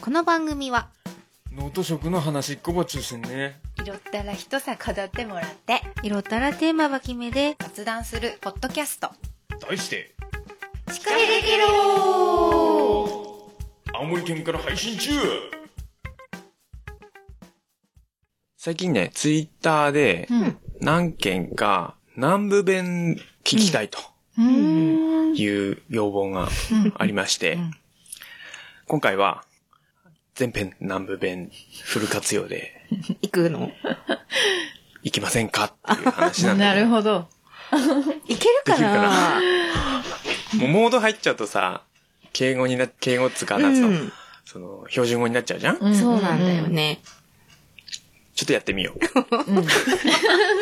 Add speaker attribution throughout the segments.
Speaker 1: この番組は
Speaker 2: ノート食の話っこば中心ね。
Speaker 3: 色ったら一さ飾ってもらって
Speaker 1: 色ったらテーマは決めで
Speaker 3: 雑談するポッドキャスト
Speaker 2: 題して、
Speaker 1: しっかりできる
Speaker 2: 青森県から配信中最近ね、ツイッターで
Speaker 1: うん
Speaker 2: 何件か南部弁聞きたいと
Speaker 1: うん
Speaker 2: いう要望がありまして、
Speaker 1: ん
Speaker 2: 今回は全編南部弁フル活用で
Speaker 1: 行くの
Speaker 2: いきませんかっていう話なんで。
Speaker 3: なるほど
Speaker 1: いけるかな
Speaker 2: もうモード入っちゃうとさ、敬語にな、敬語っつうかなんつうの、
Speaker 1: うん
Speaker 2: その、標準語になっちゃうじゃん、
Speaker 1: そうなんだよね
Speaker 2: ちょっとやってみよう。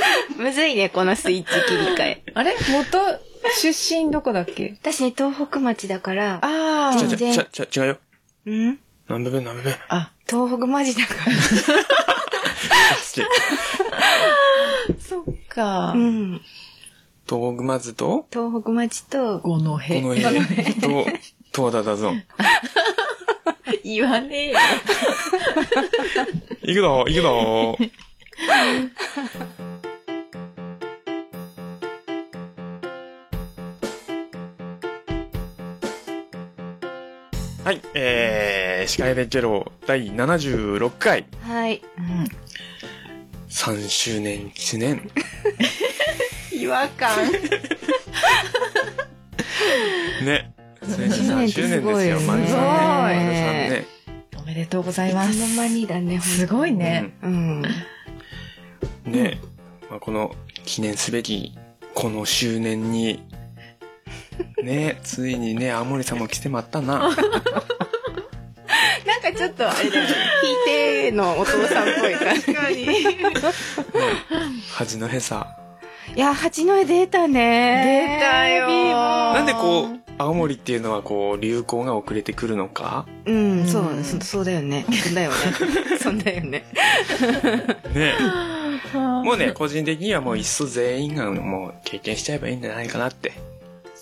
Speaker 1: むずいねこのスイッチ切り替え
Speaker 4: あれ元出身どこだっけ
Speaker 1: 私ね東北町だから
Speaker 4: あ
Speaker 2: ちゃち
Speaker 4: あ。
Speaker 2: ゃ
Speaker 1: 全
Speaker 2: ち
Speaker 1: 然
Speaker 2: ゃちゃ違うよ。
Speaker 1: うん
Speaker 2: 南部弁、南部弁。
Speaker 4: あ、
Speaker 1: 東北町だか
Speaker 2: 失礼
Speaker 4: そっから
Speaker 1: うん
Speaker 2: 東グマズと、
Speaker 1: 東北町と
Speaker 4: 五
Speaker 2: この
Speaker 4: の辺。
Speaker 2: 辺と、東田だぞ。
Speaker 4: 言わねえよ。
Speaker 2: 行くぞ、行くぞ。はい、えー、司会でチェロ第76回、
Speaker 1: はい
Speaker 2: 3周年 記念。
Speaker 4: 違和感。
Speaker 2: ね。
Speaker 1: 周年っ
Speaker 2: 3
Speaker 1: て
Speaker 2: 周
Speaker 1: す
Speaker 2: 年
Speaker 1: ご
Speaker 2: で
Speaker 1: い
Speaker 2: す
Speaker 1: よ
Speaker 2: よ、
Speaker 1: ね
Speaker 2: 丸
Speaker 4: す
Speaker 2: さ
Speaker 4: ごい
Speaker 2: んね。
Speaker 4: おめでとうござ
Speaker 1: い
Speaker 4: いま
Speaker 1: つの
Speaker 4: す。
Speaker 1: 間にだね
Speaker 4: すごい
Speaker 2: 丸さんね。
Speaker 4: ね。
Speaker 1: うん
Speaker 2: うんね。まあ、この記念すべき、この周年に、ね、ついにね、青森さんも来てまったな。
Speaker 1: なんかちょっとあれだよね。弾いてのお父さんっぽい感じ。
Speaker 2: 恥のへさ。
Speaker 1: いや、八戸出たね。
Speaker 4: 出たよ
Speaker 1: ビーボー
Speaker 2: なんでこう、青森っていうのはこう、流行が遅れてくるのか
Speaker 1: うん、そうう、
Speaker 4: ん
Speaker 1: そそうだよね。 そんだよね。そんだよね。
Speaker 2: ね。もうね、個人的にはもういっそ全員がもう経験しちゃえばいいんじゃないかなって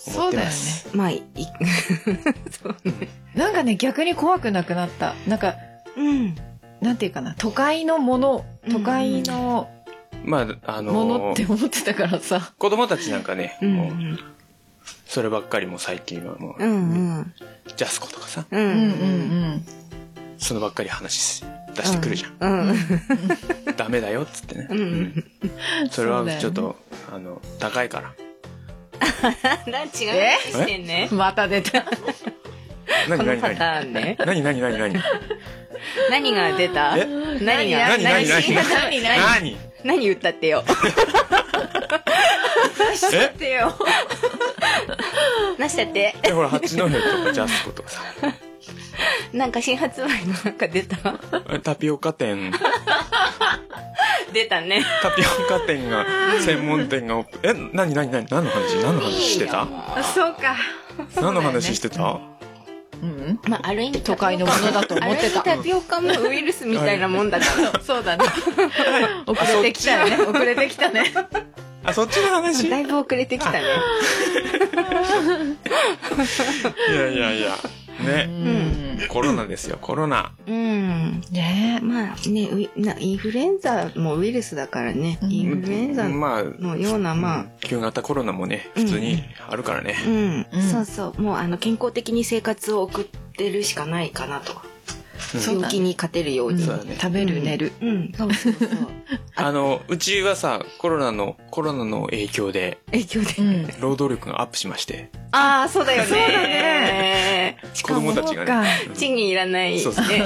Speaker 2: 思
Speaker 4: そ
Speaker 2: っ
Speaker 4: う
Speaker 2: て
Speaker 4: だよ
Speaker 2: ま
Speaker 4: ね。
Speaker 2: す。
Speaker 1: まあ、い、いそうね。
Speaker 4: なんかね、逆に怖くなくなった。なんか、
Speaker 1: うん。
Speaker 4: なんていうかな、都会のもの、都会の
Speaker 2: まあ、あ
Speaker 4: もの
Speaker 2: の
Speaker 4: って思ってたからさ。
Speaker 2: 子供たちなんかね、
Speaker 1: うん
Speaker 2: もう、そればっかりもう最近はもう、
Speaker 1: うん。うん。
Speaker 2: ジャスコとかさ、
Speaker 1: うん。う
Speaker 4: うん
Speaker 1: ん。
Speaker 2: そのばっかり話し出してくるじゃん。
Speaker 1: うん。うん。
Speaker 2: ダメだよっつってね。
Speaker 1: うん
Speaker 2: うんそれ
Speaker 4: そう
Speaker 2: は
Speaker 4: だよね
Speaker 2: ちょっと、あの、高いから。
Speaker 1: 何違うしてんね
Speaker 4: う。ん。また出 た。
Speaker 1: こ
Speaker 2: 何
Speaker 1: の
Speaker 2: 何
Speaker 1: パタ
Speaker 2: 何
Speaker 1: ーンね。
Speaker 2: 何何何何
Speaker 1: 何が出た
Speaker 2: え
Speaker 1: 何が何
Speaker 2: 何何何
Speaker 1: 何
Speaker 2: 何
Speaker 1: 何言ったってよ。
Speaker 2: え
Speaker 4: てよ。
Speaker 1: なしたって。
Speaker 2: でほら、八戸とかジャスコとかさ、
Speaker 1: なんか新発売のなんか出た
Speaker 2: タピオカ店、
Speaker 1: 出たね。
Speaker 2: タピオカ店が、専門店がオープン。え、何何何何の話何の話してた
Speaker 4: そうか。
Speaker 2: 何の話してた
Speaker 4: うん。
Speaker 1: まあ、ある意味
Speaker 4: 都会のものだと思ってた
Speaker 1: ある意味タピオカもウイルスみたいなもんだから。
Speaker 4: そう だね。遅れてきたね。遅れてきたね。
Speaker 2: あ、そっちの話い
Speaker 1: だいぶ遅れてきたね。
Speaker 2: やいやいや。
Speaker 4: う
Speaker 2: ね。
Speaker 4: ん。
Speaker 2: コロナですよ、コロナ。
Speaker 1: うん。
Speaker 4: ね
Speaker 1: まあね、ウイなインフルエンザもウイルスだからね。
Speaker 4: うん
Speaker 1: インフルエンザ
Speaker 2: まあ、
Speaker 1: のような、まあ、
Speaker 2: 旧型コロナもね普通にあるからね、
Speaker 1: うん、
Speaker 4: うん
Speaker 1: そうそう。もうあの、健康的に生活を送ってるしかないかなと。
Speaker 4: そうだね
Speaker 1: 病気に勝てるように。
Speaker 2: そうだね
Speaker 4: 食べる寝る。
Speaker 1: うん、そうそうそう。
Speaker 2: あのうちはさコロナのコロナの影響で
Speaker 1: 影響で。
Speaker 4: ん。
Speaker 2: 労働力がアップしまして
Speaker 1: ああ、そうだよね。
Speaker 4: そうだね
Speaker 1: し
Speaker 2: 子
Speaker 1: かも
Speaker 2: 供たちがねうん
Speaker 1: 賃金いらない。
Speaker 2: そうそう
Speaker 1: ね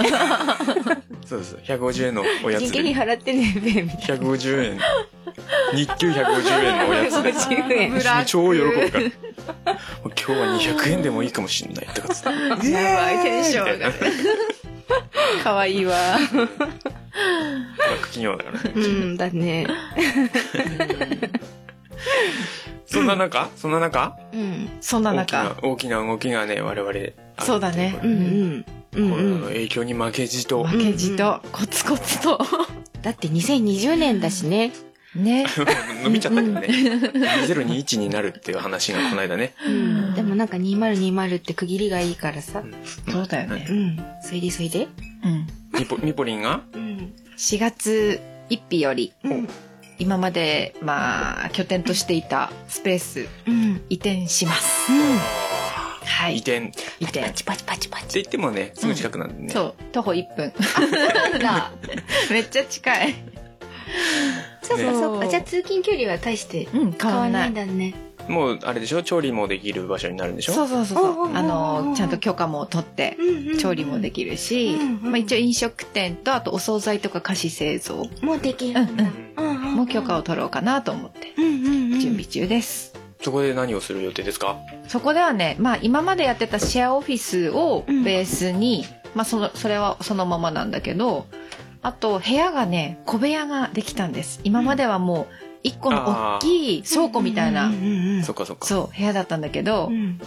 Speaker 2: そうそう150円のおやつ
Speaker 1: 人件費
Speaker 2: で
Speaker 1: 払ってね、ベイビー。
Speaker 2: 150円日給150円のおやつで
Speaker 1: 150円。
Speaker 2: 超喜ぶからもう今日は200円でもいいかもしんないとかつって
Speaker 4: やばいテンション
Speaker 2: みたいな
Speaker 4: かわいいわ。
Speaker 2: ブラック企業だからね
Speaker 1: うんだね。
Speaker 2: そんな中そんな中
Speaker 1: うん。
Speaker 4: そんな
Speaker 2: 大きな
Speaker 4: 中、
Speaker 2: 大きな動きがね我々あるっていこと
Speaker 4: そうだね
Speaker 1: うんうん。う
Speaker 2: コ
Speaker 1: ん
Speaker 2: ロナの
Speaker 1: うん、
Speaker 2: 影響に負けじと
Speaker 4: 負けじと、コツコツと。
Speaker 1: だって2020年だしね
Speaker 4: ね。
Speaker 2: 伸びちゃったけどね。2021になるっていう話がこの間ね。
Speaker 1: うんでもなんか2020って区切りがいいからさ。
Speaker 4: そうだよね
Speaker 1: う。ん。それでそれで。
Speaker 4: うん。
Speaker 2: みぽみぽりんが
Speaker 1: うん。
Speaker 4: 4月1日より、
Speaker 1: うん。
Speaker 4: 今まで、まあ、拠点としていたスペース、
Speaker 1: うん。
Speaker 4: 移転します。は
Speaker 2: 移
Speaker 4: い。
Speaker 2: 転。って
Speaker 4: 移転。
Speaker 1: パチパチパチ。
Speaker 2: 言ってもね、すぐ近くなんでね。
Speaker 4: そう。徒歩1分。 めっちゃ近い。
Speaker 1: そうそうそう。
Speaker 4: ね
Speaker 1: あじゃあ通勤距離は大して
Speaker 4: うん、
Speaker 1: 変
Speaker 4: 変
Speaker 1: わ
Speaker 4: わ
Speaker 1: ら
Speaker 4: ん
Speaker 1: な
Speaker 4: ない
Speaker 1: ん
Speaker 4: い。
Speaker 1: だね。
Speaker 2: もう、あれでしょ調理もできる場所になるんでしょ。
Speaker 4: そううそうそうそう
Speaker 1: おうおうおうお。う
Speaker 4: あの、ちゃんと許可も取って、調理もで
Speaker 1: き
Speaker 4: きるし、
Speaker 1: うんうん
Speaker 4: まあ、一応飲食店と、あとお惣菜とか菓子製造
Speaker 1: る。もうできるんだ。
Speaker 2: う
Speaker 1: うん
Speaker 2: ん
Speaker 1: うん
Speaker 4: も許可を取ろうかなと思って、
Speaker 1: うんうんうん
Speaker 4: 準備中です。
Speaker 2: そこで何をする予定ですか
Speaker 4: そこではね、まあ、今までやってたシェアオフィスを
Speaker 1: うん
Speaker 4: ベースに、まあ、そのそれはそのままなんだけどあと部屋がね小部屋ができたんです今まではもう1個の大きい倉庫みたいな、
Speaker 1: うんうんうん
Speaker 2: そっかそっか。
Speaker 4: そう部屋だったんだけど
Speaker 1: う、ん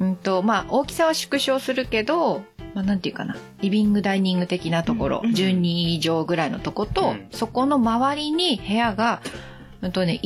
Speaker 4: うんとまあ、大きさは縮小するけど、まあ、なんていうかなリビングダイニング的なところ、
Speaker 1: うん
Speaker 4: 12畳ぐらいのとこと、
Speaker 2: うん
Speaker 4: そこの周りに部屋が、うんとね、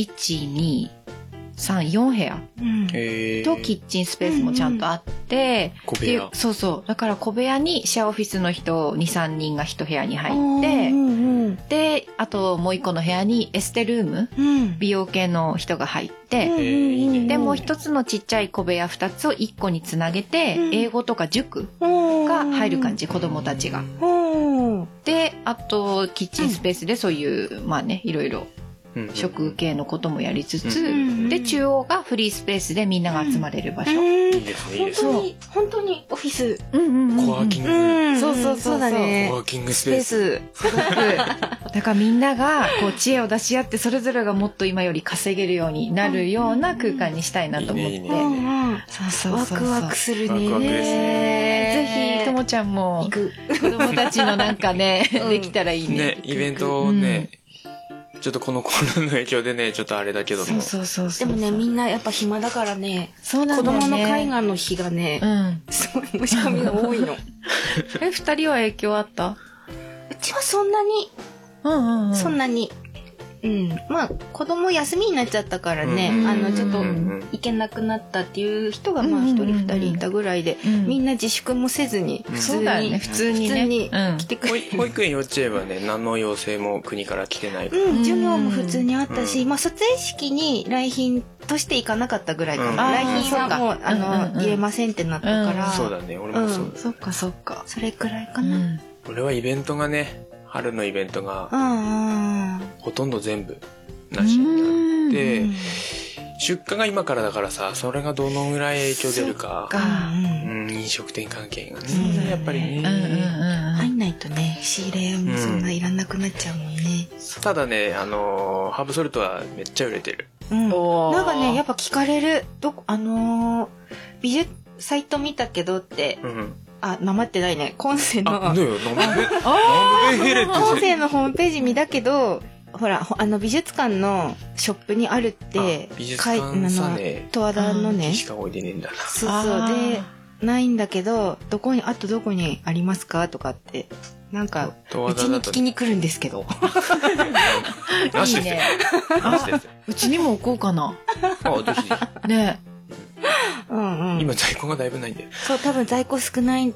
Speaker 4: 1234部屋
Speaker 1: うん
Speaker 2: えー
Speaker 4: とキッチンスペースもちゃんとあって、
Speaker 2: 小部
Speaker 4: っていう
Speaker 2: 屋。
Speaker 4: そうそうだから小部屋にシェアオフィスの人23人が1部屋に入っ
Speaker 1: う
Speaker 4: て
Speaker 1: んうん
Speaker 4: であともう1個の部屋にエステルーム
Speaker 1: うん
Speaker 4: 美容系の人が入って、
Speaker 1: うんうん
Speaker 4: でもう1つのちっちゃい小部屋2つを1個につなげて、
Speaker 1: うん
Speaker 4: 英語とか塾が
Speaker 1: が
Speaker 4: 入る感じ子供たちが。
Speaker 1: うん
Speaker 4: であとキッチンスペースでそういう、まあねいろいろ
Speaker 2: うんうん
Speaker 4: 食系のこともやりつつ、
Speaker 2: うん
Speaker 4: で中央がフリースペースでみんなが集まれる場所。
Speaker 2: いいですね、いい
Speaker 1: 本
Speaker 2: ですね。
Speaker 1: 当に本当にオフィス
Speaker 4: うんうんうんうん
Speaker 2: コワーキング、
Speaker 1: ん
Speaker 4: そうそうそうそう
Speaker 1: だね
Speaker 2: コワーキングス
Speaker 4: ス
Speaker 2: ペ
Speaker 4: ペ
Speaker 2: ー
Speaker 4: ー
Speaker 2: ス。
Speaker 4: スすごくだからみんながこう知恵を出し合ってそれぞれがもっと今より稼げるようになるような空間にしたいなと思って、
Speaker 2: いいねいい
Speaker 1: うん
Speaker 2: ね
Speaker 1: うん
Speaker 4: そうそう
Speaker 1: ワ
Speaker 4: そう
Speaker 1: ク
Speaker 4: そう
Speaker 1: ワクする
Speaker 2: ワクワクです
Speaker 1: ね
Speaker 4: ぜひともちゃん
Speaker 1: 行
Speaker 4: も
Speaker 1: く
Speaker 4: 子供たちのなんか ね
Speaker 1: うん
Speaker 4: できたらいいね
Speaker 2: ね、イベントをね、ちょっとこのコロナの影響でね、ちょっ とあれだけど
Speaker 4: そう
Speaker 2: も。
Speaker 4: そうそうそ
Speaker 1: で
Speaker 4: う
Speaker 1: もねみ
Speaker 4: ん
Speaker 1: んなやっぱ暇だからね
Speaker 4: そうな
Speaker 1: 子
Speaker 4: んだよね
Speaker 1: 供の絵画の日がね
Speaker 4: うん
Speaker 1: すごい申し込みが多いのう
Speaker 4: え二人は影響あった
Speaker 1: ちはそんなに
Speaker 4: うんうんうん
Speaker 1: そんなにうんまあ子供休みになっちゃったからね
Speaker 2: うん
Speaker 1: あのちょっと
Speaker 4: うん
Speaker 1: 行けなくなったっていう人がまあ一人二人いたぐらいで
Speaker 4: うん
Speaker 1: みんな自粛もせずに
Speaker 2: うん
Speaker 1: 普
Speaker 4: そ
Speaker 1: 通
Speaker 4: うだよね
Speaker 1: に
Speaker 4: 普通にね
Speaker 1: 普通に
Speaker 4: うん
Speaker 1: 来てく
Speaker 2: 保
Speaker 1: れ
Speaker 2: 育保育園幼稚園はね、何の要請も国から来てないから。
Speaker 1: うん、授業も普通にあったし、
Speaker 2: う
Speaker 1: まあ、卒園式に来賓として行かなかったぐらいかな、
Speaker 2: うん
Speaker 1: 来賓はもう
Speaker 4: あー
Speaker 1: あの、
Speaker 4: そうか
Speaker 1: 言えませんってなったから、
Speaker 4: うん
Speaker 2: そうだね、俺もそうだ。
Speaker 4: そっかそっか
Speaker 1: それくらいか
Speaker 4: う
Speaker 1: な、うん、
Speaker 4: ん
Speaker 2: 俺はイベントがね、春のイベントが
Speaker 1: うん
Speaker 2: ほとんど全部なしになっ
Speaker 1: うん
Speaker 2: て、出荷が今からだからさ、それがどのぐらい影響出るか。
Speaker 4: そっか
Speaker 2: うん、飲食店関係がね
Speaker 1: そうだ。ね
Speaker 2: やっぱり
Speaker 4: うんう
Speaker 2: ね。
Speaker 4: んうん
Speaker 1: 入んないとね仕入れもそんないらなくなっちゃうもんね、
Speaker 2: ただね、あのー、ハーブソルトはめっちゃ売れてる。
Speaker 1: うん
Speaker 4: な
Speaker 1: なんかねやっぱ聞かれるどこあのー美術サイト見たけどって
Speaker 2: うん。
Speaker 1: あなまってないね今世の
Speaker 2: あ、どうよ、飲める。
Speaker 4: あ
Speaker 2: ノンベヘ レって
Speaker 1: 後世のホームページ見だけどほらほあの美術館のショップにあるって
Speaker 2: あ美術
Speaker 1: かいあ
Speaker 2: 館さ
Speaker 1: の
Speaker 2: ね
Speaker 1: 十和田のね
Speaker 2: しか置いてねえんだな
Speaker 1: そうそうでないんだけどどこにあとどこにありますかとかってなんか
Speaker 2: 十
Speaker 1: う
Speaker 2: 和
Speaker 1: ち
Speaker 2: 田
Speaker 1: に
Speaker 2: だ
Speaker 1: 聞
Speaker 2: と
Speaker 1: きに来るんですけ ど
Speaker 2: ないし
Speaker 4: い
Speaker 2: ですよ
Speaker 4: ね
Speaker 2: なしですよ
Speaker 4: うちにも置こうかな
Speaker 2: あぜひぜ
Speaker 4: ね
Speaker 1: うん、う
Speaker 2: ひ
Speaker 1: ん、
Speaker 2: 今在庫がだいぶないんで
Speaker 1: そう多分在庫少ないん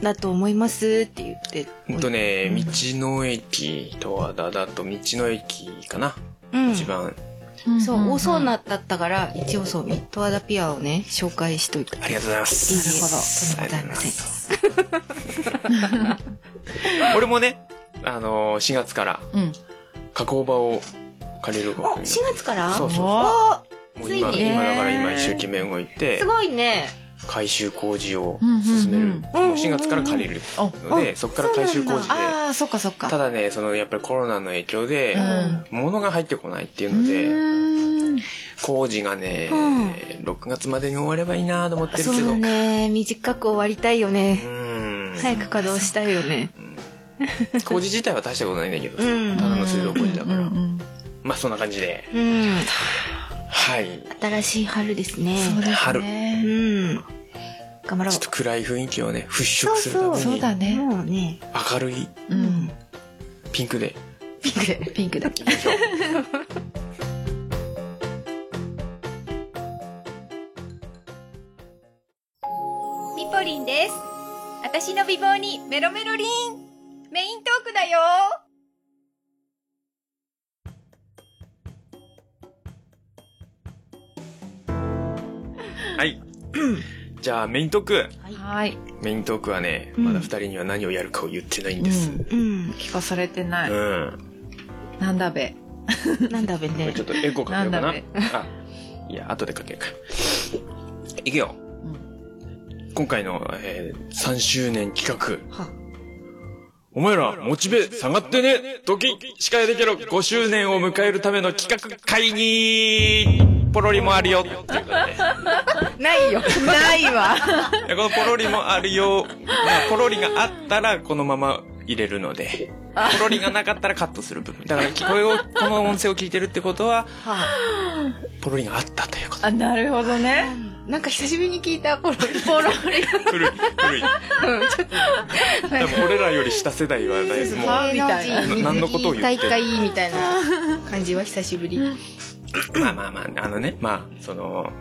Speaker 1: だと思いますって言って
Speaker 2: ほんとね道の駅十和田だと道の駅かな
Speaker 1: うん
Speaker 2: 一番
Speaker 1: そう、多そうなだったから一応そうトアダピアをね紹介しといた
Speaker 2: ありがとうございます
Speaker 1: いいえとんでもございません
Speaker 2: ん俺もねあの4月から
Speaker 4: うん
Speaker 2: 加工場を借りる
Speaker 1: お
Speaker 2: こ
Speaker 1: 4
Speaker 2: とに
Speaker 1: 月から
Speaker 2: そうそう
Speaker 1: お
Speaker 2: もう今
Speaker 1: ついに
Speaker 2: 今だから今一生懸命動いて
Speaker 1: すごいね
Speaker 2: 改修工事を
Speaker 4: うんうんうん
Speaker 2: 進め
Speaker 1: う
Speaker 2: るも
Speaker 1: んうんう
Speaker 2: うん4月から借りる
Speaker 4: あ
Speaker 2: のでそこから改修工事で
Speaker 4: あーそっかそっか
Speaker 2: ただねそのやっぱりコロナの影響で、
Speaker 4: うん
Speaker 2: 物が入ってこないっていう
Speaker 4: う
Speaker 2: ので
Speaker 4: ーん
Speaker 2: 工事がね、
Speaker 1: うん
Speaker 2: 6月までに終わればいいなと思ってるけ
Speaker 1: そ
Speaker 2: ど
Speaker 1: うだね短く終わりたいよ
Speaker 2: う
Speaker 1: ね
Speaker 2: ん
Speaker 1: 早く稼働したいよね
Speaker 2: 工事自体は大したことないんだけど、
Speaker 1: うん
Speaker 2: ただの水道工事だから、
Speaker 4: うんうん
Speaker 2: まあそんな感じで
Speaker 1: うん
Speaker 2: はい
Speaker 1: 新しい春ですね
Speaker 4: そうです
Speaker 2: 春
Speaker 1: う
Speaker 4: ね
Speaker 1: ん頑張ろ
Speaker 2: ちょっと暗い雰囲気をね払拭するた
Speaker 1: うん
Speaker 2: め
Speaker 4: そう
Speaker 2: に
Speaker 4: だ
Speaker 1: う
Speaker 4: ね
Speaker 1: もうね
Speaker 2: 明るい
Speaker 4: うん
Speaker 2: ピンクで
Speaker 1: ピンクで
Speaker 4: ピンクだ
Speaker 3: 私の美貌にメロメロリンメイントークだよ
Speaker 2: はい。 じゃあメイントーク。
Speaker 4: はい
Speaker 2: メイントークはね、
Speaker 1: うん
Speaker 2: まだ二人には何をやるかを言ってないんです。
Speaker 4: うん
Speaker 1: うん。
Speaker 4: 聞かされてない、
Speaker 2: うん。
Speaker 4: なんだべ
Speaker 1: なんだべ
Speaker 2: これ
Speaker 1: ね
Speaker 2: ちょ。っとエコーかけようか
Speaker 4: な
Speaker 2: なん
Speaker 4: だべ。
Speaker 2: あ、いや、後でかけるか。いくよ。
Speaker 4: うん
Speaker 2: 今回の、えー、3周年企画。
Speaker 4: は
Speaker 2: お前ら、モチベ下がってね時司会できろ !5 周年を迎えるための企画会議ポロリもあるよっていうことで。い
Speaker 4: ないよ ないわ
Speaker 2: やこのポロリもあるよ。まあポロリがあったら、このまま入れるので。ポロリがなかったらカットする部分。だから、これを、この音声を聞いてるってことは、
Speaker 1: は
Speaker 2: ポロリがあったということ。
Speaker 4: あなるほど
Speaker 1: あ
Speaker 4: ね
Speaker 1: なんか久しぶりに聞いた頃。
Speaker 4: ポロリ
Speaker 2: 古い、古い。多分俺らより下世代はだいぶもう、
Speaker 4: は
Speaker 1: 芸能人
Speaker 2: な何のことを
Speaker 1: 水
Speaker 2: 言
Speaker 1: 着
Speaker 2: って
Speaker 1: 大
Speaker 2: んの
Speaker 1: 会みたいな感じは久しぶり。
Speaker 2: まあまあまあ、あのね、まあ、その、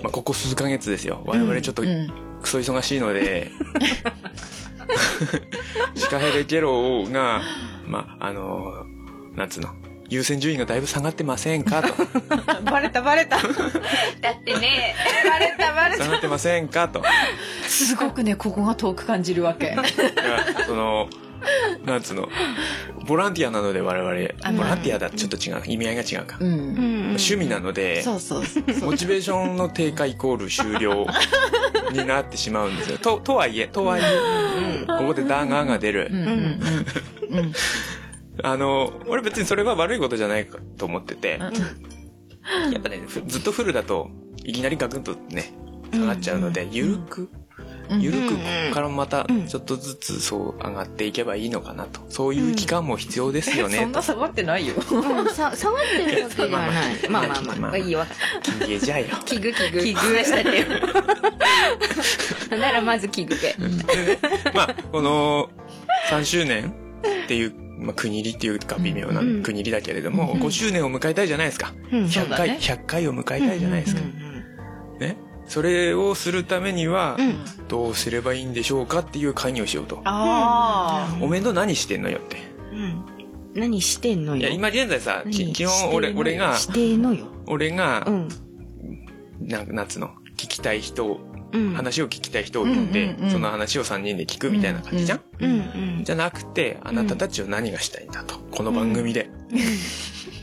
Speaker 2: まあ、ここ数ヶ月ですよ。我々ちょっと、
Speaker 4: うん
Speaker 2: クソ忙しいので、シカヘデケロが、まあ、あの、なんつうの、優先順位がだいぶ下がってませんかと。
Speaker 4: バレたバ レた
Speaker 3: だってね
Speaker 4: バレたバレ
Speaker 2: 下がってませんかと。
Speaker 4: たすごくねここが遠く感じるわけ
Speaker 2: だからその、なんつうの、ボランティアなので我
Speaker 4: あ
Speaker 2: 々、
Speaker 4: の
Speaker 2: ボランティアだちょっと違う、意味合いが違うか。
Speaker 4: う
Speaker 1: うん
Speaker 4: ん
Speaker 1: うん
Speaker 2: 趣味なので、
Speaker 1: そうそうそう。
Speaker 2: モチベーションの低下イコール終了になってしまうんですよ。と、とはいえ、とはいえ、ここでダーガーが出る。
Speaker 4: うんうんうんうん
Speaker 2: あの、俺別にそれは悪いことじゃないかと思ってて、
Speaker 4: うん
Speaker 2: やっぱね、ふずっとフルだと、いきなりガクンとね、下がっちゃうので、ゆるく、
Speaker 4: うん
Speaker 2: ゆるく
Speaker 1: うん
Speaker 2: ここからまた
Speaker 1: うん
Speaker 2: ちょっとずつそう上がっていけばいいのかなと。そういう期間も必要ですよ
Speaker 4: そ
Speaker 2: ね
Speaker 4: ん、な
Speaker 2: と。
Speaker 4: 下がってないよ
Speaker 1: うんさ下がってるわけではない。まあまあまあ。いいわ。
Speaker 2: 金ゲじゃよ。
Speaker 1: 器具器具。器具したてよ。 ならまず器具で。
Speaker 2: まあ、この3周年っていう、まあ、国入りっていうか微妙な
Speaker 1: うん
Speaker 2: 国入りだけれども、
Speaker 1: うん
Speaker 2: 5周年を迎えたいじゃないですか。
Speaker 1: うん
Speaker 4: そう
Speaker 2: 100
Speaker 4: だ
Speaker 2: 回、
Speaker 4: ね
Speaker 2: 100回を迎えたいじゃないですか
Speaker 1: う。ん
Speaker 2: ね。それをするためには
Speaker 1: う、ん。
Speaker 2: どうすればいいんでしょうかっていう会議をしようと。
Speaker 4: あ
Speaker 2: お面倒何してんのよって。
Speaker 1: うん。何してんの
Speaker 2: いや、
Speaker 1: よ。
Speaker 2: 今現在さ、き
Speaker 1: 何
Speaker 2: 基本俺、俺が、
Speaker 1: してんのよ。
Speaker 2: 俺が
Speaker 1: う、ん。
Speaker 2: なん夏の、聞きたい人を、
Speaker 1: うん。
Speaker 2: 話を聞きたい人を呼ん
Speaker 4: うんうんうんう
Speaker 2: で、
Speaker 4: ん
Speaker 2: その話を3人で聞くみたいな感じじゃん
Speaker 1: うんうん。
Speaker 2: じゃなくて、あなたたちは何がしたいんだと。この番組で。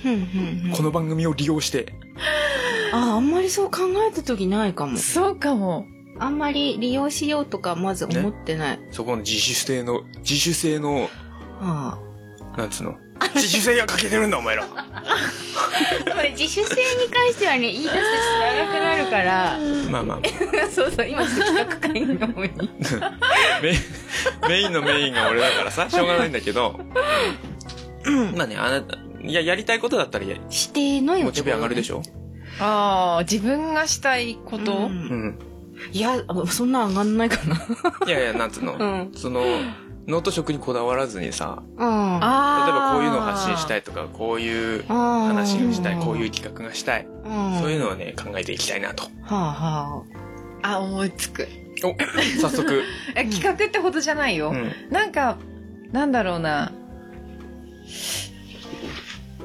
Speaker 1: うんうんうん
Speaker 2: この番組を利用して。
Speaker 1: ああんまりそう考えた時ないかも
Speaker 4: あそうか も
Speaker 1: あんまり利用しようとかまず思ってない、
Speaker 2: そこの自主性の、自主性の、
Speaker 1: あ
Speaker 2: なんつうの。自主性が欠けてるんだ、お前ら。
Speaker 1: あ自主性に関してはね言い出すと長くなるから
Speaker 2: まあまあ、
Speaker 1: そうそう今企画会議の方に
Speaker 2: メイン、メインのメインが俺だからさ、しょうがないんだけど。まあね、あなた、いや、やりたいことだったらや、
Speaker 1: してのよ
Speaker 2: モチベ上がるでし
Speaker 1: ょ
Speaker 2: ょ
Speaker 4: ああ自分がしたいこと
Speaker 2: うん。
Speaker 1: いやそんな上がんないかない
Speaker 2: やいや、なんつうの。
Speaker 1: うん
Speaker 2: その、ノート食にこだわらずにさ、
Speaker 1: あ
Speaker 2: 例え
Speaker 4: ああ
Speaker 2: ばこういうのを発信した
Speaker 4: い
Speaker 2: いとか、こういう
Speaker 1: あ話
Speaker 2: 話
Speaker 1: を
Speaker 2: をしたい、
Speaker 1: ん
Speaker 2: こういう企画がしたい、そういうのをね、考えていきたいなと。
Speaker 1: はあは
Speaker 4: あ思いつく
Speaker 2: お、早速。
Speaker 4: え企画ってほどじゃないよ、
Speaker 2: うん。
Speaker 4: なんかなんだろうな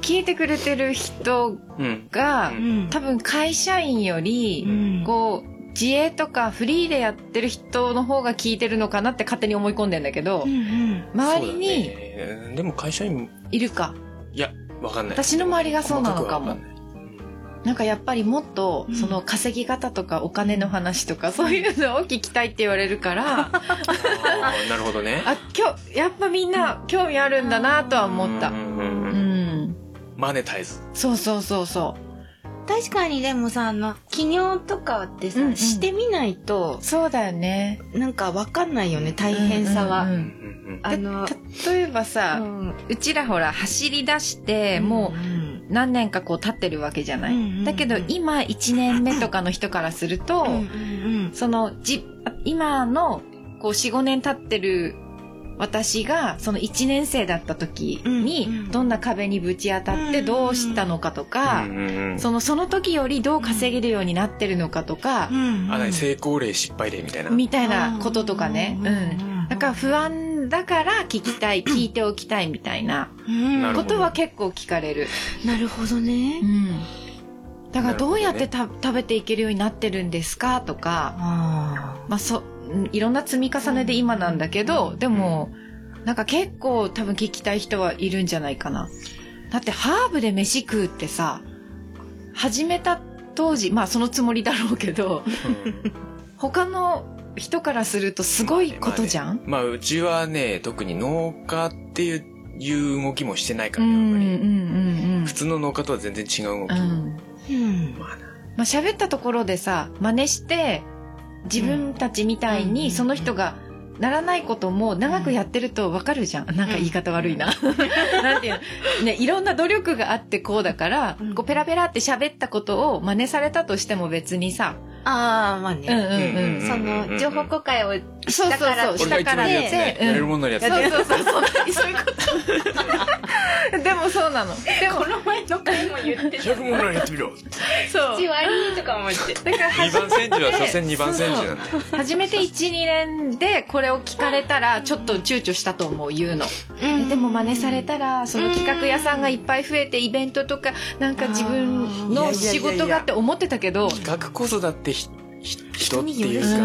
Speaker 4: 聞いてくれてる人
Speaker 2: うん。
Speaker 4: が
Speaker 2: う
Speaker 1: あうん
Speaker 4: 多分会社員より
Speaker 1: うん
Speaker 4: こう自営とかフリーでやってる人の方が聞いてるのかなって勝手に思い込んでんだけど
Speaker 1: うんうん
Speaker 4: 周りに
Speaker 2: そうだねでも会社員も、
Speaker 4: いるか
Speaker 2: いや、わかんない。
Speaker 4: 私の周りがそうなのか
Speaker 2: 細
Speaker 4: も
Speaker 2: くはわんない
Speaker 4: なんかやっぱりもっと
Speaker 1: うん
Speaker 4: その稼ぎ方とかお金の話とかそういうのを聞きたいって言われるから
Speaker 2: うんあーなるほどね。
Speaker 4: あ今日やっぱみんな興味あるんだなとは思った
Speaker 2: う。んうん
Speaker 4: う
Speaker 2: うん
Speaker 4: ん、
Speaker 2: マネタイズ。
Speaker 4: そうそうそうそ
Speaker 1: 確かにでもさあの起業とかってさ、
Speaker 4: うんうん
Speaker 1: してみないと
Speaker 4: うそうだよね
Speaker 1: なんかわかんないよね大変さは、
Speaker 4: うんうんうん
Speaker 2: うん
Speaker 1: あの
Speaker 4: 例えばさ、う
Speaker 1: うん
Speaker 4: ちらほら走り出しても
Speaker 1: うん
Speaker 4: う何年かこう経ってるわけじゃない、
Speaker 1: うんうんうん
Speaker 4: だけど今1年目とかの人からすると、
Speaker 1: うんうんうん
Speaker 4: そのじ今のこう45年経ってる私がその1年生だった時
Speaker 1: うんう
Speaker 4: に
Speaker 1: ん
Speaker 4: どんな壁にぶち当たってどうしたのかとか、
Speaker 2: うんうんうん
Speaker 4: そのその時よりどう稼げるようになってるのかとか、
Speaker 1: ん
Speaker 2: あ何成功例失敗例みたいな
Speaker 4: みたいなこととかね、うん、なんか不安だから聞きたい聞いておきたいみたいな
Speaker 1: うん
Speaker 2: なるほ
Speaker 4: こ
Speaker 2: ど
Speaker 4: とは結構聞かれる、
Speaker 1: なるほどね。
Speaker 4: だからどうやって
Speaker 2: な
Speaker 4: た食べていけるようになってるんですかとか、
Speaker 1: あ
Speaker 4: まあ、そうんいろんな積み重ねで今なんだけど、でもなんか結構多分聞きたい人はいるんじゃないかなだってハーブで飯食うってさ始めた当時まあそのつもりだろうけど
Speaker 2: うん
Speaker 4: 他の人からするとすごいことじゃん、
Speaker 2: まあうちはね特に農家っていういう動きもしてないからねあ
Speaker 4: うん
Speaker 2: ん
Speaker 4: う
Speaker 2: ま
Speaker 4: ん
Speaker 2: り
Speaker 4: うんうん
Speaker 2: 普通の農家とは全然違う動き、
Speaker 4: うん
Speaker 1: ーうん。
Speaker 4: まあ喋ったところでさ真似して自分たちみたいうに
Speaker 1: ん
Speaker 4: その人がならないことも長くやってるとわかるじゃん、なんか言い方悪いな、 なんていうのねいろんな努力があってこうだから、
Speaker 1: うん
Speaker 4: こうペラペラって喋ったことを真似されたとしても別にさ、
Speaker 1: ああ、まあ
Speaker 4: うんうん
Speaker 1: ね。
Speaker 4: うん
Speaker 2: うん
Speaker 3: その情報公開を
Speaker 4: そうそうそう
Speaker 2: 俺が
Speaker 4: 下
Speaker 2: 一番
Speaker 4: から
Speaker 2: やるやつね
Speaker 4: で、、うん
Speaker 2: やれるもののやつ
Speaker 4: そうそうそうそうそういうこと でもそうなのでも
Speaker 3: この前の回も言って
Speaker 2: やるものならやってみろ
Speaker 4: そう
Speaker 3: 1割とか思って
Speaker 4: だから
Speaker 2: 2番煎じは所詮2番煎じ
Speaker 4: そう
Speaker 2: な
Speaker 4: そ
Speaker 2: ん で
Speaker 4: 初めて12年でこれを聞かれたらちょっと躊躇したと思う言うの、
Speaker 1: うん
Speaker 4: でも真似されたらその企画屋さんがいっぱい増えてイベントとかなんか自分
Speaker 2: あ
Speaker 4: の
Speaker 2: ー
Speaker 4: 仕事がって思ってたけど
Speaker 2: 企画こそだってひひ人って
Speaker 1: によ
Speaker 2: い
Speaker 1: る
Speaker 2: うか
Speaker 4: うん
Speaker 2: そ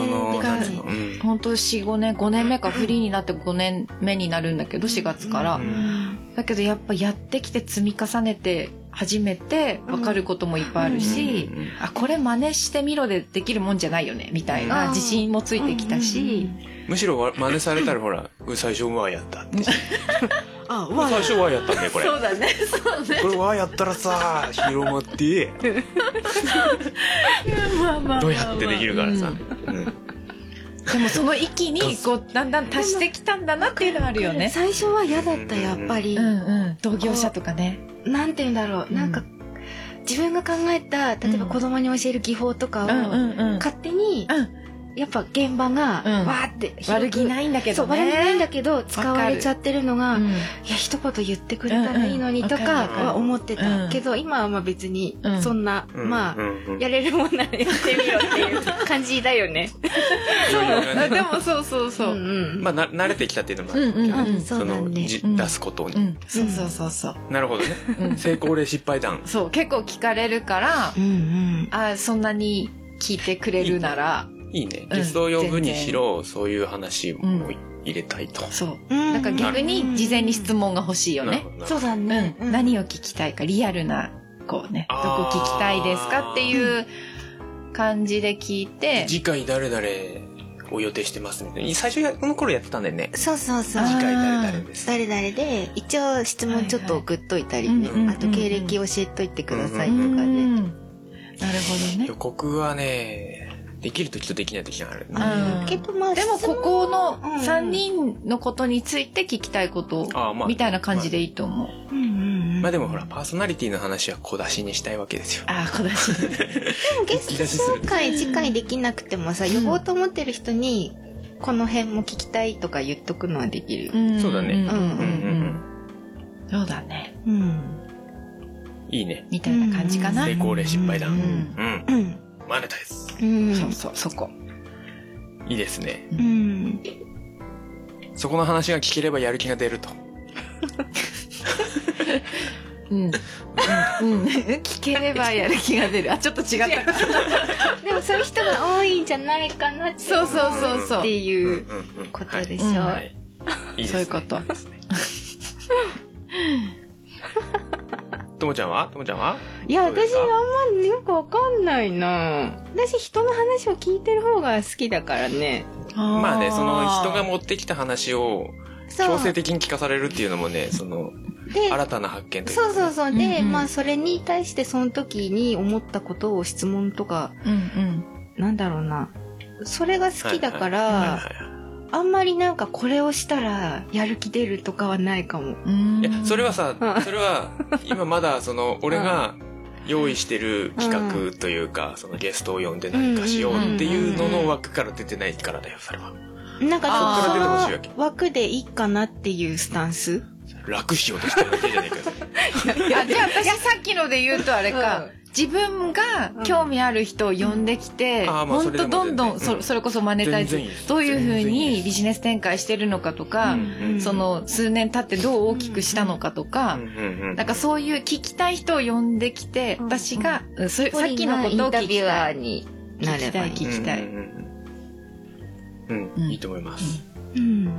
Speaker 2: の
Speaker 4: てか
Speaker 2: なんていうのうん
Speaker 4: 本当45年5年目かフリーになって5年目になるんだけど4月から、
Speaker 2: うん
Speaker 4: だけどやっぱやってきて積み重ねて初めて分かることもいっぱいあるし、
Speaker 2: うんうんうん
Speaker 4: あこれ真似してみろでできるもんじゃないよねみたいな自信もついてきたし。
Speaker 2: むしろわ真似されたらほらうん最初はやったって
Speaker 1: あー、
Speaker 2: 最
Speaker 1: わ
Speaker 2: 初はやったんだよこれ
Speaker 4: そうだねそうね
Speaker 2: これはやったら さ広まって
Speaker 4: まあまあまあまあ
Speaker 2: どうやってできるからさ、うん
Speaker 4: でもその域にこうだんだん達してきたんだなっていうのはあるよね。
Speaker 1: 最初は嫌だった、やっぱり
Speaker 4: う。んうん、同業者とかね。
Speaker 1: なんて言うんだろう。なんか、自分が考えた、例えば子供に教える技法とか
Speaker 4: う
Speaker 1: を、
Speaker 4: んうんうん。
Speaker 1: 勝手に、
Speaker 4: うん
Speaker 1: やっぱ現場が、
Speaker 4: うん
Speaker 1: わーって広く
Speaker 4: 悪気ないんだけ
Speaker 1: そ
Speaker 4: ど
Speaker 1: う
Speaker 4: ね。
Speaker 1: 悪気ないんだ
Speaker 4: け
Speaker 1: けど使われちゃってるのが、
Speaker 4: う
Speaker 1: い
Speaker 4: ん
Speaker 1: や一言言ってくれたらいいのにと
Speaker 4: うんうんわ
Speaker 1: か
Speaker 4: か
Speaker 2: る
Speaker 1: は思ってた、
Speaker 4: うん
Speaker 1: けど今はまあ別に
Speaker 4: うん
Speaker 1: そんな、
Speaker 2: うん
Speaker 1: ま
Speaker 2: う
Speaker 1: あ、
Speaker 2: んうん
Speaker 1: やれるもんならやってみようっていう感じだよね。
Speaker 2: そう
Speaker 4: あでもそうそうそうう。
Speaker 1: ん
Speaker 2: まあな慣れてきたっていうのもあるけど
Speaker 4: うんうんうん
Speaker 1: そうだね
Speaker 2: のじ
Speaker 4: うん
Speaker 2: 出すことに、
Speaker 4: うん、そうそうそうそう。
Speaker 2: なるほどね
Speaker 4: うん
Speaker 2: 成功例失敗談
Speaker 4: そう、結構聞かれるから
Speaker 1: う、んうん
Speaker 4: あそんなに聞いてくれるなら、
Speaker 2: いいね
Speaker 4: うん
Speaker 2: ゲストを呼ぶにしろそういう話も入れたいと、
Speaker 4: そ
Speaker 1: う
Speaker 4: う。
Speaker 1: ん
Speaker 4: だから逆に事前に質問が欲しいよ
Speaker 2: なる
Speaker 4: ね
Speaker 2: ほ。どなるほど
Speaker 1: そうだね、
Speaker 4: うん、何を聞きたいかリアルなこうねどこ
Speaker 2: あー
Speaker 4: 聞きたいですかっていう感じで聞いて
Speaker 2: 次回誰々を予定してますみたいな最初やこの頃やってたんだよね
Speaker 1: そうそうそう
Speaker 4: あー
Speaker 2: 次回誰々です
Speaker 1: 誰々で一応質問ちょっと送っといたり、
Speaker 4: はい
Speaker 2: はいうん
Speaker 1: あと経歴教えといてくださいと
Speaker 4: う
Speaker 1: か
Speaker 4: んな
Speaker 1: ね、
Speaker 4: るほどね
Speaker 2: 予告はねできる時とできない時がある、
Speaker 1: あるけどまあ
Speaker 4: でも
Speaker 1: 質問
Speaker 4: ここの
Speaker 1: うんうん
Speaker 4: 3人のことについて聞きたいこと
Speaker 2: あーまあ
Speaker 4: みたいな感じでいいと思う
Speaker 1: うんうんうん
Speaker 2: まあでもほらパーソナリティの話は小出しにしたいわけですよ
Speaker 4: ああ小出し
Speaker 1: ゲスト紹介次回できなくてもさ呼ぼうと思ってる人にこの辺も聞きたいとか言っとくのはできるよ、
Speaker 2: そうだね
Speaker 4: うんうんうん
Speaker 1: うん
Speaker 4: うんそうだね
Speaker 1: うん
Speaker 2: いいね
Speaker 4: みたいな感じかな
Speaker 2: 成功例失敗
Speaker 4: う
Speaker 2: 談
Speaker 4: ん
Speaker 2: うん
Speaker 1: うん
Speaker 2: マネタイズ
Speaker 1: うん
Speaker 4: そうそうそこ
Speaker 2: いいですね
Speaker 1: うん
Speaker 2: そこの話が聞ければやる気が出ると
Speaker 4: うんうんうん聞ければやる気が出るあちょっと違ったか
Speaker 1: でもそういう人が多いんじゃないかなって
Speaker 4: そうそうそうそう
Speaker 1: って
Speaker 2: うんう
Speaker 1: い
Speaker 2: ん
Speaker 1: う
Speaker 2: うん
Speaker 1: ことでしょ、
Speaker 4: う
Speaker 2: は
Speaker 4: ん
Speaker 2: いはいいいです
Speaker 4: そう
Speaker 2: ね
Speaker 4: いうこと
Speaker 2: ですねともちゃんはともちゃんはい
Speaker 1: や
Speaker 2: どうで
Speaker 1: 私
Speaker 2: すか
Speaker 1: あんまよくわかんないな私人の話を聞いてる方が好きだからね
Speaker 2: まあねその人が
Speaker 4: も
Speaker 2: 持ってきた話を
Speaker 1: そ
Speaker 2: 強
Speaker 1: う
Speaker 2: 制的に聞かされるっていうのもねその
Speaker 1: で
Speaker 2: 新たな発見というか
Speaker 1: そうそうそうで、
Speaker 4: うんうん
Speaker 1: まあそれに対してその時に思ったことを質問とか
Speaker 4: うんうん
Speaker 1: なんだろうな。それが好きだから、
Speaker 2: はいはいはいは
Speaker 1: あんまりなんかこれをしたらやる気出るとかはないかも。
Speaker 2: いいやそれはさ
Speaker 1: うん
Speaker 2: それは今まだその俺が用意してる企画というかそのゲストを呼んで何かしようっていうのの枠から出てないからだよそれは
Speaker 1: なん
Speaker 4: あ
Speaker 1: か
Speaker 4: ーそっ
Speaker 2: から出てほしい
Speaker 1: そ
Speaker 2: わ
Speaker 1: の
Speaker 2: け
Speaker 1: 枠でいいかなっていうスタンス
Speaker 2: 楽しようとしてるだけじゃないか。
Speaker 4: あじゃあ私さっきので言うとあれか、自分が興味ある人を呼んできて、
Speaker 2: うんあーまあ
Speaker 4: ほ
Speaker 2: そ
Speaker 4: ん
Speaker 2: れで
Speaker 4: と
Speaker 2: も
Speaker 4: どんどん
Speaker 2: 全然
Speaker 4: そ,、
Speaker 2: うん
Speaker 4: それこそマネタイズ
Speaker 2: 全然いいです
Speaker 4: どういうふう
Speaker 2: 全然いい
Speaker 4: に
Speaker 2: です
Speaker 4: ビジネス展開してるのかとか、
Speaker 2: うんうん
Speaker 4: その数年経ってどう大きくしたのかとか、
Speaker 2: うんうんうん
Speaker 4: なんかそういう聞きたい人を呼んできて、
Speaker 1: うん
Speaker 4: 私が、うんそれさっきのこと
Speaker 1: イ
Speaker 4: を
Speaker 1: ンタ
Speaker 4: 聞
Speaker 1: ビ
Speaker 4: き
Speaker 1: ュア
Speaker 4: た
Speaker 1: ー
Speaker 4: い。
Speaker 1: になればいい
Speaker 4: 聞きたい
Speaker 2: うんうんうんうん、
Speaker 4: うん
Speaker 2: いいと思います、
Speaker 1: うん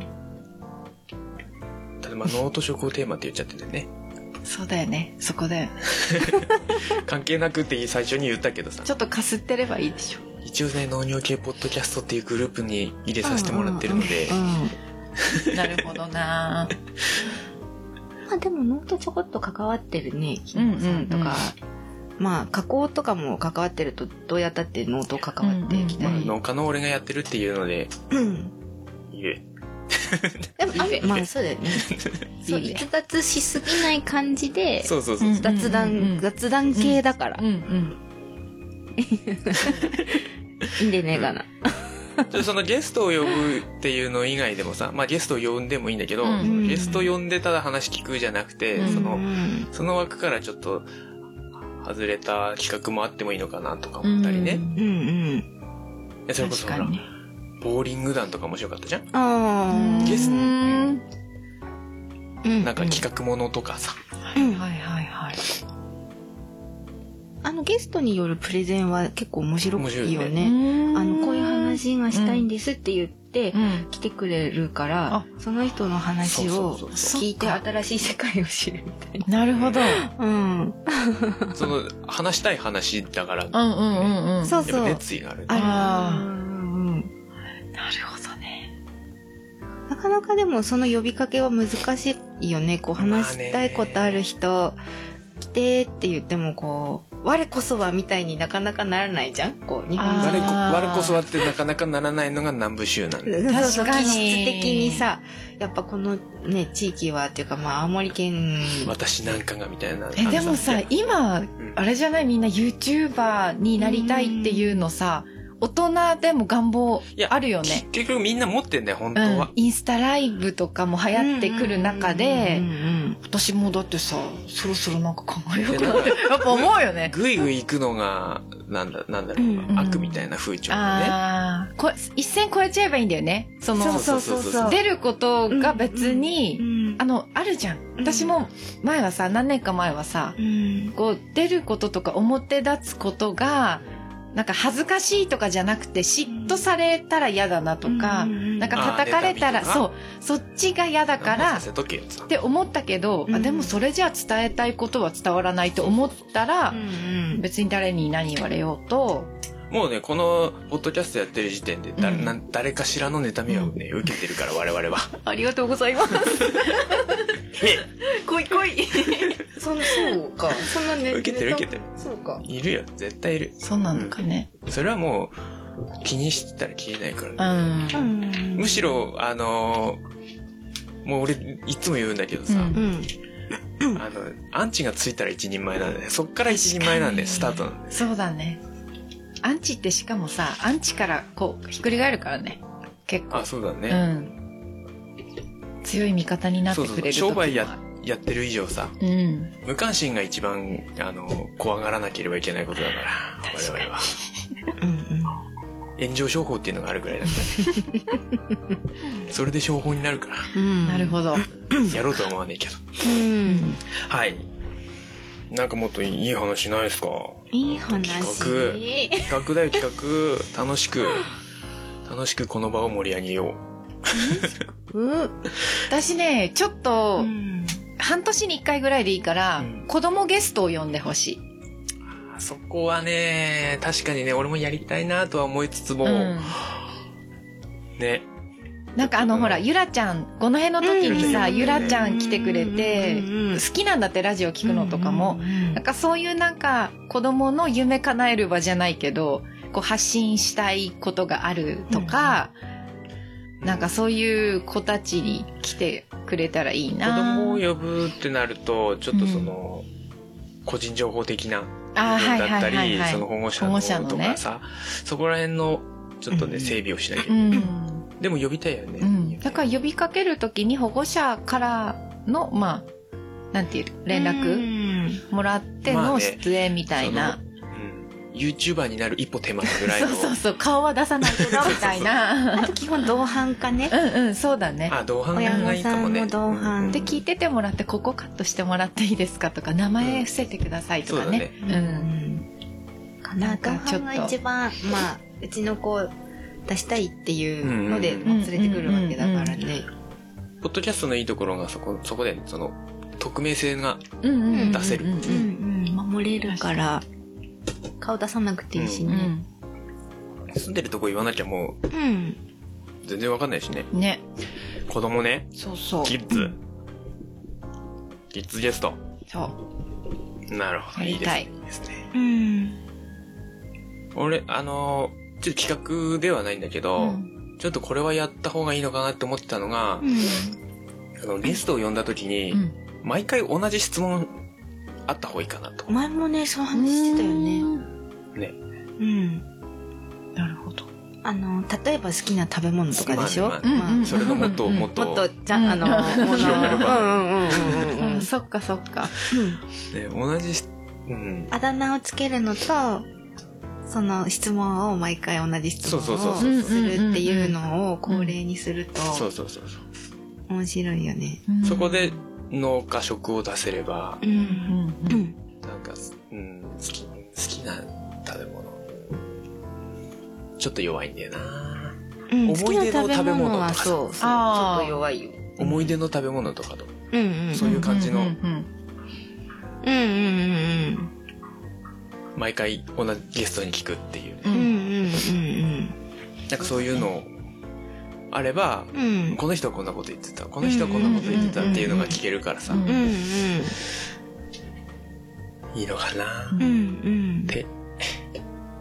Speaker 2: ただまあ脳と食をテーマって言っちゃっててね
Speaker 4: そうだよね。そこだよね。
Speaker 2: 関係なくって最初に言ったけどさ
Speaker 4: ちょっとかすってればいいでしょ。
Speaker 2: 一応ね農業系ポッドキャストっていうグループに入れさせてもらってるので、
Speaker 4: なるほどなぁ
Speaker 1: まあでもノートちょこっと関わってるねひ
Speaker 4: うんうんう
Speaker 1: なさん
Speaker 4: ん
Speaker 1: とか、まあ加工とかも関わってるとどうやったってノート関わってきた
Speaker 4: うんうん
Speaker 1: り、
Speaker 2: 農家の俺がやってるっていうので
Speaker 1: うん
Speaker 2: 言え
Speaker 1: でもあれまあそうだよね そう
Speaker 4: いいね
Speaker 1: 逸脱しすぎない感じで
Speaker 2: そうそうそう、
Speaker 4: うん
Speaker 1: 雑談、
Speaker 4: うんうん
Speaker 1: 雑談系だから、
Speaker 4: うんうん。
Speaker 1: いいんでねえかな、
Speaker 2: ちょっとそのゲストを呼ぶっていうの以外でもさ、まあ、ゲストを呼んでもいいんだけど、
Speaker 4: うん
Speaker 2: そのゲスト呼んでただ話聞くじゃなくて、
Speaker 4: うん
Speaker 2: そ
Speaker 1: うん
Speaker 2: のその枠からちょっと外れた企画もあってもいいのかなとか思ったりね、
Speaker 4: うん
Speaker 1: うんうん
Speaker 2: いやそれこそほら、
Speaker 4: 確かに
Speaker 2: ボーリング団とか面白かったじゃん
Speaker 1: ああ
Speaker 2: ゲスト
Speaker 4: うん
Speaker 2: なんか企画ものとかさ、
Speaker 1: うん
Speaker 4: はいはいはい。
Speaker 1: あのゲストによるプレゼンは結構面白
Speaker 2: 面白
Speaker 1: い
Speaker 2: い
Speaker 1: よ
Speaker 2: よ
Speaker 1: ね。あのこういう話がしたいんですって言って、
Speaker 4: うん。
Speaker 1: 来てくれるから
Speaker 4: あ
Speaker 1: その人の話
Speaker 2: そう
Speaker 1: を
Speaker 2: そうそう
Speaker 4: そう
Speaker 1: 聞いて
Speaker 4: そっか
Speaker 1: 新しい世界を知るみたい
Speaker 4: なるほど。
Speaker 1: な。うん、
Speaker 2: その話したい話だから、
Speaker 4: う
Speaker 2: やっ
Speaker 4: んうんうんうん。
Speaker 1: そうそ
Speaker 2: ぱ
Speaker 1: う。
Speaker 2: 熱意があるね、
Speaker 1: ある
Speaker 4: あー
Speaker 1: うんうん
Speaker 4: なるほどね。
Speaker 1: なかなかでもその呼びかけは難しいよね。こう話したいことある人来てって言ってもこう我こそはみたいになかなかならないじゃん。こう日本人
Speaker 4: あー
Speaker 2: 我こ我こそはってなかなかならないのが南部州なんで
Speaker 1: そうそう
Speaker 4: 確かに
Speaker 1: 気質的にさやっぱこのね地域はっていうかまあ青森県
Speaker 2: 私なんかがみたいな
Speaker 4: え、でもさ、今、
Speaker 2: うん
Speaker 4: あれじゃないみんな YouTuber になりたいっていうのさ、大人でも願望あるよね。
Speaker 2: 結局みんな持ってんだよ本
Speaker 4: う
Speaker 2: 当
Speaker 4: ん
Speaker 2: は、、
Speaker 4: インスタライブとかも流行ってくる中で、
Speaker 1: うんうんうん
Speaker 4: 私もだってさそろそろなんか考えよう
Speaker 2: で
Speaker 4: か
Speaker 2: な
Speaker 4: なっ
Speaker 2: ん
Speaker 4: て
Speaker 2: か
Speaker 4: やっぱ思うよね
Speaker 2: ぐいぐい行くのがなんだなんだろう、
Speaker 1: うんうん
Speaker 2: 悪みたいな風潮でね
Speaker 4: ああこ一線超えちゃえばいいんだよねその
Speaker 1: そうそうそうそう
Speaker 4: 出ることが別に、
Speaker 1: うん
Speaker 4: あのあるじゃん
Speaker 1: うん
Speaker 4: 私も前はさ何年か前はさ
Speaker 1: うん
Speaker 4: こう出ることとか表立つことがなんか恥ずかしいとかじゃなくて嫉妬されたら嫌だなとか、なんか叩かれた
Speaker 2: あ
Speaker 4: ら
Speaker 2: ー妬みと
Speaker 4: そうそっちが嫌だ
Speaker 2: な
Speaker 4: か
Speaker 2: ん
Speaker 4: ら
Speaker 2: させとけよさ
Speaker 4: って思ったけど、
Speaker 1: う
Speaker 4: あ
Speaker 1: ん
Speaker 4: でもそれじゃあ伝えたいことは伝わらないと思ったら
Speaker 1: うんうん
Speaker 4: 別に誰に何言われようと
Speaker 2: もうねこのポッドキャストやってる時点で誰,、
Speaker 4: うん
Speaker 2: なん誰かしらの妬みをね受けてるから我々は
Speaker 4: ありがとうございますこいこい
Speaker 1: そのそうかそんなね
Speaker 2: 受けてる受けてる
Speaker 1: そうか
Speaker 2: いるよ絶対いる
Speaker 4: そうなのかね
Speaker 2: それはもう気にしてたら消えないから、
Speaker 4: うん、
Speaker 2: むしろあのーもう俺いつも言うんだけどさ、
Speaker 4: うん
Speaker 1: うん
Speaker 2: あのアンチがついたら一人前なんでそっから一人前なんでスタートなんで
Speaker 4: そうだねアンチってしかもさアンチからこうひっくり返るからね結構
Speaker 2: あそうだ
Speaker 4: う
Speaker 2: ね、
Speaker 4: ん強い味方になってくれる
Speaker 2: そうそう商売や
Speaker 4: 時もある
Speaker 2: やってる以上さ
Speaker 4: うん
Speaker 2: 無関心が一番あの怖がらなければいけないことだから
Speaker 4: 確か
Speaker 2: 我
Speaker 4: に
Speaker 2: 々は
Speaker 1: うん
Speaker 2: 炎上商法っていうのがあるぐらいだから、 ね、それで商法になるから
Speaker 1: うん
Speaker 4: なるほど
Speaker 2: やろうとは思わねえけど
Speaker 1: うん
Speaker 2: はいなんかもっといい話ないですか
Speaker 1: いい話
Speaker 2: 企企画だよ企画楽しく楽しくこの場を盛り上げよ
Speaker 1: う
Speaker 4: 私ねちょっと、
Speaker 1: ん
Speaker 4: 半年に1回ぐらいでいいから、
Speaker 2: うん
Speaker 4: 子供ゲストを呼んでほしい、
Speaker 2: うあそこはね確かにね俺もやりたいなとは思いつつも、
Speaker 4: うん
Speaker 2: ね
Speaker 4: なんかあの、ほらゆらちゃんこの辺の時にさ、
Speaker 1: うん
Speaker 4: ゆらちゃん来てくれて、
Speaker 1: うんうんうん
Speaker 4: 好きなんだってラジオ聞くのとかも、なんかそういうなんか子供の夢叶える場じゃないけどこう発信したいことがあるとか、なんかそういう子たちに来てくれたらいい
Speaker 2: 子
Speaker 4: な
Speaker 2: 供を呼ぶってなるとちょっとその、個人情報的な
Speaker 4: あー
Speaker 2: 部分
Speaker 4: はい
Speaker 2: だ
Speaker 4: は
Speaker 2: った
Speaker 4: いはい
Speaker 2: り
Speaker 4: はい
Speaker 2: その保護者
Speaker 4: 保護者
Speaker 2: の
Speaker 4: の
Speaker 2: と
Speaker 4: ね
Speaker 2: かさ、そこら辺のちょっとね、
Speaker 1: うん
Speaker 2: 整備をしなきゃ、
Speaker 4: うん
Speaker 2: でも呼びたいよね。
Speaker 4: うん、だから呼びかけるときに保護者からのまあなんていう連絡
Speaker 1: 絡
Speaker 4: もらって
Speaker 2: まあ
Speaker 4: の
Speaker 2: ね
Speaker 4: 出演みたいな、
Speaker 2: うん、YouTuber になる一歩手前ぐらい
Speaker 4: そ
Speaker 2: の。
Speaker 4: うそうそう顔は出さないけどみたいな
Speaker 1: あと基本同伴かね
Speaker 4: うんうんそうだね
Speaker 2: あ、同伴
Speaker 1: 親
Speaker 2: が
Speaker 1: 御
Speaker 2: いいか
Speaker 1: さ
Speaker 2: も
Speaker 1: ん
Speaker 2: ね。
Speaker 1: も同伴
Speaker 4: で聞いててもらってここカットしてもらっていいですかとか名前伏せてください
Speaker 2: そ
Speaker 4: と
Speaker 2: う
Speaker 4: か
Speaker 2: だ
Speaker 4: ね
Speaker 2: ね。
Speaker 4: うん
Speaker 1: かな
Speaker 4: なん
Speaker 1: 同
Speaker 4: かちょっ
Speaker 1: 伴
Speaker 4: と
Speaker 1: が一番まあうちの子を出したいっていうので
Speaker 2: うん
Speaker 4: うん
Speaker 1: まあ連れてくるわけだから
Speaker 4: うん
Speaker 1: ね
Speaker 2: ポッドキャストのいいところがそこ、そこで、その、匿名性が、
Speaker 4: うんうんうん
Speaker 2: 出せる
Speaker 4: うんう
Speaker 1: うん
Speaker 4: ん
Speaker 1: うん守れるから顔出さなくていいし
Speaker 4: う
Speaker 1: ね
Speaker 4: ん
Speaker 2: 住んでるとこ言わなきゃもう、
Speaker 1: うん
Speaker 2: 全然わかんないしね。
Speaker 4: ね
Speaker 2: 子供ね、
Speaker 4: そうそう
Speaker 2: キッズ。キッズゲスト。
Speaker 4: そう
Speaker 2: なるほど。
Speaker 4: やりたい
Speaker 2: いいですね。いいですね。
Speaker 1: うん
Speaker 2: 俺、あのーちょっと企画ではないんだけど、
Speaker 4: うん
Speaker 2: ちょっとこれはやった方がいいのかなって思ってたのが、あの、ゲストを呼んだ時に、
Speaker 4: うん
Speaker 2: 毎回同じ質問あった方がいいかなと。
Speaker 1: 前もねそう話してたよね
Speaker 2: ね。
Speaker 1: うん
Speaker 4: なるほど
Speaker 1: あの例えば好きな食べ物とかでしょ
Speaker 2: まあ
Speaker 1: ま
Speaker 2: ま
Speaker 4: あ
Speaker 1: あ
Speaker 4: うんうん
Speaker 2: それのもっと、
Speaker 4: うん
Speaker 2: もっと、
Speaker 1: もっとじ
Speaker 4: うん
Speaker 1: ゃあのもの
Speaker 2: 広がる場合
Speaker 1: うんうんうんうんうん
Speaker 4: うんそっかそっか
Speaker 1: うん
Speaker 2: ね同じし、うん。
Speaker 1: あだ名をつけるのとその質問を毎回同じ質問
Speaker 2: そうそう
Speaker 1: を
Speaker 2: そう
Speaker 1: す
Speaker 2: そう
Speaker 1: るっていうのを恒例にすると
Speaker 2: そうそうそうそう。
Speaker 1: 面白いよね。
Speaker 4: うん
Speaker 2: そこで、農家食を出せれば
Speaker 1: う、
Speaker 4: うん
Speaker 1: ん
Speaker 4: うん
Speaker 2: なんか、うん、好き、好きな食べ物。ちょっと弱いんだよな
Speaker 1: うん
Speaker 2: 思い出の
Speaker 1: 好きな
Speaker 2: 食べ物と
Speaker 1: は
Speaker 2: か
Speaker 1: そうそうちょ
Speaker 4: あ
Speaker 1: っ
Speaker 4: ー
Speaker 1: と弱いよ。
Speaker 2: 思い出の食べ物とかと。
Speaker 1: うんうん
Speaker 2: そういう感じの
Speaker 4: んうん
Speaker 1: うんうんうん
Speaker 2: 毎回同じゲストに聞くっていう。
Speaker 4: うん
Speaker 1: うんう
Speaker 4: うん
Speaker 1: ん
Speaker 2: なんかそういうの、あれば、
Speaker 1: うんうんうん
Speaker 2: この人はこんなこと言ってた、この人はこんなこと言ってたっていうのが聞けるからさ、
Speaker 4: うん
Speaker 1: うんうん
Speaker 2: いいのかな
Speaker 1: うんうん
Speaker 2: で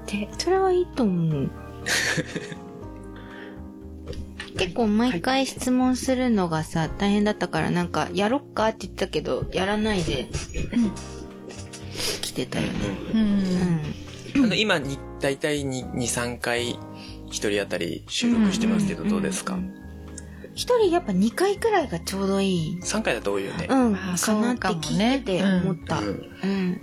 Speaker 1: でそれはいいと思 う結構毎回質問するのがさ大変だったからなんか「やろっか?」って言ったけどやらないで来てたよね
Speaker 4: うん
Speaker 2: あの今に、大体に2、3回、一人当たり収録してますけど、どうですか
Speaker 1: ん一人やっぱ2回くらいがちょうどいい
Speaker 2: ?3 回だと多いよね
Speaker 1: う。ん
Speaker 4: あ
Speaker 1: か
Speaker 4: ーそう
Speaker 1: なって
Speaker 4: かも
Speaker 1: 聞い
Speaker 4: ね
Speaker 1: てて思った、
Speaker 2: うん
Speaker 1: うん。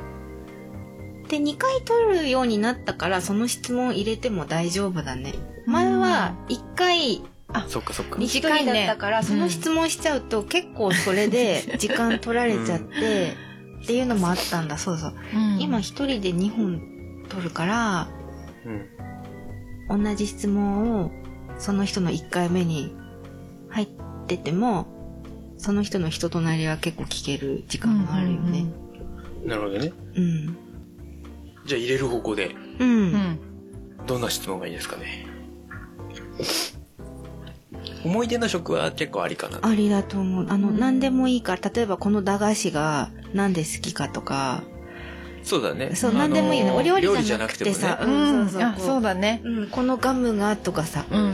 Speaker 1: で、2回取るようになったから、その質問入れても大丈夫だね。前は1回、
Speaker 2: そっかそっか。
Speaker 1: 2回だったから、
Speaker 4: 短
Speaker 1: そ
Speaker 4: いね
Speaker 1: の質問しちゃうと結構それで時間取られちゃって、っていうのもあったんだ。そうそう。
Speaker 4: うん
Speaker 1: 今1人で2本取るから、
Speaker 2: うん
Speaker 1: 同じ質問をその人の1回目に入ってても、その人の人となりは結構聞ける時間があるよね。
Speaker 2: なるほどね。
Speaker 1: うん。
Speaker 2: じゃあ入れる方向で、
Speaker 1: う
Speaker 4: うんんう。ん
Speaker 2: どんな質問がいいですかね。思い出の食は結構ありかな。
Speaker 1: ありだと思う。あの、
Speaker 4: うん
Speaker 1: 何でもいいから、例えばこの駄菓子が何で好きかとか、
Speaker 2: そうだね。
Speaker 1: そう、
Speaker 2: あのー
Speaker 1: 何でもいいよね。お料理じゃなくて
Speaker 2: 料理じゃな
Speaker 1: さ
Speaker 2: く、
Speaker 1: う、
Speaker 4: うんん
Speaker 1: そうそう
Speaker 4: あ
Speaker 1: そ
Speaker 4: そう
Speaker 1: う。
Speaker 4: だね
Speaker 1: うん、このガムがとかさ、
Speaker 4: うん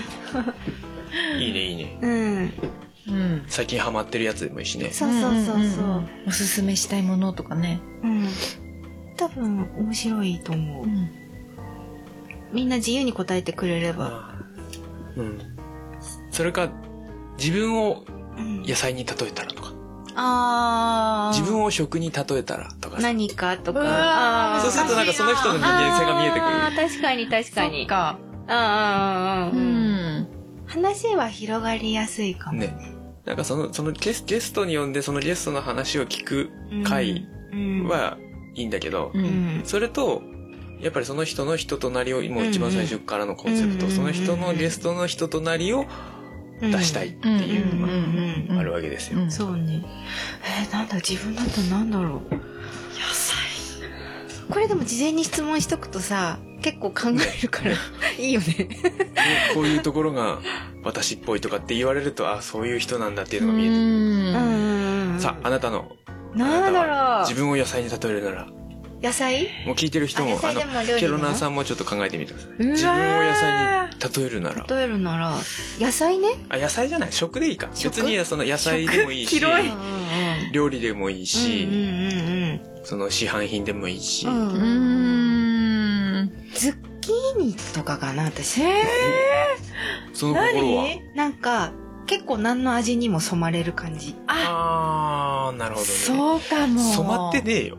Speaker 2: てもねいいね、いいね。
Speaker 1: うん、
Speaker 4: うん
Speaker 2: 最近ハマってるやつでもいいしね。
Speaker 1: そうそうそうそ
Speaker 4: んん、
Speaker 1: うん
Speaker 4: おすすめしたいものとかね
Speaker 1: うん。多分面白いと思う。みんな自由に答えてくれれば。
Speaker 2: あーうん。それか、自分を
Speaker 1: うん
Speaker 2: 野菜に例えたらとか、
Speaker 1: あー
Speaker 2: 自分を食に例えたらとかさ
Speaker 1: 何かと
Speaker 4: う
Speaker 1: か。
Speaker 4: わー
Speaker 1: あー
Speaker 2: そうするとなんかその人の人間性が見えてくる。
Speaker 1: あー確かに確か
Speaker 4: そっ
Speaker 1: に。
Speaker 4: か
Speaker 1: あーあーあ
Speaker 4: う
Speaker 1: ーうん
Speaker 4: ん
Speaker 1: 話は広がりやすいかも。
Speaker 2: ね。なんかその、そのゲスゲストに呼んで、そのゲストの話を聞く回
Speaker 1: うん、
Speaker 2: はいいんだけど、
Speaker 4: う
Speaker 1: うんん、
Speaker 2: それと、やっぱりその人の人となりを、もう一番最初からのコンセプト、
Speaker 1: うんうん
Speaker 2: その人のゲストの人となりを
Speaker 1: 出
Speaker 2: 出したいっ、ていうの
Speaker 1: うんうん
Speaker 2: があるわけですよ。
Speaker 4: うん
Speaker 1: そうねえー、なんだ自分だとなんだろう
Speaker 4: 野菜
Speaker 1: これでも事前に質問しとくとさ結構考えるから いいよね
Speaker 2: こうこういうところが私っぽいとかって言われると、あ、そういう人なんだっていうのが見えてく
Speaker 1: う
Speaker 4: うん
Speaker 1: ん
Speaker 2: る。さあ、あなたの、
Speaker 1: あなんだ
Speaker 2: あなたは
Speaker 1: ろ
Speaker 2: 自
Speaker 1: う
Speaker 2: 分を野菜に例えるなら、
Speaker 1: 野菜
Speaker 2: もう聞いてる人
Speaker 1: あ
Speaker 2: も
Speaker 1: 野、
Speaker 2: あ
Speaker 1: 菜
Speaker 2: の
Speaker 1: で、も料理
Speaker 2: ケ
Speaker 1: で
Speaker 2: ロ
Speaker 1: も
Speaker 2: ナーさんもちょっと考えてみてください。
Speaker 4: うわー
Speaker 2: 自分を野菜に例えるなら。
Speaker 1: 例えるなら野菜ね
Speaker 2: あ、野菜じゃない食でいいか。
Speaker 1: 食
Speaker 2: 別にその野菜でもいいし
Speaker 4: 食、広い
Speaker 2: 料理でもいい
Speaker 1: うんう
Speaker 2: し、
Speaker 1: んうん
Speaker 2: その市販品でもいいし。
Speaker 1: うん
Speaker 4: う
Speaker 1: うんうん
Speaker 4: ん
Speaker 1: ズッキーニとかかな私
Speaker 4: へえ
Speaker 2: その心は
Speaker 4: 何
Speaker 1: なんか、結構何の味にも染まれる感じ。
Speaker 4: あ
Speaker 2: あーなるほどね
Speaker 4: そうかも
Speaker 2: 染まってねえよ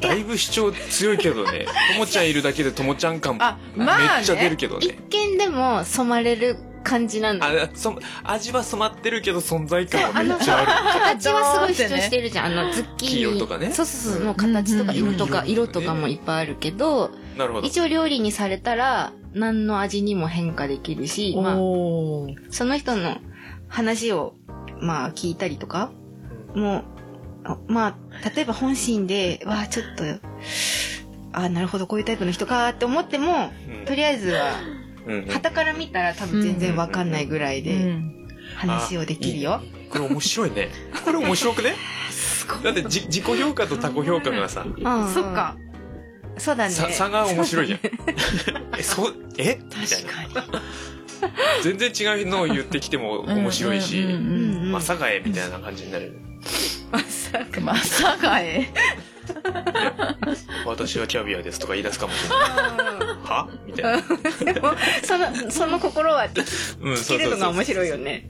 Speaker 2: だいぶ主張強いけどねともちゃんいるだけでともちゃん感
Speaker 4: あ
Speaker 2: めっ
Speaker 4: まあね
Speaker 2: ちゃ出るけど
Speaker 1: 一
Speaker 2: ね,、
Speaker 1: 見でも染まれる感じなんだ。
Speaker 2: あそ味は染まってるけど存在感
Speaker 1: あ
Speaker 2: はめ
Speaker 1: の
Speaker 2: っちゃある
Speaker 1: 形はすごい主張
Speaker 4: ね
Speaker 1: してるじゃん。あの、ズッキーニ。
Speaker 2: 黄色とかね
Speaker 1: そうそうそう。の形とか
Speaker 4: うんうん
Speaker 1: 色とか、
Speaker 2: うん
Speaker 1: 色とかもいっぱいあるけど、
Speaker 2: なるほど
Speaker 1: 一応料理にされたら、何の味にも変化できるし、まあ、
Speaker 4: おー
Speaker 1: その人の話を、まあ、聞いたりとか、もう、あまあ、例えば本心で、わあ、ちょっと、ああ、なるほど、こういうタイプの人かって思っても、とりあえずは、
Speaker 2: うんうんうん
Speaker 1: 旗から見たら多分全然わかんないぐらいうで
Speaker 4: ん
Speaker 1: 話をできる
Speaker 2: あ
Speaker 1: よ。
Speaker 2: いいねこれ面白いねこれ面白くね
Speaker 1: すごい
Speaker 2: だってじ自己評価と他己評価がさ
Speaker 1: うんうん
Speaker 4: そっか
Speaker 1: そうだね。
Speaker 2: さ差が面白 いじゃんえそうえみたいな
Speaker 4: 確か
Speaker 2: 全然違うのを言ってきても
Speaker 4: に
Speaker 2: 面白いし、
Speaker 4: うんうん
Speaker 1: う
Speaker 4: うん
Speaker 1: ん
Speaker 4: う
Speaker 1: う
Speaker 4: ん
Speaker 1: ん
Speaker 2: まさかえみたいな感じになる、
Speaker 4: まさかえ
Speaker 2: 私はキャビアですとか言い出すかもしれ ないはみたいな
Speaker 1: でもその、その心はって聞
Speaker 2: うん
Speaker 1: けるのが面白いよ
Speaker 2: ね
Speaker 1: ね。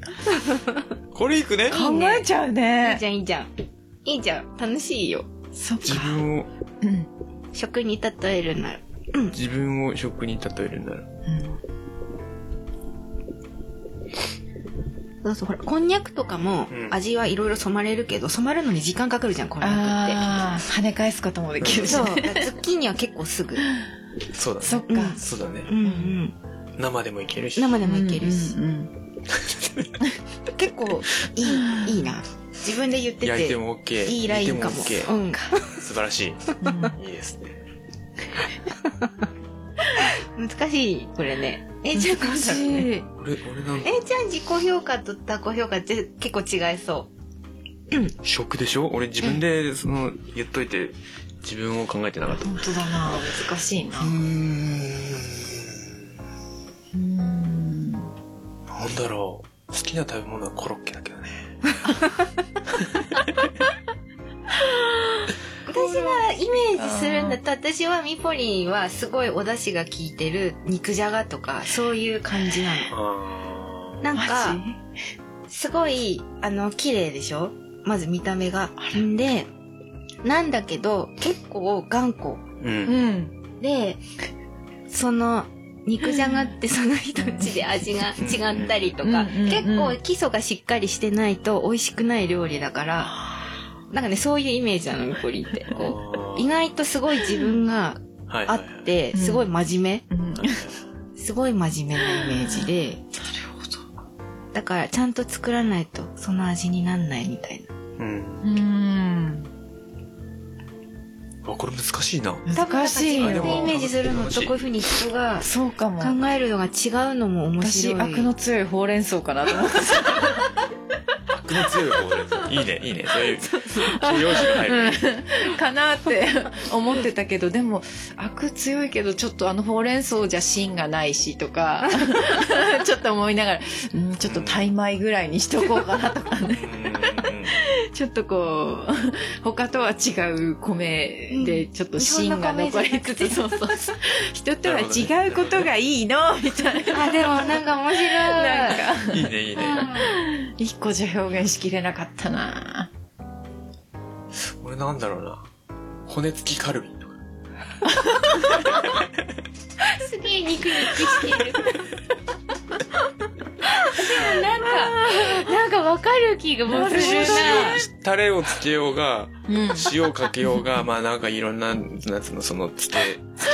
Speaker 2: これいくね
Speaker 1: いい
Speaker 4: 考
Speaker 1: ね
Speaker 4: えちゃう
Speaker 1: いい
Speaker 4: ね
Speaker 1: じゃん、いいじゃん。いいじゃん。楽しいよ。
Speaker 4: そっか
Speaker 2: 自分を
Speaker 4: うん
Speaker 1: 食に例えるなら。
Speaker 2: 自分を食に例えるなら
Speaker 4: うん
Speaker 1: そうそう、ほら、こんにゃくとかも
Speaker 2: うん
Speaker 1: 味はいろいろ染まれるけど、染まるのに時間かかるじゃん、こんにゃ
Speaker 4: あー跳ね返すこともで
Speaker 1: く
Speaker 4: き
Speaker 1: って。
Speaker 4: るし
Speaker 1: そう。だ
Speaker 4: ね
Speaker 1: から ズッキーニは結構すぐ。う
Speaker 2: そうだね
Speaker 4: そっか
Speaker 1: うん
Speaker 2: そうだね
Speaker 1: んうん。
Speaker 2: 生でもいけるし
Speaker 1: 生でもいけるし
Speaker 4: う。んうん
Speaker 1: 結構いい、 いいな。自分で言って
Speaker 2: 焼いて
Speaker 1: て、
Speaker 2: も OK
Speaker 1: いいラインかも。
Speaker 2: 煮て
Speaker 1: う
Speaker 2: OK
Speaker 1: ん。
Speaker 2: 素晴らし
Speaker 4: うんうん
Speaker 2: いいいですね
Speaker 1: 難しい、これね。えいちゃん、
Speaker 4: 難しい
Speaker 2: 俺俺なんか
Speaker 1: えいちゃん自己評価と他己評価って結構違いそ
Speaker 2: 食でしょ俺自分でその言っといて自分を考えてなかった
Speaker 4: 本当だな難しいな
Speaker 2: うーん
Speaker 4: うん
Speaker 2: なんだろう好きな食べ物はコロッケだけどね
Speaker 1: う。私はイメージするんだと、私はミポリンはすごいお出汁が効いてる肉じゃがとか、そういう感じなの。
Speaker 2: あー
Speaker 1: なん
Speaker 4: マ
Speaker 1: か、すごい、あの、綺麗でしょまず見た目が。んで、なんだけど、結構頑固。
Speaker 2: う
Speaker 4: ジ
Speaker 2: ん
Speaker 4: うん
Speaker 1: で、その、肉じゃがってその人んちで味が違ったりとか、
Speaker 4: うんうんうん
Speaker 1: 結構基礎がしっかりしてないと美味しくない料理だから、なんかね、そういうイメージなの、ミポリンって。こう意外とすごい自分があっ、て、
Speaker 4: うん
Speaker 1: すごい真面
Speaker 4: うん
Speaker 2: はいはいはい
Speaker 1: 目すごい真面目なイメージで、だからちゃんと作らないとその味になんないみたいな。
Speaker 2: うん、
Speaker 4: うん
Speaker 2: あこれ難しいな
Speaker 4: 難しい
Speaker 1: 多分なんか自分でイ
Speaker 4: よ
Speaker 1: メージするのとこういうふうに人が
Speaker 4: そうかも
Speaker 1: 考えるのが違うのも面
Speaker 4: 私
Speaker 1: 白い。
Speaker 4: 悪の強いほうれん草かなと思って
Speaker 2: 悪の強い方でいいねいいねそういう容姿が入る、
Speaker 4: うんかなって思ってたけどでもアク強いけどちょっとあのほうれん草じゃ芯がないしとかちょっと思いながら、うん、ちょっとタイ米ぐらいにしとこ うかなとかね
Speaker 2: うん
Speaker 4: ちょっとこう他とは違う米でちょっと芯が残りつつ、
Speaker 1: 日
Speaker 4: そうそうそう人とは違うことがいいのみたいな。
Speaker 1: あ、でもなんか面白い。
Speaker 4: なんか
Speaker 2: いいねいいね
Speaker 4: 一個じゃ表現しきれなかったな
Speaker 2: 俺なんだろうな骨付きカルビとか
Speaker 1: すげえ肉肉してる。でもなんか、なんかわかる気がもうする
Speaker 4: なるほど
Speaker 1: な。
Speaker 2: 塩タレをつけようが
Speaker 4: うん
Speaker 2: 塩かけようがまあなんかいろんななんつうのそのつけつ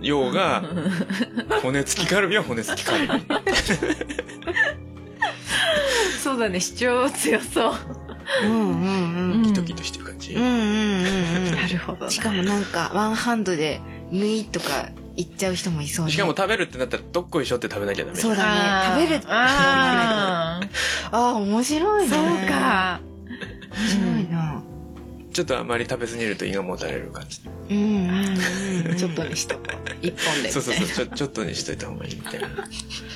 Speaker 2: けようが骨付きカルビは骨付きカルビ
Speaker 4: そうだね主張強そう
Speaker 1: うんうんうん。
Speaker 2: ギトギトしてる感じ、
Speaker 1: うんうんうん
Speaker 4: なるほど
Speaker 1: うん。しかもなんか、ワンハンドで、縫いとか言っちゃう人もいそうね
Speaker 2: しかも食べるってなったらどっこいしょって食べなきゃダメ
Speaker 1: そうだね。食べる。
Speaker 4: あー
Speaker 1: あー、面白いね。
Speaker 4: そう。か。
Speaker 1: 面白いな。
Speaker 2: ちょっとあまり食べ過ぎると胃がもたれる感じ
Speaker 1: うんうんうんうん。
Speaker 4: ちょっとにしとこう一本で。
Speaker 2: そうそうそうちょちょっとにしといた方がいい みたいな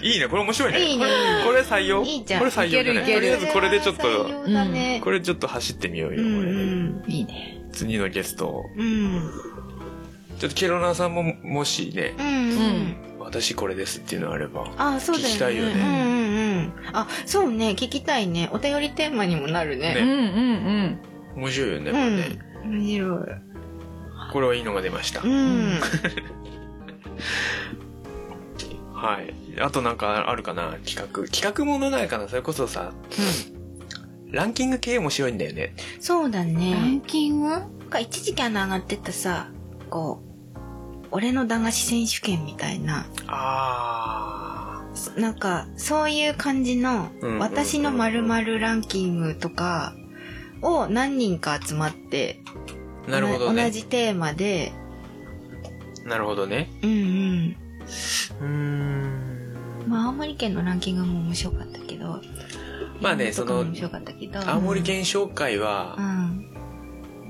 Speaker 2: いいねこれ面白いね
Speaker 1: いいね
Speaker 2: これこれ採用
Speaker 1: いいじゃん
Speaker 2: これ採用だね
Speaker 4: いける
Speaker 2: と
Speaker 4: いける
Speaker 2: りあえずこれでちょっ
Speaker 1: 採
Speaker 2: と
Speaker 1: 用だね
Speaker 2: これちょっと走ってみようよ、
Speaker 1: うん
Speaker 2: これ
Speaker 1: うん
Speaker 4: いいね。
Speaker 2: 次のゲストを
Speaker 1: うん。
Speaker 2: ちょっとケロナーさんももしね
Speaker 1: うんうん。
Speaker 2: ま私これですっていうのあれば。
Speaker 1: ああそうだよね
Speaker 2: 聞きたいよね
Speaker 1: うんうんうんあそうね聞きたいねお便りテーマにもなる
Speaker 4: うん
Speaker 2: ね
Speaker 1: ね
Speaker 4: うん
Speaker 2: 面白いよね、
Speaker 1: う
Speaker 2: これ
Speaker 1: ん
Speaker 2: ね。
Speaker 1: 面白い
Speaker 2: これはいいのが出ました
Speaker 1: う。ん
Speaker 2: はい。あとなんかあるかな企画。企画ものないかなそれこそさ、ランキング系面白いんだよね。
Speaker 1: そうだ
Speaker 4: うん。ラ
Speaker 1: ね
Speaker 4: ンキング
Speaker 1: なんか一時期あの上がってたさこう俺の駄菓子選手権みたいな
Speaker 2: あ
Speaker 1: なんかそういう感じの
Speaker 2: うんうんうん
Speaker 1: 私のまるランキングとかを何人か集まって
Speaker 2: ー。なるほど
Speaker 1: 同
Speaker 2: ね。
Speaker 1: じテーマで
Speaker 2: なるほどね。
Speaker 1: うんうん
Speaker 2: うーん。
Speaker 1: まあ青森県のランキングも面白かったけど
Speaker 2: まあね
Speaker 1: とかも
Speaker 2: その
Speaker 1: 面白かったけど
Speaker 2: 青森県紹介
Speaker 1: う
Speaker 2: は、
Speaker 1: ん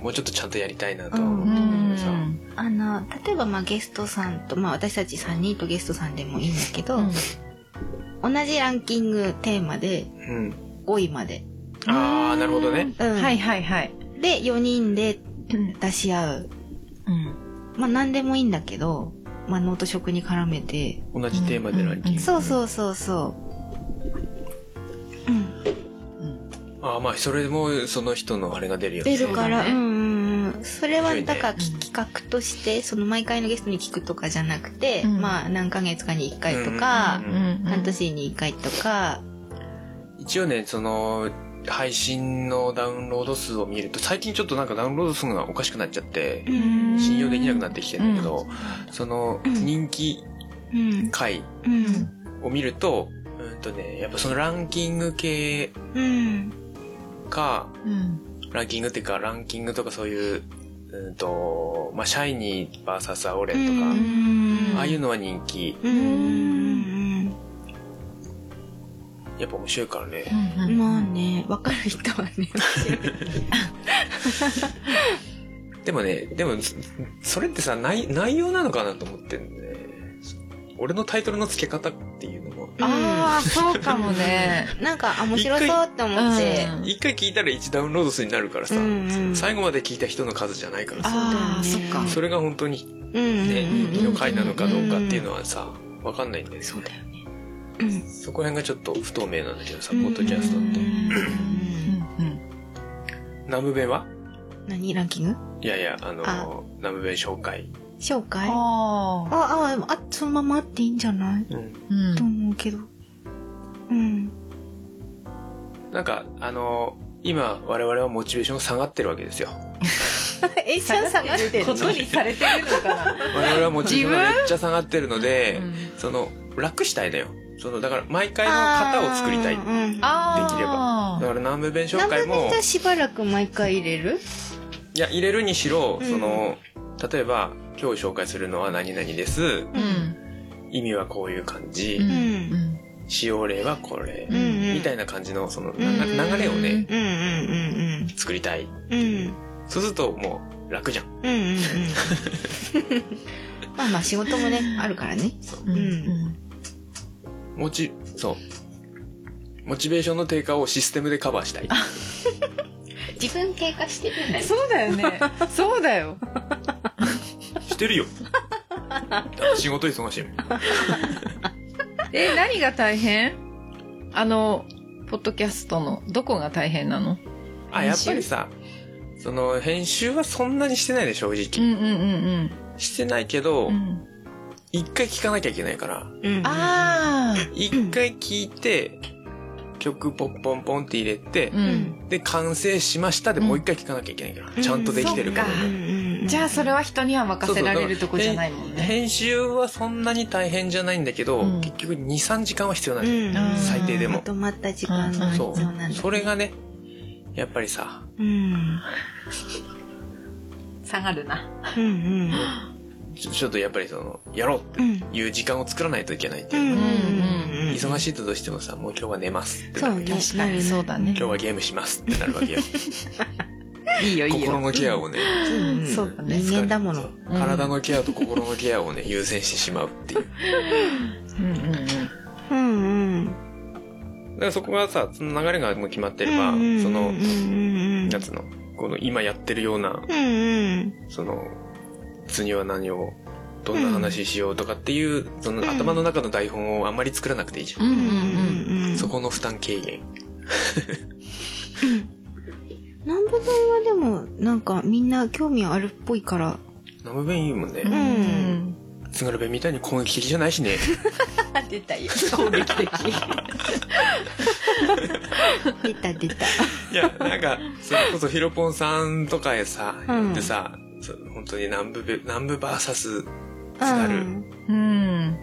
Speaker 2: もうちょっとちゃんとやりたいな
Speaker 1: う
Speaker 2: とは
Speaker 1: ん
Speaker 2: 思
Speaker 4: う
Speaker 2: うんんだけどさ。
Speaker 1: あの例えばまあゲストさんとまあ私たち3人とゲストさんでもいいんだけど、同じランキングテーマで
Speaker 2: うん。
Speaker 1: 5位まで、
Speaker 2: あー、なるほどね。
Speaker 1: うん
Speaker 4: はいはいはい。
Speaker 1: で4人で
Speaker 4: うん
Speaker 1: 出し合う
Speaker 4: うん
Speaker 1: まあ何でもいいんだけど、まあ、脳と食に絡めて、
Speaker 2: 同じテーマでランキング。
Speaker 1: そうそうそうそううん
Speaker 2: ああ、まあ、それもその人のあれが出るよね。
Speaker 1: 出るからう,、
Speaker 4: そうだね
Speaker 1: んうんうんそれは
Speaker 2: 面白いね
Speaker 1: だからき企画としてその毎回のゲストに聞くとかじゃなくて、
Speaker 4: うん
Speaker 1: まあ何ヶ月かに1回とか
Speaker 2: う、
Speaker 4: うん。
Speaker 1: 半年に1回とか、
Speaker 2: 一応ね、その、配信のダウンロード数を見ると、最近ちょっとなんかダウンロード数がおかしくなっちゃって、
Speaker 4: うん
Speaker 2: 信用できなくなってきてんだけど、その、人気
Speaker 1: うん
Speaker 2: 回
Speaker 1: うん
Speaker 2: を見ると、うんとね、やっぱそのランキング系
Speaker 1: うん
Speaker 2: か、
Speaker 4: うん。
Speaker 2: ランキングっていうか、ランキングとかそういう、うんと、まあ、シャイニー VS アオレ
Speaker 1: う
Speaker 2: ンとか、
Speaker 1: ん
Speaker 2: ああいうのは人気、
Speaker 1: うんうん
Speaker 2: やっぱ面白いからね。
Speaker 1: う
Speaker 4: うんん。
Speaker 1: まあね分かる人はね
Speaker 2: でもね、でも、そそれってさ、内内容なのかなと思ってんだよね。俺のタイトルの付け方っていうのも、
Speaker 4: ああ、そうかもね。
Speaker 1: なんかあ面白そうって思って
Speaker 4: うん
Speaker 2: 一回聞いたら1ダウンロード数になるからさ、
Speaker 1: うんうん
Speaker 2: 最後まで聞いた人の数じゃないからさ、
Speaker 4: ああ、
Speaker 1: そ
Speaker 4: そうっ
Speaker 1: だよね
Speaker 4: か。
Speaker 2: それが本当に
Speaker 1: うん
Speaker 2: ね、
Speaker 1: うん
Speaker 2: 人気の回なのかどうかっていうのはさ、わかんないんだよね。
Speaker 1: そうだよねうん
Speaker 2: そこら辺がちょっと不透明なんだけどさ、ポッドキャストっ
Speaker 1: う
Speaker 2: て。
Speaker 1: ん
Speaker 4: うんうん。
Speaker 2: ナムベは
Speaker 1: 何ランキング
Speaker 2: いやいや、あの
Speaker 1: あ
Speaker 2: ナムベ紹介。
Speaker 1: 紹介あ
Speaker 4: ああ。
Speaker 1: ああそのままあっていいんじゃない
Speaker 2: うん
Speaker 4: うん
Speaker 1: と思うけど うん
Speaker 2: なんか、あの今、我々はモチベーションが下がってるわけですよ。
Speaker 1: えちゃん下がってる
Speaker 4: ことにされてるのかな。
Speaker 2: 我々はモチベーションがめっちゃ下がってるので、
Speaker 4: うん
Speaker 2: その、楽したいだよ。その、だから、毎回の型を作りたい。だ
Speaker 4: ああ。
Speaker 2: できれから、南部弁紹介も、
Speaker 1: じゃしばらく毎回入れる
Speaker 2: いや、入れるにしろ、
Speaker 1: うん
Speaker 2: その、例えば、今日紹介するのは何々です。
Speaker 1: ば
Speaker 4: うん。
Speaker 2: 意味はこういう感じ。
Speaker 4: うん。
Speaker 2: 使用例はこれ
Speaker 1: う。んうん
Speaker 2: みたいな感じの、その、
Speaker 1: ん
Speaker 2: な流れをね、
Speaker 1: うんうん
Speaker 2: 作りたい。
Speaker 1: うんうんうん
Speaker 2: そうすると、もう、楽じゃん。
Speaker 1: うんうんうん まあまあ仕事もねあるからね
Speaker 2: そう
Speaker 4: うん。
Speaker 2: モチ、そう。モチベーションの低下をシステムでカバーしたい。
Speaker 1: 自分経過してるんだ
Speaker 4: うん
Speaker 1: よ
Speaker 4: そうだよ ね。そうだよ。
Speaker 2: してるよ。だって仕事忙しいもん。
Speaker 4: え、何が大変あの、ポッドキャストの、どこが大変なの
Speaker 2: あ、やっぱりさ、その、編集はそんなにしてないで、正直。
Speaker 4: うんうん
Speaker 2: してないけど
Speaker 4: う、ん。
Speaker 2: 一回聞かなきゃいけないから。
Speaker 1: うん
Speaker 4: ああ。
Speaker 2: 一回聞いて、曲ポンポンポンって入れて
Speaker 4: う、ん。
Speaker 2: で、完成しましたで
Speaker 4: うん
Speaker 2: もう一回聞かなきゃいけないから、
Speaker 1: うん
Speaker 2: ちゃんとできてるか
Speaker 4: そ
Speaker 2: ら、
Speaker 4: っ
Speaker 2: ね。
Speaker 4: じゃあそれ
Speaker 1: は
Speaker 4: は人には任せられるとこじゃないもんね。
Speaker 2: 編集はそんなに大変じゃないんだけど、
Speaker 4: うん
Speaker 2: 結局2、3時間は必要なんだよ、
Speaker 4: 最低で
Speaker 2: も
Speaker 1: 止まった時間が
Speaker 4: うん
Speaker 1: 必
Speaker 2: そ
Speaker 1: 要
Speaker 2: う
Speaker 1: なんだ、ね、
Speaker 2: それがね、やっぱりさ、
Speaker 1: うん、うん
Speaker 4: 下がるな。
Speaker 1: うん
Speaker 2: ちょちょっとやっぱりその、やろう
Speaker 1: うんうん
Speaker 2: っていう時間を作らないといけないって
Speaker 1: う
Speaker 2: いう
Speaker 1: ん
Speaker 2: のが、
Speaker 1: うんうん
Speaker 2: 忙しいとどうしてもさ、もう今日は寝ますってなるわけ
Speaker 1: そうね
Speaker 4: 確かにそうだね
Speaker 2: 今日はゲームしますってなるわけよ。
Speaker 4: いいよいいよ。
Speaker 2: 心のケアをね、
Speaker 1: うん
Speaker 4: そうだね
Speaker 1: 人間だもの
Speaker 2: そう体のケアと心のケアをね、優先してしまうっていう。
Speaker 4: うんうんうん。
Speaker 1: うんうん
Speaker 2: だからそこがさ、その流れがもう決まってれば、
Speaker 1: うん
Speaker 2: その
Speaker 1: うん、うんうん
Speaker 2: なんつうの、この今やってるような、
Speaker 1: うんうん
Speaker 2: その、次は何をどんな話しようとかっていう、その頭の中の台本をあんまり作らなくていいじゃん。
Speaker 4: うん
Speaker 1: う
Speaker 4: うんんうん。
Speaker 1: うんうん
Speaker 2: そこの負担軽減。
Speaker 1: 南部さんはでもなんかみんな興味あるっぽいから
Speaker 2: ナム弁いいもんね
Speaker 4: う。
Speaker 1: ん
Speaker 4: ん。
Speaker 2: 津軽弁みたいに攻撃的じゃないしね。
Speaker 1: 出たよ
Speaker 4: 攻撃的。
Speaker 1: 出た出た
Speaker 2: いや、なんか、それこそヒロポンさんとかへさ、
Speaker 1: うん
Speaker 2: でさ、そ本当に南部べ、南部バーサス、津軽、
Speaker 4: うん。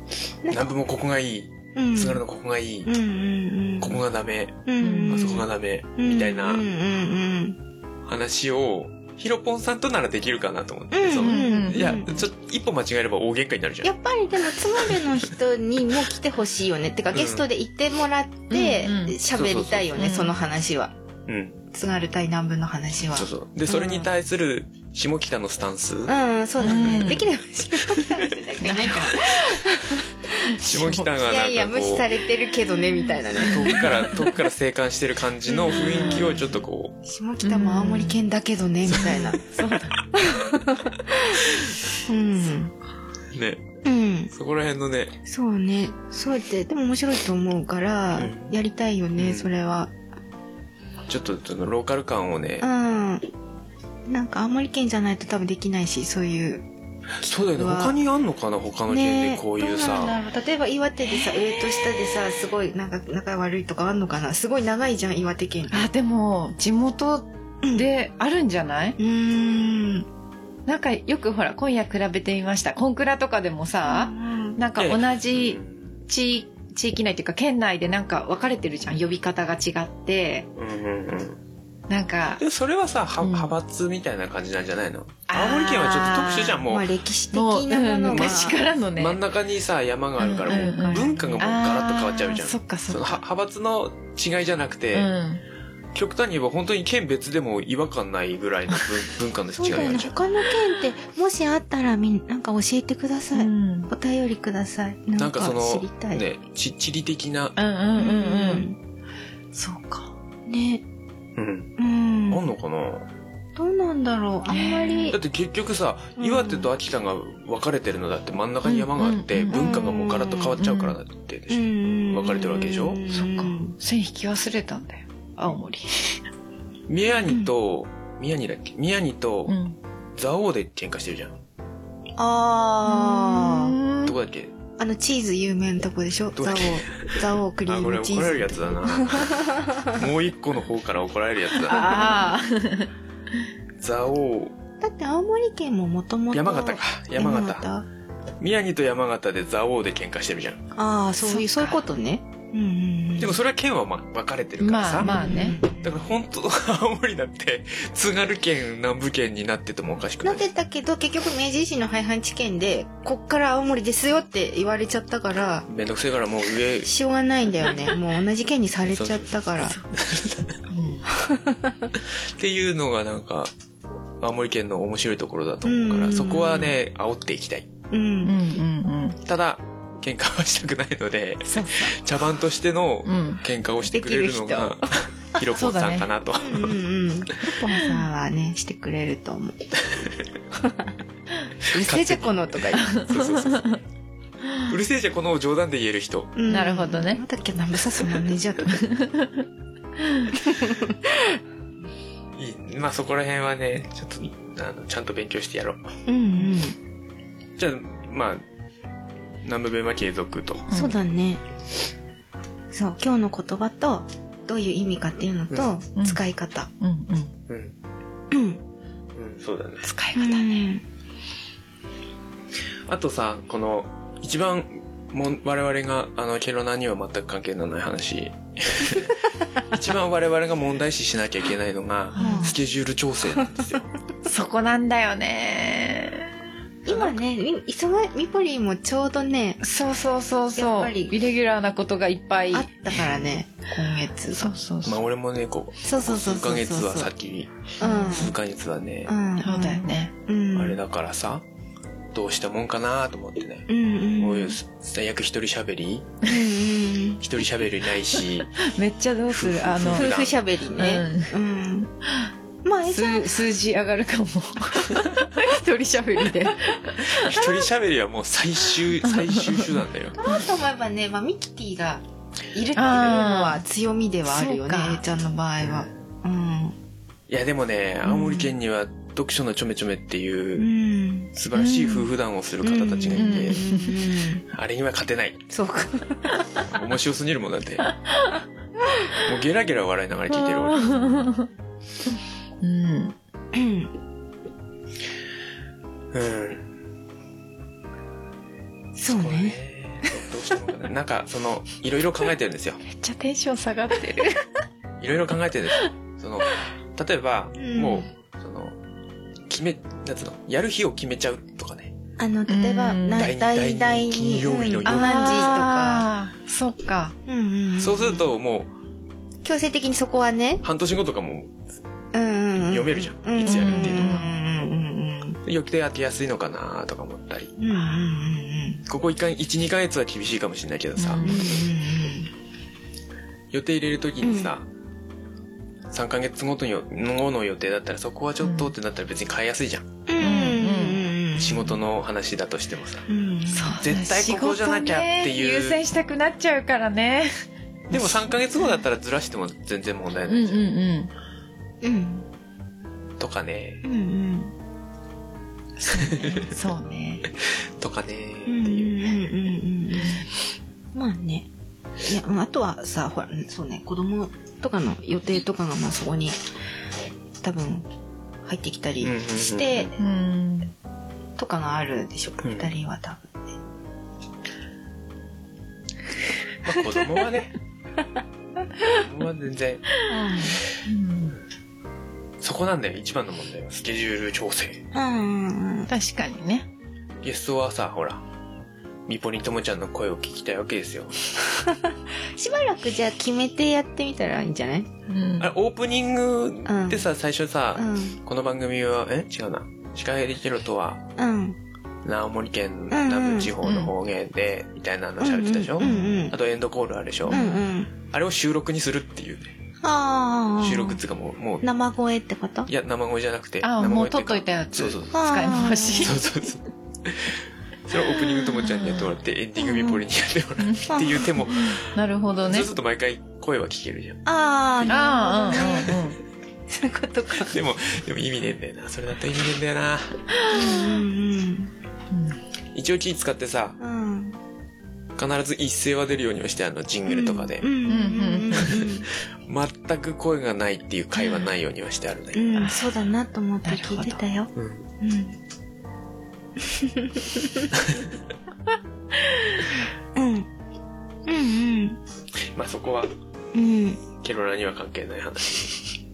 Speaker 2: 南部もここがいい、
Speaker 1: うん
Speaker 2: 津軽のここがいい、
Speaker 1: うんうんうん
Speaker 2: ここがダメ、
Speaker 1: うんうん
Speaker 2: あそこがダメ、みたいな
Speaker 1: うんうんうん
Speaker 2: 話を、ヒロポンさんとならできるかなと思って、
Speaker 1: うん
Speaker 2: そ
Speaker 1: うん
Speaker 2: の
Speaker 1: うんうん
Speaker 2: いや、ちょっと一歩間違えれば大喧嘩になるじゃ
Speaker 1: や
Speaker 2: ん。
Speaker 1: っぱりでも津軽の人にも来てほしいよねってか
Speaker 2: うん
Speaker 1: ゲストで行ってもらって
Speaker 4: うんうん
Speaker 1: 喋りたいよね
Speaker 4: そ
Speaker 1: そう
Speaker 4: そうそう
Speaker 1: の話は
Speaker 2: うん。
Speaker 1: 津軽対南部の話は
Speaker 2: そうそう。で、それに対する、下北のスタンス、
Speaker 1: うんそうだね
Speaker 4: うん
Speaker 1: できれば知らないからね
Speaker 2: 下北がなんかこう、
Speaker 1: いやいや無視されてるけどねみたいなね
Speaker 2: 遠くから、遠くから静観してる感じの雰囲気をちょっとこう、
Speaker 1: 下北も青森県だけどねみたいなそう だうん
Speaker 2: ね、
Speaker 1: うん
Speaker 2: そこら辺のね、
Speaker 1: そうねそうやってでも面白いと思うから
Speaker 2: うん
Speaker 1: やりたいよね、
Speaker 2: うん
Speaker 1: それは
Speaker 2: ちょっとそのローカル感をね
Speaker 1: う、んなんか青森県じゃないと多分できないしそういう
Speaker 2: そうだよね、
Speaker 1: うわ
Speaker 2: 他にあんのかな他の県でこういう
Speaker 1: どな
Speaker 2: さ、
Speaker 1: んだろう例えば岩手でさ上と下でさすごいなんか仲悪いとかあんのかなすごい長いじゃん岩手 県って
Speaker 4: あ、でも、地元であるんじゃないう
Speaker 1: ーん
Speaker 4: なんかよくほら、今夜比べてみました。コンクラとかでもさ、なんか同じ
Speaker 2: うん
Speaker 4: 地地域内っていうか県内でなんか分かれてるじゃん呼び方が違って
Speaker 2: うんうんうん
Speaker 4: なんか
Speaker 2: でそれはさ、は
Speaker 4: うん
Speaker 2: 派閥みたいな感じなんじゃないの
Speaker 4: あ
Speaker 2: 青
Speaker 4: ー
Speaker 2: 森県はちょっと特殊じゃん、も
Speaker 1: まあ
Speaker 2: う。
Speaker 1: 歴史的
Speaker 4: もう、
Speaker 1: なも
Speaker 4: うん
Speaker 1: のが
Speaker 4: 昔からのね
Speaker 2: 真ん中にさ、山があるから、
Speaker 4: うんうん
Speaker 2: も
Speaker 4: う
Speaker 2: うん文化がもうガラッと変わっちゃうじゃ
Speaker 4: あー
Speaker 2: ん。
Speaker 4: そっか
Speaker 2: そ
Speaker 4: そ
Speaker 2: の
Speaker 4: っ
Speaker 2: は
Speaker 4: か
Speaker 2: 派閥の違いじゃなく
Speaker 4: う
Speaker 2: て、
Speaker 4: ん
Speaker 2: 極端に言えば本当に県別でも違和感ないぐらいの文文化の
Speaker 1: そう
Speaker 2: 違い
Speaker 1: だ
Speaker 2: があ
Speaker 1: よ
Speaker 2: る
Speaker 1: ね
Speaker 2: じゃん。
Speaker 1: 他の県ってもしあったらみんなんか教えてくだ
Speaker 4: う
Speaker 1: さい、
Speaker 4: ん
Speaker 1: お便りください
Speaker 2: な
Speaker 1: なんん
Speaker 2: か
Speaker 1: か
Speaker 2: そ
Speaker 1: 知
Speaker 2: の
Speaker 1: りたい、
Speaker 2: ね、ち地理的な、
Speaker 4: うんうん
Speaker 1: うん
Speaker 4: うんうんそうか
Speaker 1: うんね
Speaker 2: うん、
Speaker 1: うん
Speaker 2: あんのかな
Speaker 1: どうなんだろうあんまり
Speaker 2: だって結局さ、
Speaker 1: うん
Speaker 2: 岩手と秋田が分かれてるのだって真ん中に山があって、
Speaker 4: うんうん
Speaker 2: 文化がもうガラッと変わっちゃうからだってでしょ、分
Speaker 1: 分
Speaker 2: かれてるわけでしょ
Speaker 4: そっか線引き忘れたんだよ青森
Speaker 2: 宮城と、宮城だっけ宮城と
Speaker 4: ん
Speaker 2: 蔵王で喧嘩してるじゃん。
Speaker 1: あー
Speaker 2: どこだっけ
Speaker 1: あのチーズ有名なとこでしょ
Speaker 2: どう
Speaker 1: ザオ ザオクリ
Speaker 2: あ、
Speaker 1: ー
Speaker 2: これ
Speaker 1: ムチー
Speaker 2: 怒
Speaker 1: ズ
Speaker 2: られるやつだな。もう一個の方から怒られるやつだな。
Speaker 4: ああ
Speaker 2: 蔵王、
Speaker 1: だって青森県ももともと
Speaker 2: 山形か。山形。
Speaker 1: あ
Speaker 2: 宮城と山形で蔵王で喧嘩してるじゃん。
Speaker 1: あーそういうそ
Speaker 4: そうっか
Speaker 1: いうことねうんうんうん
Speaker 2: でもそれは県はまあ分かれてるから
Speaker 4: ま
Speaker 2: さ。
Speaker 4: あまあね
Speaker 2: だから本当、 青森だって、津軽県、南部県になっててもおかしくな。
Speaker 1: ないってたけど結局明治維新の廃藩置県でこっから青森ですよって言われちゃったから
Speaker 2: めんどくせえからもう上、
Speaker 1: しょうがないんだよ ねもう同じ県にされちゃったから
Speaker 2: っていうのがなんか、青森県の面白いところだと思うか
Speaker 1: う
Speaker 2: ら、
Speaker 1: ん
Speaker 2: そこはね、煽っていきたい。
Speaker 1: う
Speaker 4: うんんうん
Speaker 2: ただ、喧嘩はしたくないので、
Speaker 4: そう
Speaker 2: 茶番としての
Speaker 4: うんうん
Speaker 2: 喧嘩をしてくれるのが、ひろこさんかなと。
Speaker 1: うんうんうんポンさんはねしてくれると思ううるせえじゃこのとか言う
Speaker 2: そうそうそうそう。うるせえじゃんこの冗談で言える人。
Speaker 1: うん
Speaker 4: なるほどね
Speaker 1: なんだっけなんださすもんねじゃとか
Speaker 2: いい。まあそこら辺はね、ちょっと、あの、ちゃんと勉強してやろう。
Speaker 1: うん
Speaker 2: じゃあ、まあ、南部弁は継続と。
Speaker 1: うんそうだねそう今日の言葉とどういう意味かっていうのと、
Speaker 4: うん
Speaker 1: 使い方
Speaker 4: うんうん
Speaker 2: うん。
Speaker 1: うん
Speaker 2: うん、そうだね。
Speaker 4: 使い
Speaker 1: うん
Speaker 4: 方
Speaker 2: あとさ、この、一番、もう我々が、あの、ケロナには全く関係のな い話。一番我々が問題視しなきゃいけないのが、
Speaker 1: うん
Speaker 2: スケジュール調整な んですよ。
Speaker 4: そこなんだよね
Speaker 1: 今ねみ忙いミポリンもちょうどね
Speaker 4: そうそうそう
Speaker 1: やっ
Speaker 4: そ
Speaker 1: ぱ
Speaker 4: う
Speaker 1: り
Speaker 4: イレギュラーなことがいっぱい
Speaker 1: あったからね今月
Speaker 4: そうそうそう
Speaker 2: まあ俺もね、こ
Speaker 1: そうそう
Speaker 2: う、
Speaker 1: そう
Speaker 2: 数
Speaker 1: そ
Speaker 2: ヶ
Speaker 1: う
Speaker 2: 月
Speaker 1: そう
Speaker 2: は先、
Speaker 1: うん
Speaker 2: 数ヶ月はね、
Speaker 1: うん
Speaker 4: そうだよね。
Speaker 1: うん
Speaker 2: あれだからさ、どうしたもんかなと思ってね。
Speaker 1: うんうん
Speaker 2: こういう、最悪一人喋り
Speaker 1: うんうん
Speaker 2: 一 人喋りないし、
Speaker 4: めっちゃどうするあの
Speaker 1: 夫。婦しゃべりね
Speaker 4: うん
Speaker 1: うんまあ、えさん、
Speaker 4: 数数字上がるかも一人しゃべりで
Speaker 2: 一人喋りはもう最終、最終手段 だよ。
Speaker 1: 取ろうと思えばね、まあ、ミキティがいるっていうの
Speaker 4: あ
Speaker 1: は強みではあるよね
Speaker 4: そう、か
Speaker 1: えちゃんの場合は。うん。
Speaker 2: いや、でもね、青森県には読書のちょめちょめって
Speaker 1: う。
Speaker 2: いうん素晴らしい夫婦団をする方たちがい
Speaker 1: うんうん
Speaker 2: て、
Speaker 1: ん
Speaker 2: あれには勝てない。
Speaker 1: そうか。
Speaker 2: 面白すぎるもんだって。 もうゲラゲラ笑いながら聞いてる俺。
Speaker 4: うん
Speaker 1: うん
Speaker 2: うん。
Speaker 1: そう
Speaker 2: これ
Speaker 1: ね。
Speaker 2: ねどうしたもんかななんか、その、いろいろ考えてるんですよ。
Speaker 4: めっちゃテンション下がってる
Speaker 2: いろいろ考えてるんですよ。その、例えば、
Speaker 1: うん
Speaker 2: もう、その、決め、なんつうの、やる日を決めちゃうとかね。
Speaker 1: あの、例えば、
Speaker 4: うん
Speaker 1: な
Speaker 2: 第二
Speaker 1: 第
Speaker 2: 第
Speaker 1: 第
Speaker 2: 二金
Speaker 1: に、
Speaker 2: 曜日
Speaker 1: う
Speaker 2: の夜
Speaker 1: ん何時とか。
Speaker 4: とかそっか
Speaker 1: うんうんん
Speaker 2: そうする、と、も
Speaker 1: 強制的にそこはね
Speaker 2: う、、半年後とかも
Speaker 1: うんうんうん。
Speaker 2: 読めるじゃん。いつやるっていうの
Speaker 1: う
Speaker 2: が。
Speaker 1: んうん
Speaker 2: 予定当てやすいのかなとか思ったり。
Speaker 1: うんうん。うんうんうん
Speaker 2: ここ1か、一二ヶ月は厳しいかもしれないけどさ、
Speaker 4: うん
Speaker 2: 予定入れるときにさ、3ヶ月ごとによ後の予定だったらそこはちょっとってなったら別に変えやすいじゃん、
Speaker 1: うんうんうんうん。
Speaker 2: 仕事の話だとしてもさ
Speaker 1: うん。
Speaker 4: そうだ
Speaker 2: 絶対ここじゃなきゃっていう
Speaker 4: 仕事ね優先したくなっちゃうからね
Speaker 2: でも3ヶ月後だったらずらしても全然問題
Speaker 4: う
Speaker 2: ないじゃん、
Speaker 4: ん
Speaker 1: うん。
Speaker 2: とかね
Speaker 1: うんうん。
Speaker 4: うんそうね
Speaker 2: とかねって
Speaker 1: うんうんうん
Speaker 2: いう、
Speaker 1: うんうん。まあね。いや、あとはさ、ほら、そうね、子供とかの予定とかが、まあそこに、多分、入ってきたりして、
Speaker 4: うん
Speaker 1: とかがあるでしょ、
Speaker 2: うん
Speaker 1: 二人は多分。
Speaker 2: まあ、子供はね子供は全然
Speaker 4: うん
Speaker 2: そこなんだよ一番の問題はスケジュール調整
Speaker 1: うんうん
Speaker 4: 確かにね
Speaker 2: ゲストはさほらみぽりんともちゃんの声を聞きたいわけですよ
Speaker 1: うん。しばらくじゃあ決めてやってみたらいいんじゃない
Speaker 4: うん
Speaker 2: あれオープニングってさ、最初さ、
Speaker 1: うん。
Speaker 2: この番組はえ違うな司会できるとは
Speaker 1: うん。
Speaker 2: 青森県
Speaker 1: うん
Speaker 2: 南部地方の方言で、みたいなの喋ってたでしょ、
Speaker 1: うんうん
Speaker 2: あ。とエンドコールあるでし
Speaker 1: う
Speaker 2: ょ、
Speaker 1: んうん。
Speaker 2: あれを収録にするっていうね
Speaker 1: ああ。
Speaker 2: 収録っつうかもうもう
Speaker 1: 生声ってこと
Speaker 2: いや生声じゃなくて
Speaker 4: あ
Speaker 2: 生声
Speaker 4: も
Speaker 2: て
Speaker 4: う
Speaker 2: い
Speaker 4: 取っといたや
Speaker 2: そ
Speaker 4: つ
Speaker 2: うそうそう
Speaker 4: 使い回し
Speaker 2: そうそうそうそれをオープニングともちゃんにやってもらってエンディングミポリにやってもらうっていう手も、
Speaker 4: なるほどね
Speaker 2: そうすると毎回声は聞けるじゃん
Speaker 1: ああ、
Speaker 4: あ
Speaker 1: なるほどね。
Speaker 4: あうんうんうん
Speaker 1: そういうことか。
Speaker 2: でもでも意味ねえんだよなそれだと意味ねえんだよな
Speaker 1: うん
Speaker 2: 一応気使ってさ
Speaker 1: うんうん。
Speaker 2: 必ず一声は出るようにはしてあのジン
Speaker 1: う
Speaker 2: グ
Speaker 1: ん。
Speaker 2: ルとかで
Speaker 1: うんうんうん
Speaker 2: 全く声がないっていう会話ないようにはしてあるね、
Speaker 1: うん。うん、そうだなと思って聞いてたよ。
Speaker 2: うん
Speaker 1: うん。うん。うん
Speaker 2: まあそこは
Speaker 1: うん。うん。
Speaker 2: ケロラには関係ない話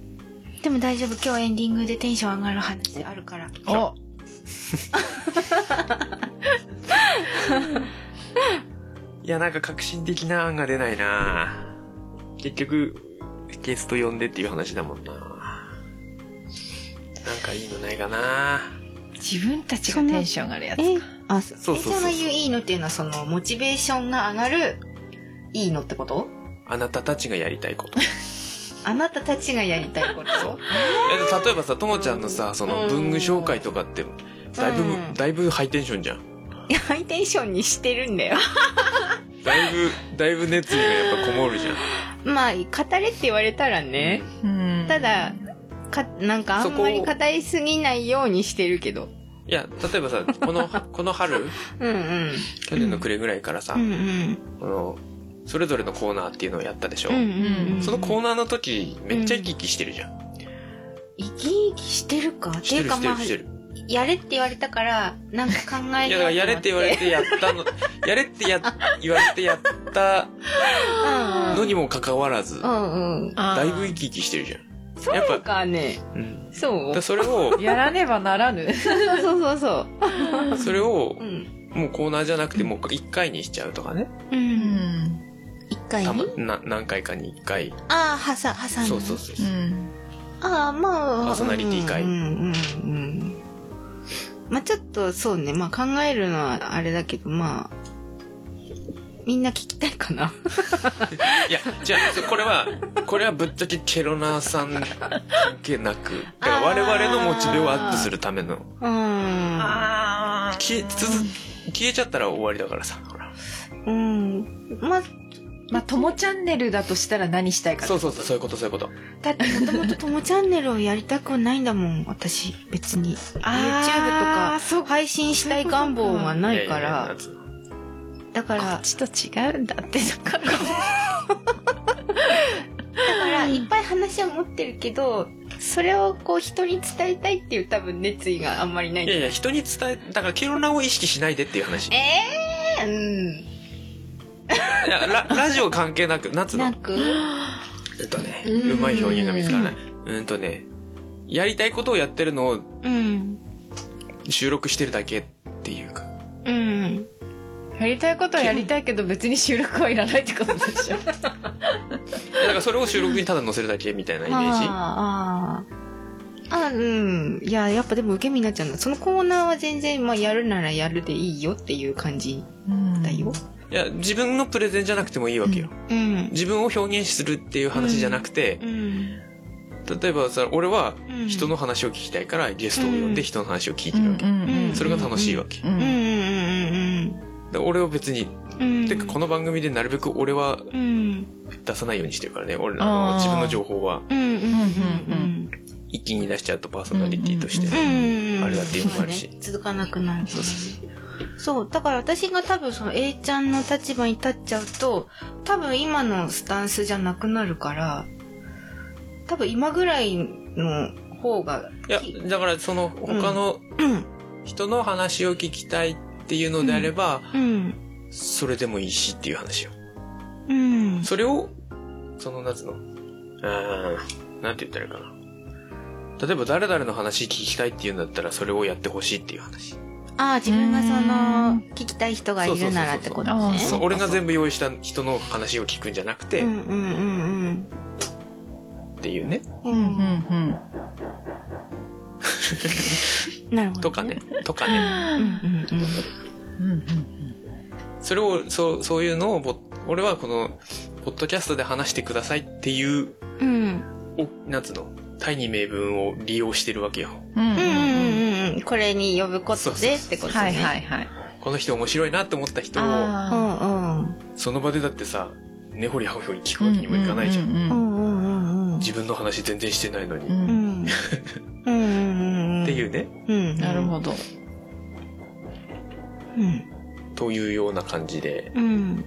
Speaker 1: でも大丈夫。今日エンディングでテンション上がる話あるから。
Speaker 4: お
Speaker 2: いやなんか革新的な案が出ないな結局ゲスト呼んでっていう話だもんななんかいいのないかな
Speaker 4: 自分たちがテンション上がるやつ
Speaker 1: えあ、そう
Speaker 2: そうそ
Speaker 1: え
Speaker 2: うそう
Speaker 1: ちゃんが言ういいのっていうのは、その、モチベーションが上がる、いいのってこと
Speaker 2: あなたたちがやりた いことい
Speaker 1: あなたたちがやりたいこと
Speaker 2: や例えばさともちゃんのさその文具紹介とかってだいぶ、
Speaker 1: うん
Speaker 2: だいぶハイテンションじゃん
Speaker 1: いやハイテンションにしてるんだよ。
Speaker 2: だいぶだいぶ熱意がやっぱこもるじゃん
Speaker 1: まあ、語れって言われたらね。
Speaker 4: うん
Speaker 1: ただ、か、なんかあんまり語りすぎないようにしてるけど。
Speaker 2: いや例えばさこのこの春
Speaker 1: うんうん。
Speaker 2: 去年の暮れぐらいからさ、
Speaker 1: うんうん。
Speaker 2: このそれぞれのコーナーっていうのをやったでしょ、
Speaker 1: うんうんうん。
Speaker 2: そのコー
Speaker 1: う、
Speaker 2: ナーの時めっちゃ生き生きしてるじゃん、
Speaker 1: 生き生きしてるかって
Speaker 2: して
Speaker 1: いう
Speaker 2: る
Speaker 1: か
Speaker 2: して
Speaker 1: ま
Speaker 2: る
Speaker 1: あ
Speaker 2: して、る
Speaker 1: やれって言われたから、なんか考えようと思って
Speaker 2: いやだからやれって言われ。てやったのやれってや言われてやった
Speaker 1: うんうん。
Speaker 2: のにもかかわらず、
Speaker 1: うんうん。
Speaker 4: あー
Speaker 2: だいぶ生き生きしてるじゃんやっ
Speaker 1: そう
Speaker 2: ぱ、
Speaker 1: かね。
Speaker 2: うん、
Speaker 1: そ
Speaker 2: だ
Speaker 1: う
Speaker 2: から。それを
Speaker 4: やらねばならぬ
Speaker 1: そうそうそうそう。
Speaker 2: それを
Speaker 1: うん。
Speaker 2: もうコーナーじゃなくてもう1回にしちゃうとかね
Speaker 1: う。
Speaker 4: うんん
Speaker 1: 一回
Speaker 2: たま
Speaker 1: に
Speaker 2: な何回かに1回
Speaker 1: ああ、はさ、はさん
Speaker 2: そうそうそう
Speaker 4: う
Speaker 2: そうん
Speaker 1: ああまあ
Speaker 2: パーソナリティ会
Speaker 1: うんうんうんうんまあちょっとそうねまあ考えるのはあれだけどまあみんな聞きたいかな
Speaker 2: いや、じゃあ、これは、これはぶっちゃけケロナーさん関係なく、だから我々のモチベをアップするための、
Speaker 1: うーん
Speaker 4: あ
Speaker 2: 消え、つづ消えちゃったら終わりだからさ、ほら。
Speaker 1: うんまあ
Speaker 4: まあ、友チャンネルだとしたら何したいか
Speaker 2: そうそうそう、そういうこと、そういうこと。
Speaker 1: だってもともと「ともチャンネル」をやりたくはないんだもん私別に YouTube と
Speaker 4: あー
Speaker 1: か配信したい願望はないか
Speaker 2: いやい
Speaker 1: ら
Speaker 2: やいや
Speaker 1: だから
Speaker 4: ちょっと違うんだってだから
Speaker 1: だからいっぱい話は持ってるけどそれをこう人に伝えたいっていう多分熱意があんまりない
Speaker 2: いやいや、人に伝え、だからケロナーを意識しないでっていう話。い
Speaker 1: えー、うん
Speaker 2: やラ ラジオ関係なく、夏の
Speaker 1: な。く
Speaker 2: うんとね、
Speaker 4: うん
Speaker 2: うまい表現が見つからない。うんとね、やりたいことをやってるのを
Speaker 1: うん
Speaker 2: 収録してるだけっていうか。
Speaker 1: うん
Speaker 4: やりたいことはやりたいけど別に収録はいらないってことでしょ
Speaker 2: だからそれを収録にただ載せるだけみたいなイメージ。
Speaker 1: あーあーあうんいややっぱでも受け身になっちゃうなそのコーナーは全然、まあ、やるならやるでいいよっていう感じだよ
Speaker 2: いや、自分のプレゼンじゃなくてもいいわけよ。
Speaker 1: うん
Speaker 2: 自分を表現するっていう話じゃなくて、
Speaker 1: うん
Speaker 2: 例えばさ、俺は
Speaker 1: うん
Speaker 2: 人の話を聞きたいからゲストを呼んで人の話を聞いてるわけ。
Speaker 1: んうん
Speaker 2: それが楽しいわけ。
Speaker 1: うんうん
Speaker 2: で俺は別に、
Speaker 1: うんうんうん
Speaker 2: てかこの番組でなるべく俺は
Speaker 1: うん
Speaker 2: 出さないようにしてるからね。俺
Speaker 4: あー
Speaker 2: あの自分の情報は
Speaker 1: うんうんうんうん
Speaker 2: 一気に出しちゃうとパーソナリティとして。
Speaker 4: うん
Speaker 1: うん
Speaker 2: あれだっていうのもあるし
Speaker 1: そうね続かなくなるそうだから私が多分その A ちゃんの立場に立っちゃうと多分今のスタンスじゃなくなるから多分今ぐらいの方が
Speaker 2: いや、だからその他の
Speaker 1: うん
Speaker 2: 人の話を聞きたいっていうのであれば、
Speaker 1: うん
Speaker 2: それでもいいしっていう話よ。
Speaker 1: うん
Speaker 2: それを、その夏の、うーん、なんて言ったらいいかな。例えば誰々の話聞きたいっていうんだったらそれをやってほしいっていう話。
Speaker 1: ああ自分がそ
Speaker 4: うん
Speaker 1: の聞きたい人がいるならってこと
Speaker 4: そうそう
Speaker 1: ね
Speaker 4: そう
Speaker 2: そう俺が全部用意した人の話を聞くんじゃなくて、
Speaker 1: うんうんうん
Speaker 2: っていうね。
Speaker 1: う
Speaker 4: うんうんん
Speaker 1: うんなるほど
Speaker 2: とかね。とか
Speaker 1: う
Speaker 2: ね。
Speaker 1: んうんうん
Speaker 4: うんうん
Speaker 2: それを、そう、そういうのをぼ、俺はこの、ポッドキャストで話してくださいっていう、
Speaker 1: うん
Speaker 2: お、なんつうの、大義名分を利用してるわけよ。
Speaker 4: う
Speaker 1: う
Speaker 4: ん
Speaker 1: んうん
Speaker 4: うん
Speaker 1: うんうんこれに呼ぶことでってことね
Speaker 4: はいはいはい
Speaker 2: この人面白いなって思った人を、
Speaker 1: う
Speaker 4: あ
Speaker 1: んうん
Speaker 2: その場でだってさ、根掘り葉掘り聞
Speaker 4: ー
Speaker 2: くわけにもいかないじゃん。
Speaker 4: うんうんう
Speaker 1: うん
Speaker 4: うん
Speaker 1: んうんうん
Speaker 2: 自分の話全然してないのに。
Speaker 4: うん
Speaker 1: うんうんうんうん
Speaker 2: ってい
Speaker 1: う
Speaker 2: うね、
Speaker 1: ん
Speaker 4: なるほど
Speaker 1: うん
Speaker 2: というような感じで、
Speaker 1: うん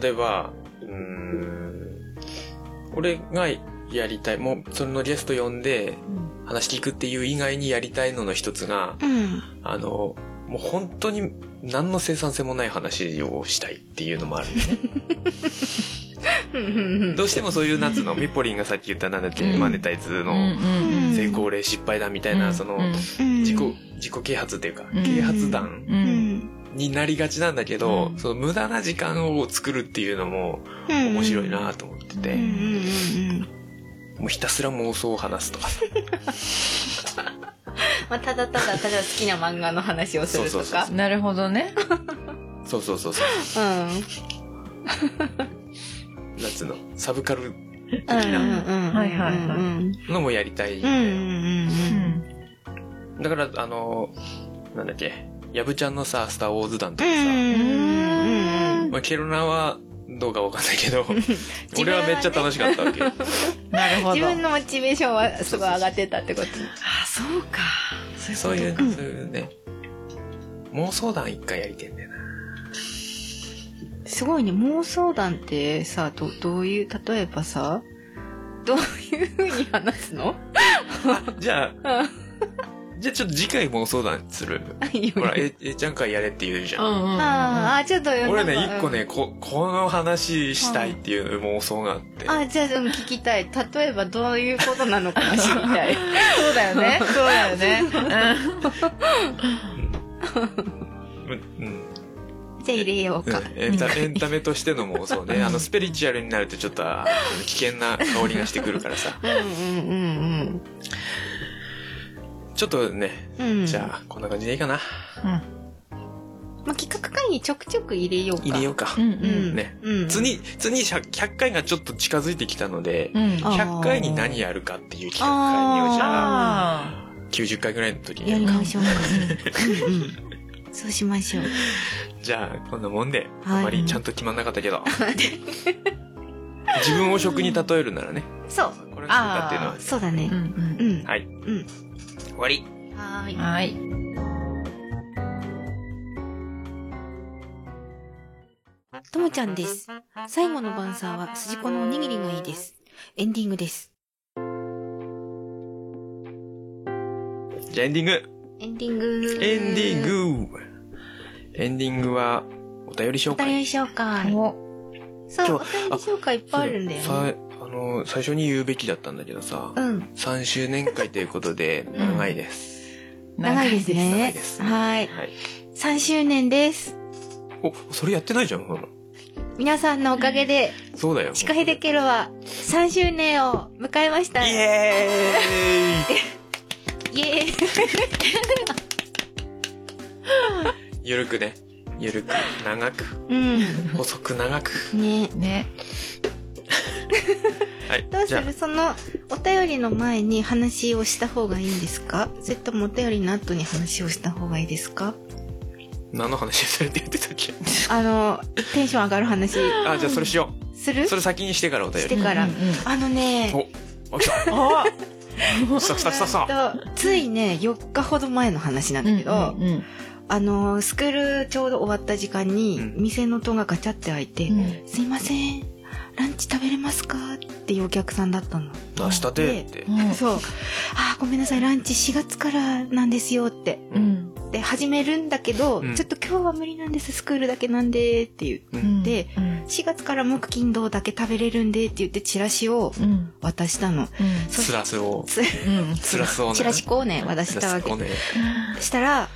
Speaker 2: 例えば、うーん、俺がやりたい、もう、そのゲスト呼んで話聞くっていう以外にやりたいのの一つが、
Speaker 1: うん
Speaker 2: あの、もう本当に何の生産性もない話をしたいっていうのもあるよ ね。どうしてもそういう夏の、ミポリンがさっき言ったなんだっけ、
Speaker 4: うん
Speaker 2: マネタイズ
Speaker 4: う
Speaker 2: の
Speaker 4: ん
Speaker 2: 成功例失敗談みたいな、その
Speaker 4: う、ん
Speaker 2: 自己、自己啓発っていうか、
Speaker 4: うん
Speaker 2: 啓発談
Speaker 4: う
Speaker 1: うんん
Speaker 2: になりがちなんだけど、
Speaker 4: うん
Speaker 2: その無駄な時間を作るっていうのも面白いなと思ってて、
Speaker 1: うんうんうん
Speaker 2: もうひたすら妄想を話すとかさ。
Speaker 1: まあただただただ好きな漫画の話をする
Speaker 2: そう
Speaker 1: と
Speaker 2: そうそう
Speaker 1: か
Speaker 2: そ
Speaker 4: なるほどね
Speaker 2: そうそうそうそう。
Speaker 1: うん
Speaker 2: 夏のサブカル
Speaker 1: うんうん
Speaker 2: な
Speaker 1: うん
Speaker 4: はいはいはい
Speaker 1: うん
Speaker 2: のもやりたい。
Speaker 1: うんうんうん
Speaker 2: だから、あの、なんだっけ、ヤブちゃんのさ、スターウォーズ団と
Speaker 1: う
Speaker 2: かさ、
Speaker 1: んうんうん
Speaker 2: まあ、ケロナはどうかわかんないけど、 俺はめっちゃ楽しかったわけ。
Speaker 4: なるほ
Speaker 1: 自
Speaker 4: ど
Speaker 1: 分のモチベーションはすごい上がってたってこと
Speaker 4: あそうか
Speaker 2: そういう、
Speaker 1: うん
Speaker 2: そういうね、妄想談一回やりてんだよな。
Speaker 1: すごいね妄想談ってさどどういう例えばさどういうふうに話すの
Speaker 2: じゃあ、じゃあちょっと次回妄想談する。ほら、え、えちゃん会やれって言うじゃん。
Speaker 4: んうん
Speaker 1: あーあーちょっと
Speaker 2: 俺ね、
Speaker 1: なんか
Speaker 2: 一個ね、こ、この話したいっていう妄想があって。
Speaker 1: あじゃあうん聞きたい例えばどういうことなのかも知りた い
Speaker 4: そうだよねそうだよね
Speaker 2: うんうん。
Speaker 1: じゃあ入れよう
Speaker 2: う
Speaker 1: か
Speaker 2: んエンタエンタメとしての妄 想ね。あの、スペリチュアルになるとちょっと、あー危険な香りがしてくるからさ。
Speaker 1: うんうん
Speaker 2: ちょっとね、
Speaker 1: うんうん
Speaker 2: じゃあ、こんな感じでいいかな。
Speaker 4: うん
Speaker 1: まあ、企画会議ちょくちょく入れようか。
Speaker 2: 入れようか
Speaker 4: う。ん
Speaker 1: う
Speaker 4: うん
Speaker 1: ん。
Speaker 2: ね。
Speaker 1: うん。
Speaker 2: 次、次100回がちょっと近づいてきたので、
Speaker 4: うん
Speaker 1: あ
Speaker 2: 100回に何やるかっていう企画会議をじゃあ、
Speaker 4: あ
Speaker 2: 90回ぐらいの時に
Speaker 1: や
Speaker 2: や
Speaker 1: り
Speaker 2: るか。
Speaker 1: ましょう。うんうんうん。そうしましょう。
Speaker 2: じゃあ、こんなもんで、
Speaker 1: はい
Speaker 2: あまりちゃんと決まんなかったけど。 自分を食に例えるならね。
Speaker 1: そう。
Speaker 2: これが好きだっていうのは。
Speaker 1: そうだ
Speaker 4: ーう
Speaker 1: ね。うんん。
Speaker 2: はい。
Speaker 1: うん。
Speaker 2: 終わり。
Speaker 1: はー
Speaker 4: う
Speaker 1: い
Speaker 4: ん。はい
Speaker 1: ともちゃんです。最後の晩餐は筋子のおにぎりがいいです。エンディングです。
Speaker 2: じゃあエンディング。
Speaker 1: エンディング。
Speaker 2: エンディ。ング。エンディングは、お便り
Speaker 1: お
Speaker 2: 紹
Speaker 1: 便り
Speaker 2: 介。
Speaker 1: 紹介。
Speaker 4: お
Speaker 1: そう、お便
Speaker 2: 今
Speaker 1: り紹介いっぱいあるんだよ
Speaker 2: さ
Speaker 1: ね。
Speaker 2: あの、最初に言うべきだったんだけどさ、
Speaker 1: うん。
Speaker 2: 3周年会ということで、
Speaker 4: ん
Speaker 2: 長いです。
Speaker 1: 長いです
Speaker 2: 長
Speaker 1: ね
Speaker 2: いです。
Speaker 1: はーい。
Speaker 2: はい。
Speaker 1: 3周年です。
Speaker 2: お、それやってないじゃん、ほら。
Speaker 1: 皆さんのおかげで、
Speaker 2: そうだよ。
Speaker 1: シカヘデケロは3周年を迎えました。
Speaker 2: イエーイ
Speaker 1: イエーイ
Speaker 2: ゆるくね。ゆるく、長く、
Speaker 1: うん。
Speaker 2: 細く長く。
Speaker 1: ね
Speaker 4: ね
Speaker 2: はい。
Speaker 1: どうす
Speaker 2: じゃ
Speaker 1: るそのお便りの前に話をした方がいいんですかそれともお便りの後に話をした方がいいですか
Speaker 2: あ何の話されて言ってたっけ
Speaker 1: あの、テンション上がる話
Speaker 2: あ、じゃあそれしよ
Speaker 1: す
Speaker 2: う。
Speaker 1: る
Speaker 2: それ先にしてからお便
Speaker 1: し
Speaker 2: り
Speaker 1: て。から
Speaker 4: うんうんうん
Speaker 1: あのね、
Speaker 2: お、あ、来た。
Speaker 4: あ
Speaker 2: 来た来た来た来た。
Speaker 1: えっとついね、4日ほど前の話なんだけど、
Speaker 4: うんうん
Speaker 1: あの、スクールちょうど終わった時間に、
Speaker 2: うん
Speaker 1: 店の戸がガチャって開いて、
Speaker 4: うん
Speaker 1: すいません、ランチ食べれますかっていうお客さんだったの。
Speaker 2: 明日でって。
Speaker 4: うん
Speaker 1: そう。あーごめんなさい、ランチ4月からなんですよって。
Speaker 4: うん
Speaker 1: で、始めるんだけど、
Speaker 2: うん
Speaker 1: ちょっと今日は無理なんです、スクールだけなんでって言って、
Speaker 4: うん
Speaker 1: 4月から木金土だけ食べれるんでって言ってチラシを
Speaker 4: うん
Speaker 1: 渡したの。
Speaker 4: うん
Speaker 1: そ
Speaker 2: スラスを。
Speaker 1: つ
Speaker 4: うん
Speaker 2: スラスをね。
Speaker 1: チラシこうね、渡したわ
Speaker 2: スラス
Speaker 1: け
Speaker 2: を。ね。
Speaker 1: したら、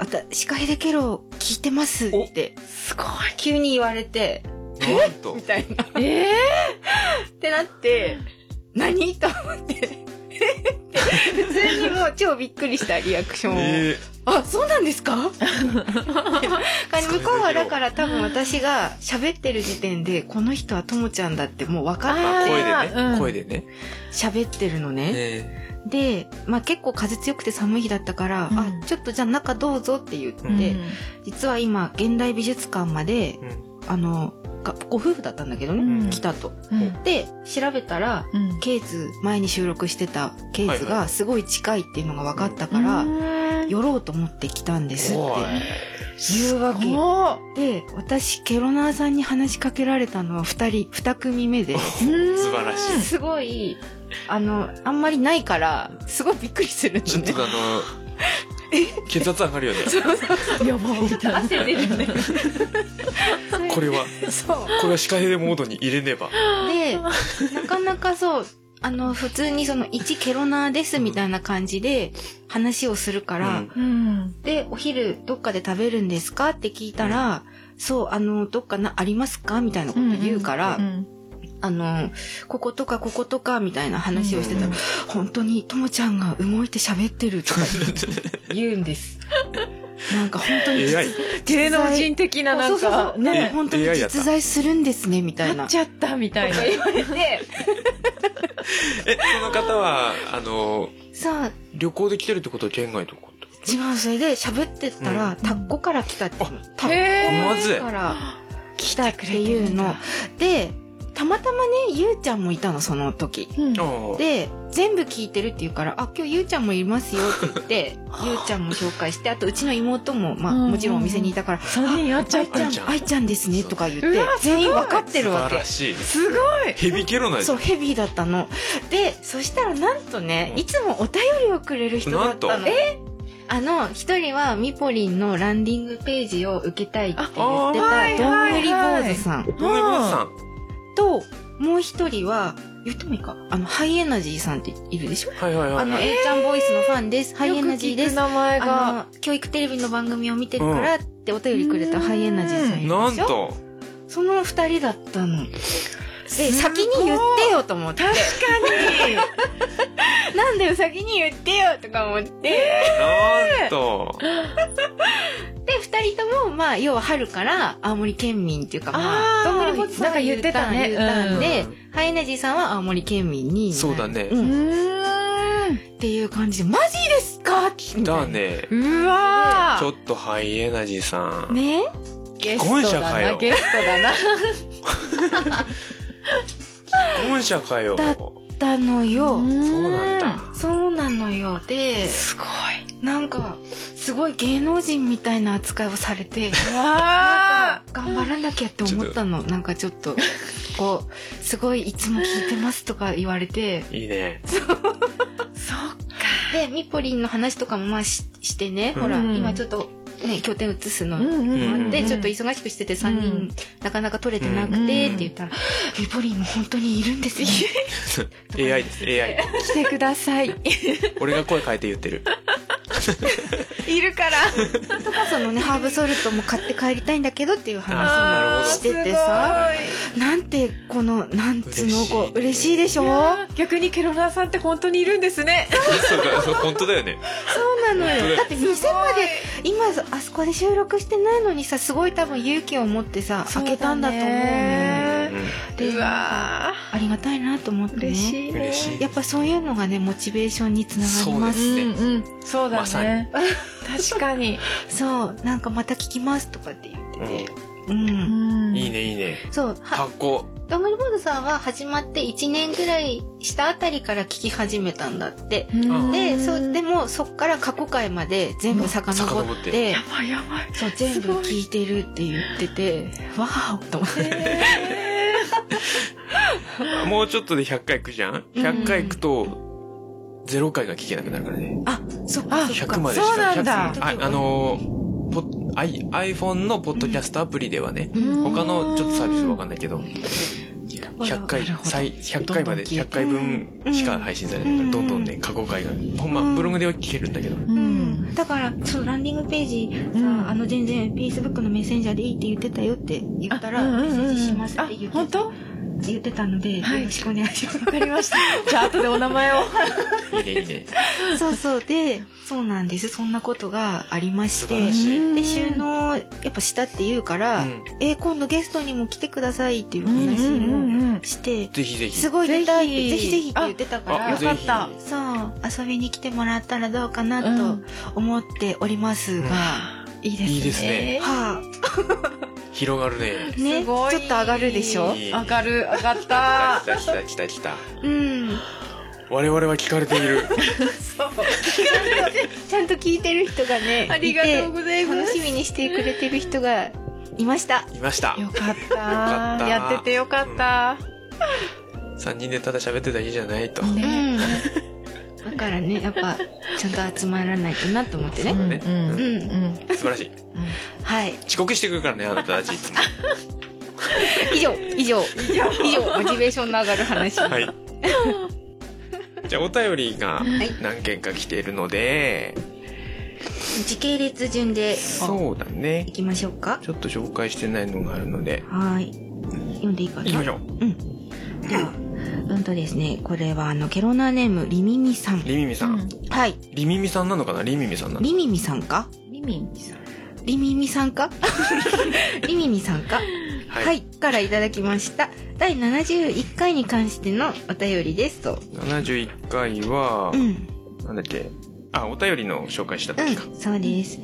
Speaker 1: あた、シカヘデケロ聞いてますって、すごい急に言われて、
Speaker 2: なんと
Speaker 1: み。たいな。っ
Speaker 4: ええ
Speaker 1: てなって、何と思って。普通にもう超びっくりしたリアクションを。
Speaker 2: え
Speaker 1: あ、そうなんです か向こうはだから多分私が喋ってる時点で、この人はともちゃんだってもう分か
Speaker 2: ー
Speaker 1: って
Speaker 2: 声
Speaker 4: あ
Speaker 2: で
Speaker 4: う
Speaker 2: ね。
Speaker 4: ん
Speaker 2: 声でね。
Speaker 1: 喋ってるのね。
Speaker 2: ね
Speaker 1: で、まあ結構風強くて寒い日だったから、
Speaker 4: うん
Speaker 1: あ、ちょっとじゃあ中どうぞって言って、
Speaker 2: うん
Speaker 1: 実は今、現代美術館まで、
Speaker 2: うん
Speaker 1: あの、がご夫婦だったんだけどね、
Speaker 4: うん
Speaker 1: 来たと。
Speaker 4: うん
Speaker 1: で、調べたら、
Speaker 4: うん
Speaker 1: ケイズ、前に収録してたケイズ
Speaker 2: はいは
Speaker 1: がすごい近いっていうのが分かったから、
Speaker 4: うん
Speaker 1: 寄ろうと思って来たんですっ
Speaker 2: おい。
Speaker 1: ていうわけ。
Speaker 4: お
Speaker 1: で、私、ケロナーさんに話しかけられたのは二人、二組目で、
Speaker 4: ー
Speaker 2: 素晴らしい。
Speaker 1: すごい、あの、あんまりないから、すごいびっくりするん
Speaker 2: ちょっ
Speaker 1: ね
Speaker 2: と。あの、血圧上がるよね。
Speaker 4: やばいみたいな
Speaker 1: 出るね。
Speaker 2: これは、
Speaker 1: そう。
Speaker 2: これはシカヘデモードに入れねば。
Speaker 1: で、なかなかそう、あの、普通にその、一ケロナーですみたいな感じで話をするから、
Speaker 2: うん
Speaker 4: うん
Speaker 1: で、お昼どっかで食べるんですかって聞いたら、そう、あの、どっかな、ありますかみたいなこと言うから、
Speaker 4: うん
Speaker 1: あの、こことかこことかみたいな話をしてたら、
Speaker 2: うん
Speaker 1: 本当にともちゃんが動いて喋ってるとか言うんです。なんか本当 に実
Speaker 2: 偉い。
Speaker 4: 芸能人的ななん
Speaker 1: そうそう
Speaker 4: か
Speaker 1: そう
Speaker 4: ね
Speaker 1: 本当に
Speaker 2: AI やった
Speaker 1: 実在するんですね、みたい
Speaker 4: な
Speaker 1: な
Speaker 4: っ。ちゃったみたいな
Speaker 1: 言われて、
Speaker 2: え、その方は、あの、
Speaker 1: さあ、
Speaker 2: 旅行で来てるってことは県外とかってこ
Speaker 1: 違う、それで喋ってったら、
Speaker 2: うん
Speaker 1: タッコから来たっていうの。タ
Speaker 4: へ
Speaker 2: ーまずい
Speaker 1: から来たっていうの。で、たまたまね、ゆうちゃんもいたの、その時。
Speaker 4: うん
Speaker 2: とあ
Speaker 1: で、全部聞いてるって言うから、あ、今日ゆうちゃんもいますよって言って、ゆうちゃんも紹介して、あとうちの妹も、まあ、
Speaker 4: うんうんうん
Speaker 1: もちろんお店にいたから、
Speaker 4: 三人やっちゃっ
Speaker 1: あ
Speaker 4: た
Speaker 1: いちゃん、あ
Speaker 2: あ
Speaker 1: いちゃんですねとか言って
Speaker 4: うわ、
Speaker 1: 全員分かっ
Speaker 2: あ。
Speaker 1: てるわ
Speaker 2: 素晴
Speaker 1: け
Speaker 2: ら。しい。
Speaker 4: すごい
Speaker 2: ヘビケロない
Speaker 1: そう、ヘビーだったの。で、そしたらなんとね、
Speaker 2: うん
Speaker 1: いつもお便りをくれる人だった
Speaker 2: なん
Speaker 1: の。
Speaker 2: と
Speaker 1: えあの、一人はミポリンのランディングページを受けたいって言ってた、
Speaker 2: あ
Speaker 1: ど
Speaker 2: あ
Speaker 1: ん
Speaker 2: ー
Speaker 1: ぐり
Speaker 4: はいはい
Speaker 1: 坊
Speaker 4: はい
Speaker 1: 主さん
Speaker 2: どんなことさん。
Speaker 1: と、もう一人は、言ってもいいかあの、ハイエナジーさんっているでしょ
Speaker 2: はいはいは
Speaker 1: あ
Speaker 2: い
Speaker 1: の、
Speaker 2: はい。
Speaker 1: A ちゃんボイスのファンです。ハイエナジーで
Speaker 4: よく聞く
Speaker 1: す。
Speaker 4: 名前が
Speaker 1: あの、教育テレビの番組を見てるからってお便りくれたハイエナジーさんいるでしょ
Speaker 2: なんと。
Speaker 1: その二人だったの。で、
Speaker 4: ごい
Speaker 1: 先に言ってよと思って。
Speaker 4: か
Speaker 1: なんだよ、先に言ってよとか思って。
Speaker 2: なんと。
Speaker 1: で、二人とも、まあ、要は春から青森県民っていうか、ま
Speaker 4: あ
Speaker 1: あ、
Speaker 4: ー
Speaker 1: どんぐりぼっちさん
Speaker 4: なん
Speaker 1: が
Speaker 4: か言
Speaker 1: 言
Speaker 4: っ
Speaker 1: ってて
Speaker 4: た
Speaker 1: た
Speaker 4: ね
Speaker 1: ね。言ったんで
Speaker 2: うん、
Speaker 1: ハイネジーさんは青森県民に。
Speaker 2: そうだね
Speaker 1: う。
Speaker 4: う
Speaker 1: っ
Speaker 4: んーん
Speaker 1: ていう感じで、マジですかみたいな
Speaker 2: だ。ね。
Speaker 4: うわ
Speaker 2: ちょ
Speaker 4: ー
Speaker 2: っとハイエナジーさん。
Speaker 1: ね
Speaker 4: ゲ
Speaker 2: 既婚
Speaker 4: ス
Speaker 2: 者
Speaker 4: ト
Speaker 2: か
Speaker 4: だ
Speaker 2: よ
Speaker 4: なゲストだな
Speaker 2: 本社かよ。
Speaker 1: だだのよ。
Speaker 2: そうなんだ。
Speaker 1: そうなのよ。で、
Speaker 4: すごい
Speaker 1: なんか、すごい芸能人みたいな扱いをされ て、
Speaker 4: わ
Speaker 1: 頑張らなきゃって思ったの。なんかちょっと、こう、すごいいつも聞いてますとか言われて、
Speaker 2: いいね。
Speaker 4: ーそっ
Speaker 1: で、みぽりんの話とかもまあししてね、
Speaker 2: うん
Speaker 1: ほら、
Speaker 4: うん
Speaker 1: 今ちょっとね、拠点移すの。
Speaker 4: うんうんうん
Speaker 1: で、ちょっと忙しくしてて3人、
Speaker 4: うん
Speaker 1: なかなか取れてなくて、って言ったら、みぽりんも本当にいるんですよ。
Speaker 2: AI です、AI。
Speaker 4: 来てください
Speaker 2: 俺が声変えて言っ てる。
Speaker 4: いるから
Speaker 1: とか、そのね、ハーブソルトも買って帰りたいんだけどっていう
Speaker 2: あーなる
Speaker 1: 話
Speaker 2: ほ
Speaker 1: も
Speaker 2: ど
Speaker 1: しててさ、なんて、この、なんつうの、こう、嬉
Speaker 2: 嬉し
Speaker 1: しいでしょ
Speaker 4: 逆にケロナーさんって本当にいるんですね
Speaker 2: そうだ、そう本当だよね。
Speaker 1: そうなの
Speaker 2: 本当だよ
Speaker 1: よ。だって店まで今あそこで収録してないのにさすごい多分勇気を持ってさ、開けたんだと思うのよ
Speaker 2: う
Speaker 1: で
Speaker 4: うわ
Speaker 1: ありがたいなと思ってね
Speaker 4: 嬉しい
Speaker 2: ん
Speaker 4: ね
Speaker 2: 嬉しい。
Speaker 1: やっぱそういうのがねモチベーションにつながりま
Speaker 2: そ
Speaker 1: す
Speaker 2: ね
Speaker 4: うんうんそうだ
Speaker 2: まさに
Speaker 4: ね確かに
Speaker 1: そうなんかまた聞きますとかって言っててうん、
Speaker 4: うん
Speaker 2: いいね、いいね。
Speaker 1: そうは
Speaker 2: 発酵。
Speaker 1: ダムルボードさんは始まって1年ぐらいしたあたりから聞き始めたんだって
Speaker 4: うん
Speaker 1: でそうでもそっから過去回まで全部遡
Speaker 2: 遡
Speaker 1: っ
Speaker 2: って
Speaker 1: て
Speaker 4: やばいやばい
Speaker 1: そう全部聞いてるって言っててわーおと思って
Speaker 2: もうちょっとで100回いくじゃん ?100 回いくと、0回が聞けなくなるからね。
Speaker 1: あそっ
Speaker 4: あ
Speaker 1: かそっか
Speaker 2: 100までし
Speaker 4: そう
Speaker 2: か
Speaker 4: なんだ
Speaker 2: 100ああのー、ポッアイ iPhone のポッドキャストアプリではね、
Speaker 1: うん
Speaker 2: 他のちょっとサービスわかんないけど、100回
Speaker 4: なるほ、ど
Speaker 2: 最、100回まで、
Speaker 4: どんどん消え
Speaker 2: 100回分しか配信されないから、どんどんね、過去回が、ほんま、ブログでは聞けるんだけど。
Speaker 4: う
Speaker 1: うん、だからそうランディングページさ、
Speaker 4: うん
Speaker 1: あの全然 Facebook のメッセンジャーでいいって言ってたよって言ったら、
Speaker 4: う
Speaker 1: メ
Speaker 4: んうん
Speaker 1: ッ
Speaker 4: う
Speaker 1: セー
Speaker 4: んうん
Speaker 1: ジしますって言
Speaker 4: あ
Speaker 1: っ
Speaker 4: 本
Speaker 1: て
Speaker 4: 当
Speaker 1: 言ってたので、
Speaker 4: はい
Speaker 1: よろしくお願いします。
Speaker 4: わかりましたじゃあ後でお名前を
Speaker 2: いいね、いいね。
Speaker 1: そうそうで そうなんですそんなことがありまし
Speaker 2: 素晴ら
Speaker 1: て
Speaker 2: しい
Speaker 1: で収納やっぱしたって言うから、
Speaker 2: うん
Speaker 1: え今度ゲストにも来てくださいっていう
Speaker 4: うんうん
Speaker 1: 話を
Speaker 4: うんうん
Speaker 1: して、
Speaker 2: ぜひぜひ
Speaker 1: す。ごい出たいって
Speaker 4: ぜ
Speaker 1: ぜ
Speaker 4: ひ
Speaker 1: ひぜひって言ってたから
Speaker 2: あ
Speaker 4: よかった
Speaker 2: ぜひ
Speaker 1: そう遊びに来てもらったらどうか
Speaker 4: う
Speaker 1: なんと思っておりますが、いいですね。
Speaker 2: いいですね
Speaker 1: は
Speaker 2: 広がるね。
Speaker 1: あ、ね
Speaker 4: す
Speaker 1: ち
Speaker 4: ごい
Speaker 1: ょっと上がるでしょ
Speaker 2: いい
Speaker 4: 上がる上がっ
Speaker 2: 来
Speaker 4: た
Speaker 2: た来た来た来た。
Speaker 1: うん
Speaker 2: 我々は聞かれている。
Speaker 1: ちゃんと聞いてる人がね
Speaker 4: ありがとうござい
Speaker 1: いて
Speaker 4: ま
Speaker 1: 楽
Speaker 4: す
Speaker 1: しみにしてくれてる人がいました
Speaker 2: いました。
Speaker 4: よか
Speaker 2: か
Speaker 4: っ
Speaker 2: った
Speaker 4: たやっててよかった
Speaker 2: 3人でただ喋ってるだけじゃないと。
Speaker 1: う
Speaker 4: ね
Speaker 1: んだからねやっぱちゃんと集まらないとなと思って
Speaker 4: う
Speaker 1: ね
Speaker 4: ん
Speaker 2: ね
Speaker 1: う
Speaker 4: うん
Speaker 1: ん
Speaker 2: 素晴らしい。
Speaker 1: はい
Speaker 2: 遅刻してくるからね、あなたたちいつも。
Speaker 1: 以上以上以上モチベーションの上がる話
Speaker 2: はい。 じゃあ、お便りが
Speaker 1: い
Speaker 2: 何件か来ているので、
Speaker 1: 時系列順で
Speaker 2: そうだ
Speaker 1: い
Speaker 2: ね。
Speaker 1: きましょうか
Speaker 2: ちょっと紹介してないのがあるので、
Speaker 1: はい読んでいいか
Speaker 2: 行きまし
Speaker 1: な
Speaker 2: ょう。
Speaker 1: ではうんとですねこれはあのケロナーネームリミミさん
Speaker 2: リミミさ
Speaker 4: うんん。
Speaker 1: はい
Speaker 2: リミミさんなのかなリミミさんなの
Speaker 1: リミミさんか
Speaker 4: ミミンさん
Speaker 1: リミミさん かリミミさんか
Speaker 2: は
Speaker 1: はいい、からいただきました第71回に関してのお便りですと
Speaker 2: 71回は
Speaker 1: う、ん
Speaker 2: なんだっけあ、お便りの紹介した時か。
Speaker 1: うんそうです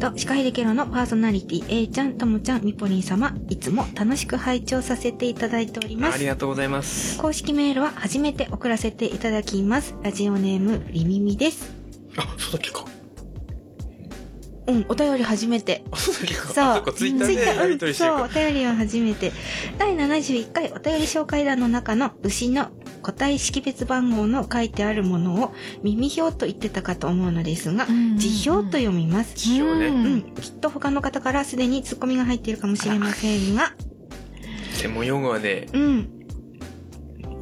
Speaker 1: とシカヘデケロのパーソナリティ A ちゃんともちゃんみぽりん様いつも楽しく拝聴させていただいておりま
Speaker 2: あり
Speaker 1: す
Speaker 2: がとうございます。
Speaker 1: 公式メールは初めて送らせていただきますラジオネームリミミです
Speaker 2: あ、そうだっけか。
Speaker 1: うんお便り初めて
Speaker 2: あ、そうだっけか。
Speaker 1: そう
Speaker 2: あそっか、ツイッターでやりとりしてる
Speaker 1: そう、
Speaker 2: か
Speaker 1: お便りを初めて。第71回お便り紹介欄の中の牛の個体識別番号の書いてあるものを耳標と言ってたかと思うのですが、辞表と読みます。
Speaker 2: 一応
Speaker 4: う
Speaker 2: ね、
Speaker 4: ん
Speaker 1: うん、きっと他の方からすでにツッコミが入っているかもしれませんが、
Speaker 2: 専門用語はね、
Speaker 1: うん、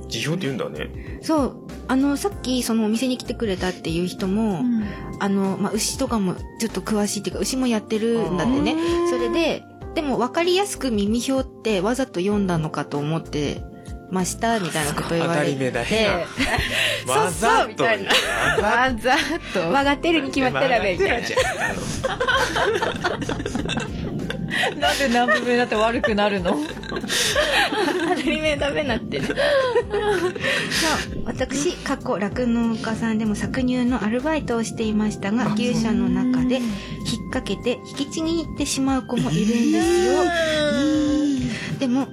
Speaker 2: 辞表って言うんだね。
Speaker 1: そう、あの、さっきそのお店に来てくれたっていう人も、あの、まあ、牛とかもちょっと詳しいっていうか、牛もやってるんだってね。それで、でも分かりやすく耳表ってわざと読んだのかと思ってましたみたいなこと言
Speaker 2: 当
Speaker 1: わ
Speaker 2: た
Speaker 1: れ
Speaker 2: り目だ
Speaker 1: て
Speaker 2: 変な。
Speaker 1: そう
Speaker 2: わざ
Speaker 1: そうみ
Speaker 2: と。
Speaker 1: たいな
Speaker 4: わざと。
Speaker 1: わがってるに決まってらべみたいな
Speaker 4: なんで何分目だって悪くなるの
Speaker 1: 当たり目ダメなってるそう私過去酪農家さんでも搾乳のアルバイトをしていましたが牛舎の中で引っ掛けて引きちぎってしまう子もいるんですよ、でも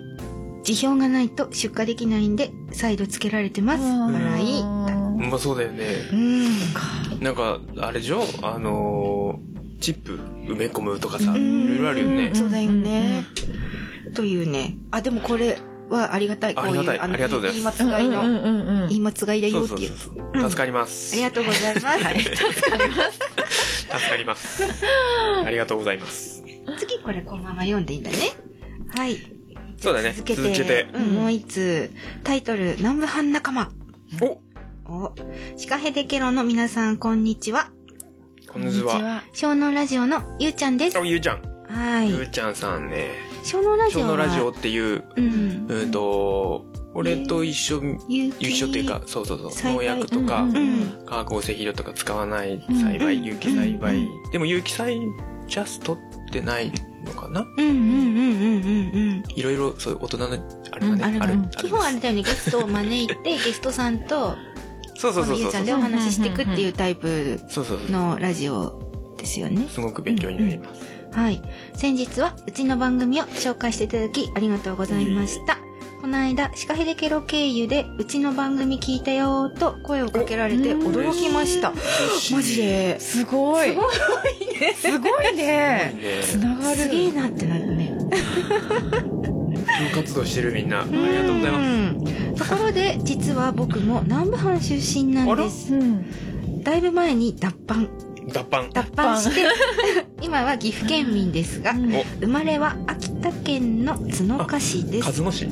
Speaker 1: 辞表がないと出荷できないんで再度つけられてます
Speaker 4: うん
Speaker 1: 笑い
Speaker 2: うんまあそうだよね。
Speaker 1: うん
Speaker 2: なんか、あれでしょあのー、チップ埋め込むとかさ、
Speaker 1: う
Speaker 2: い
Speaker 1: ん
Speaker 2: ろいろあるよね
Speaker 4: ん。
Speaker 1: そうだよね、というねあでもこれはありがたいこうい
Speaker 2: ありがたいう
Speaker 1: あの
Speaker 2: ありがとうござい
Speaker 1: 言い
Speaker 2: ま
Speaker 1: 間
Speaker 4: うん
Speaker 1: 違いの、
Speaker 4: うんうんうん
Speaker 1: 言い間違いだ
Speaker 2: そ
Speaker 1: よ
Speaker 2: う
Speaker 1: って
Speaker 2: そう
Speaker 1: いう
Speaker 2: そうそう。助かります。
Speaker 1: ありがとうございます、
Speaker 2: 助かります。ありがとうございます。
Speaker 1: 次これこのまま読んでいいんだねはい
Speaker 2: そうだね。
Speaker 1: 続けて
Speaker 2: 続けて。
Speaker 1: うん、もう一つタイトル「南部半仲間
Speaker 2: お」
Speaker 1: おシカヘデケロの皆さんこんにちは
Speaker 2: こんにちは。
Speaker 1: 湘南ラジオのゆうちゃんです
Speaker 2: あ、
Speaker 1: は
Speaker 2: ゆうちゃん。ゆ
Speaker 1: いう
Speaker 2: ちゃんさんね。
Speaker 1: 湘南ラジ
Speaker 2: 今
Speaker 1: オ
Speaker 2: 日
Speaker 1: は
Speaker 2: のラジオっていう、
Speaker 1: うん
Speaker 2: うんと、俺と一緒、
Speaker 1: 有機
Speaker 2: 一緒っていうか、そうそうそう、
Speaker 1: 栽
Speaker 2: 農
Speaker 1: 培
Speaker 2: 薬とか
Speaker 4: うんうん、
Speaker 1: うん
Speaker 2: 化学合成肥料とか使わない
Speaker 4: うん
Speaker 2: 栽培、
Speaker 1: うん
Speaker 2: 有機栽培
Speaker 4: う。
Speaker 2: でも有機栽ジャストってないのかな
Speaker 1: うんうんうんうんうん
Speaker 2: いろいろ、そういう大人の、あれがね、
Speaker 1: うん
Speaker 2: あ
Speaker 1: あ
Speaker 2: る
Speaker 1: るう
Speaker 2: ん
Speaker 1: ん
Speaker 2: です。
Speaker 1: 基本あれだよねゲストを招いてゲストさんと
Speaker 2: そうそ
Speaker 1: こ
Speaker 2: うそ
Speaker 1: の
Speaker 2: う
Speaker 1: ゆ
Speaker 2: そうう
Speaker 1: ち
Speaker 2: そ
Speaker 1: ゃん
Speaker 2: う。
Speaker 1: でお話ししていくっていうタイプ
Speaker 2: そうそうそう。
Speaker 1: のラジオですよね
Speaker 2: すごく勉強になります。
Speaker 1: はい。先日はうちの番組を紹介していただきありがとうございました。この間、シカヘデケロ経由でうちの番組聞いたよーと声をかけられて
Speaker 4: お
Speaker 1: 驚きました。マジで。す
Speaker 4: すごい。すごいね。すごいね。
Speaker 2: ね
Speaker 4: つながる。
Speaker 1: げえなってなるね。
Speaker 2: 普及活動してるみんな。ありがとうございます。
Speaker 1: うんところで、実は僕も南部藩出身なんです。
Speaker 4: うん。
Speaker 1: だいぶ前に脱藩。
Speaker 2: 脱藩。
Speaker 1: 脱藩して、 今は岐阜県民ですが、生まれは秋田県の角鹿市です
Speaker 2: 鹿。角市。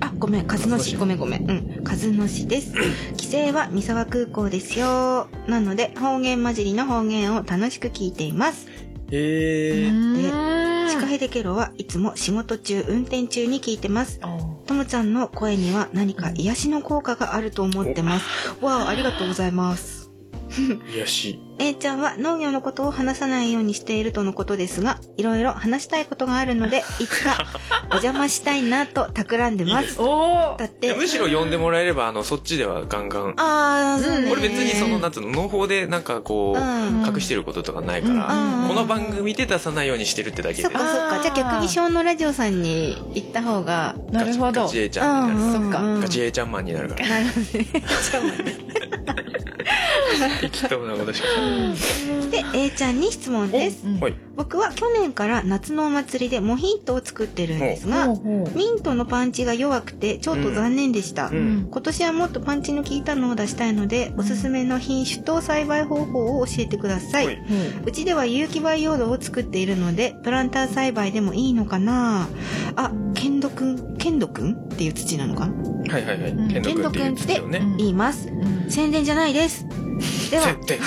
Speaker 1: あ、ごめん、カズノ市、ごめんごめん。うん、カズノ市です。帰省は三沢空港ですよ。なので、方言混じりの方言を楽しく聞いています。
Speaker 2: ええ。
Speaker 1: シカ
Speaker 4: 近い。
Speaker 1: ヘデケロはいつも仕事中、運転中に聞いてます。ともちゃんの声には何か癒しの効果があると思ってます。わあ、ありがとうございます。
Speaker 2: 癒やし。
Speaker 1: A ちゃんは農業のことを話さないようにしているとのことですが、いろいろ話したいことがある ので、いつかお邪魔したいなと企んでます。
Speaker 4: おお
Speaker 1: だ
Speaker 4: ー。
Speaker 1: って、
Speaker 2: むしろ呼んでもらえれば、あの、そっちではガンガン。
Speaker 1: あー、そうね。
Speaker 2: 俺別にその、なんつうの、農法でなんかこう、
Speaker 1: うん
Speaker 2: 隠してることとかないか
Speaker 1: う
Speaker 2: ら、
Speaker 1: ん
Speaker 2: この番組で出さないようにしてるってだけで
Speaker 1: そっ。かそっ
Speaker 4: あ
Speaker 1: か
Speaker 4: ー
Speaker 1: じゃあ逆に小のラジオさんに行った方が
Speaker 4: なるほ
Speaker 2: ガチ
Speaker 4: ど
Speaker 2: ガ。チ A ちゃんみたいな。
Speaker 4: んそっか
Speaker 1: うん
Speaker 2: ガチ A ちゃんマンになるから。
Speaker 1: なるほどね
Speaker 2: 適当なことしか。
Speaker 1: で A ちゃんに質問です
Speaker 4: うん
Speaker 2: はい。
Speaker 1: 僕は去年から夏のお祭りでモヒントを作ってるんです
Speaker 4: ほう
Speaker 1: が
Speaker 4: ほう
Speaker 1: ミントのパンチが弱くてちょっと残念でした、
Speaker 2: うんうん
Speaker 1: 今年はもっとパンチの効いたのを出したいのでおすすめの品種と栽培方法を教えてください、
Speaker 2: はいう
Speaker 1: うちでは有機培養土を作っているのでプランター栽培でもいいのかなあケンドくんケンドくんっていう土なのかな
Speaker 2: はいはいはい。
Speaker 4: ん
Speaker 2: ケンド君っていう土をね。
Speaker 4: うん
Speaker 1: 言います
Speaker 4: ん
Speaker 1: 宣伝じゃない です。では
Speaker 2: 設、定。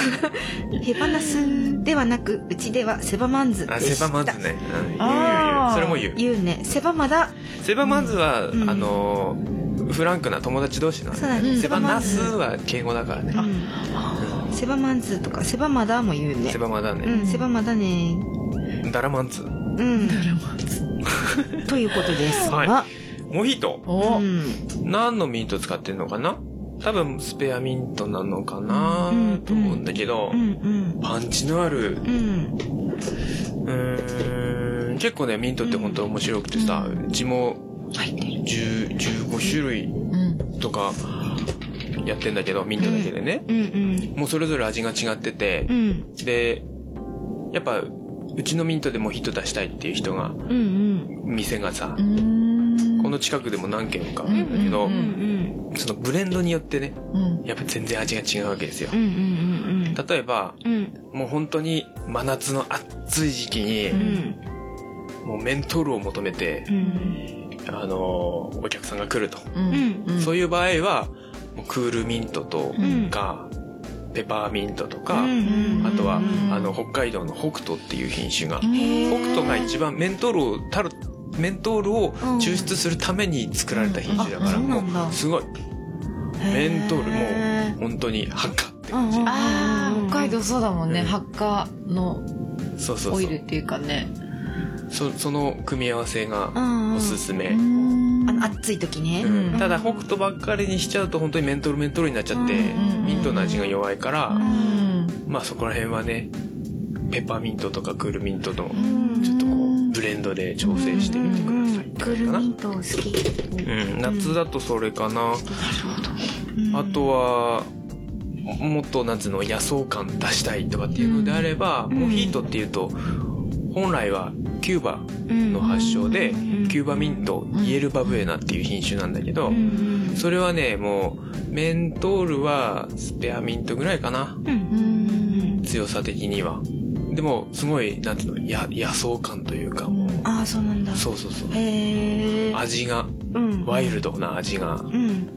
Speaker 1: ヘバナスではなく、うちではセバマンズで
Speaker 2: あ、
Speaker 1: した。
Speaker 2: セバマンズね。うん
Speaker 4: あー
Speaker 2: 言う言う言うそれも言う。
Speaker 1: 言うね。セバマだ。
Speaker 2: セバマンズは、
Speaker 1: うん
Speaker 2: あのー、フランクな友達同士な
Speaker 1: そうだ
Speaker 2: ん
Speaker 1: ね
Speaker 2: で。セバナス
Speaker 1: セバ
Speaker 2: は敬語だからね
Speaker 1: う。ん、セバマンズとか、セバマだも言うね
Speaker 2: セ。バマだ
Speaker 1: う
Speaker 2: ね。
Speaker 1: ん、セバマだね。
Speaker 2: ダラマンツ。
Speaker 1: うん。ということですが、
Speaker 2: はモヒート。
Speaker 4: お
Speaker 1: う
Speaker 4: ー
Speaker 1: ん、
Speaker 2: 何のミント使ってんのかな多分スペアミントなのかな
Speaker 1: うん
Speaker 2: と思うんだけど、
Speaker 1: うん、うん。
Speaker 2: パンチのある、
Speaker 1: うん、
Speaker 2: うーん、結構ね、ミントって本当面白くてさ、うちも
Speaker 4: 入ってる。
Speaker 2: 10 15種類
Speaker 4: うん。
Speaker 2: とかやってんだけど、ミントだけでね。
Speaker 1: うん、うん、
Speaker 2: もうそれぞれ味が違ってて
Speaker 1: う、ん、
Speaker 2: で、やっぱ、うちのミントでもヒット出したいっていう人が、
Speaker 1: うん、うん、
Speaker 2: 店がさ、
Speaker 4: こ
Speaker 2: この近くでも何軒かあ
Speaker 4: う
Speaker 2: るんだけど
Speaker 1: うん、、
Speaker 2: そのブレンドによってね、
Speaker 4: うん
Speaker 2: やっぱ全然味が違うわけですよ
Speaker 1: うん、うん、う。ん、
Speaker 2: 例えば、
Speaker 1: うん、
Speaker 2: もう本当に真夏の暑い時期に、
Speaker 1: うん、
Speaker 2: もうメントールを求めて、
Speaker 1: うん、
Speaker 2: あのーお客さんが来ると、
Speaker 4: うんうん
Speaker 2: そう
Speaker 4: い
Speaker 2: いう場合はもうクールミントと
Speaker 1: うん
Speaker 2: か、ペパーミントとか、
Speaker 1: うん
Speaker 2: あとは、
Speaker 1: うん
Speaker 2: あの北海道の北斗っていう品種が、
Speaker 4: うん
Speaker 2: 北斗が一番メントールをたるメントールを抽出するために作られた品種だから、
Speaker 1: うんあそうなんだ
Speaker 2: もうすごいメントールもう本当に発火って感じ、
Speaker 1: うんうん
Speaker 4: あ
Speaker 1: うん
Speaker 4: あ北海道そうだもんね、
Speaker 2: うん
Speaker 4: 発火の
Speaker 2: そうそう
Speaker 4: オイ
Speaker 2: そ
Speaker 4: ル
Speaker 2: う
Speaker 4: っていうかね
Speaker 2: そその組み合わせが
Speaker 1: ん
Speaker 2: おすすめ、
Speaker 4: うん
Speaker 1: あの暑い時ね、
Speaker 2: うん
Speaker 4: うん
Speaker 2: ただ北斗ばっかりにしちゃうと本当にメントールメントールになっちゃって、
Speaker 4: うん
Speaker 2: ミントの味が弱いから、
Speaker 4: うん
Speaker 2: まあそこら辺はねペッパーミントとかクールミントの
Speaker 1: ん
Speaker 2: ちょっとこうブレンドで調整してみてくださいって
Speaker 1: クー
Speaker 2: 感じ
Speaker 1: ル
Speaker 2: かな、
Speaker 1: ミント好き
Speaker 2: うん、夏だとそれか
Speaker 1: う
Speaker 2: な、
Speaker 1: ん
Speaker 2: あとはもっとなんつうの野草感出したいとかっていうのであれば、
Speaker 1: ん
Speaker 2: モヒートっていうと本来はキューバ
Speaker 1: うん
Speaker 2: の発祥で、
Speaker 1: うん
Speaker 2: キューバミント、
Speaker 4: ん
Speaker 2: イエルバブエナっていう品種なんだけど、
Speaker 1: うん
Speaker 2: それはねもうメントールはスペアミントぐらいかな
Speaker 1: うんうん
Speaker 2: 強さ的にはでもすごいなんていうのや野草感というかもう
Speaker 1: ああそうなんだ
Speaker 2: そうそうそう
Speaker 1: へえ
Speaker 2: 味が
Speaker 1: うん
Speaker 2: ワイルドな味が
Speaker 1: うん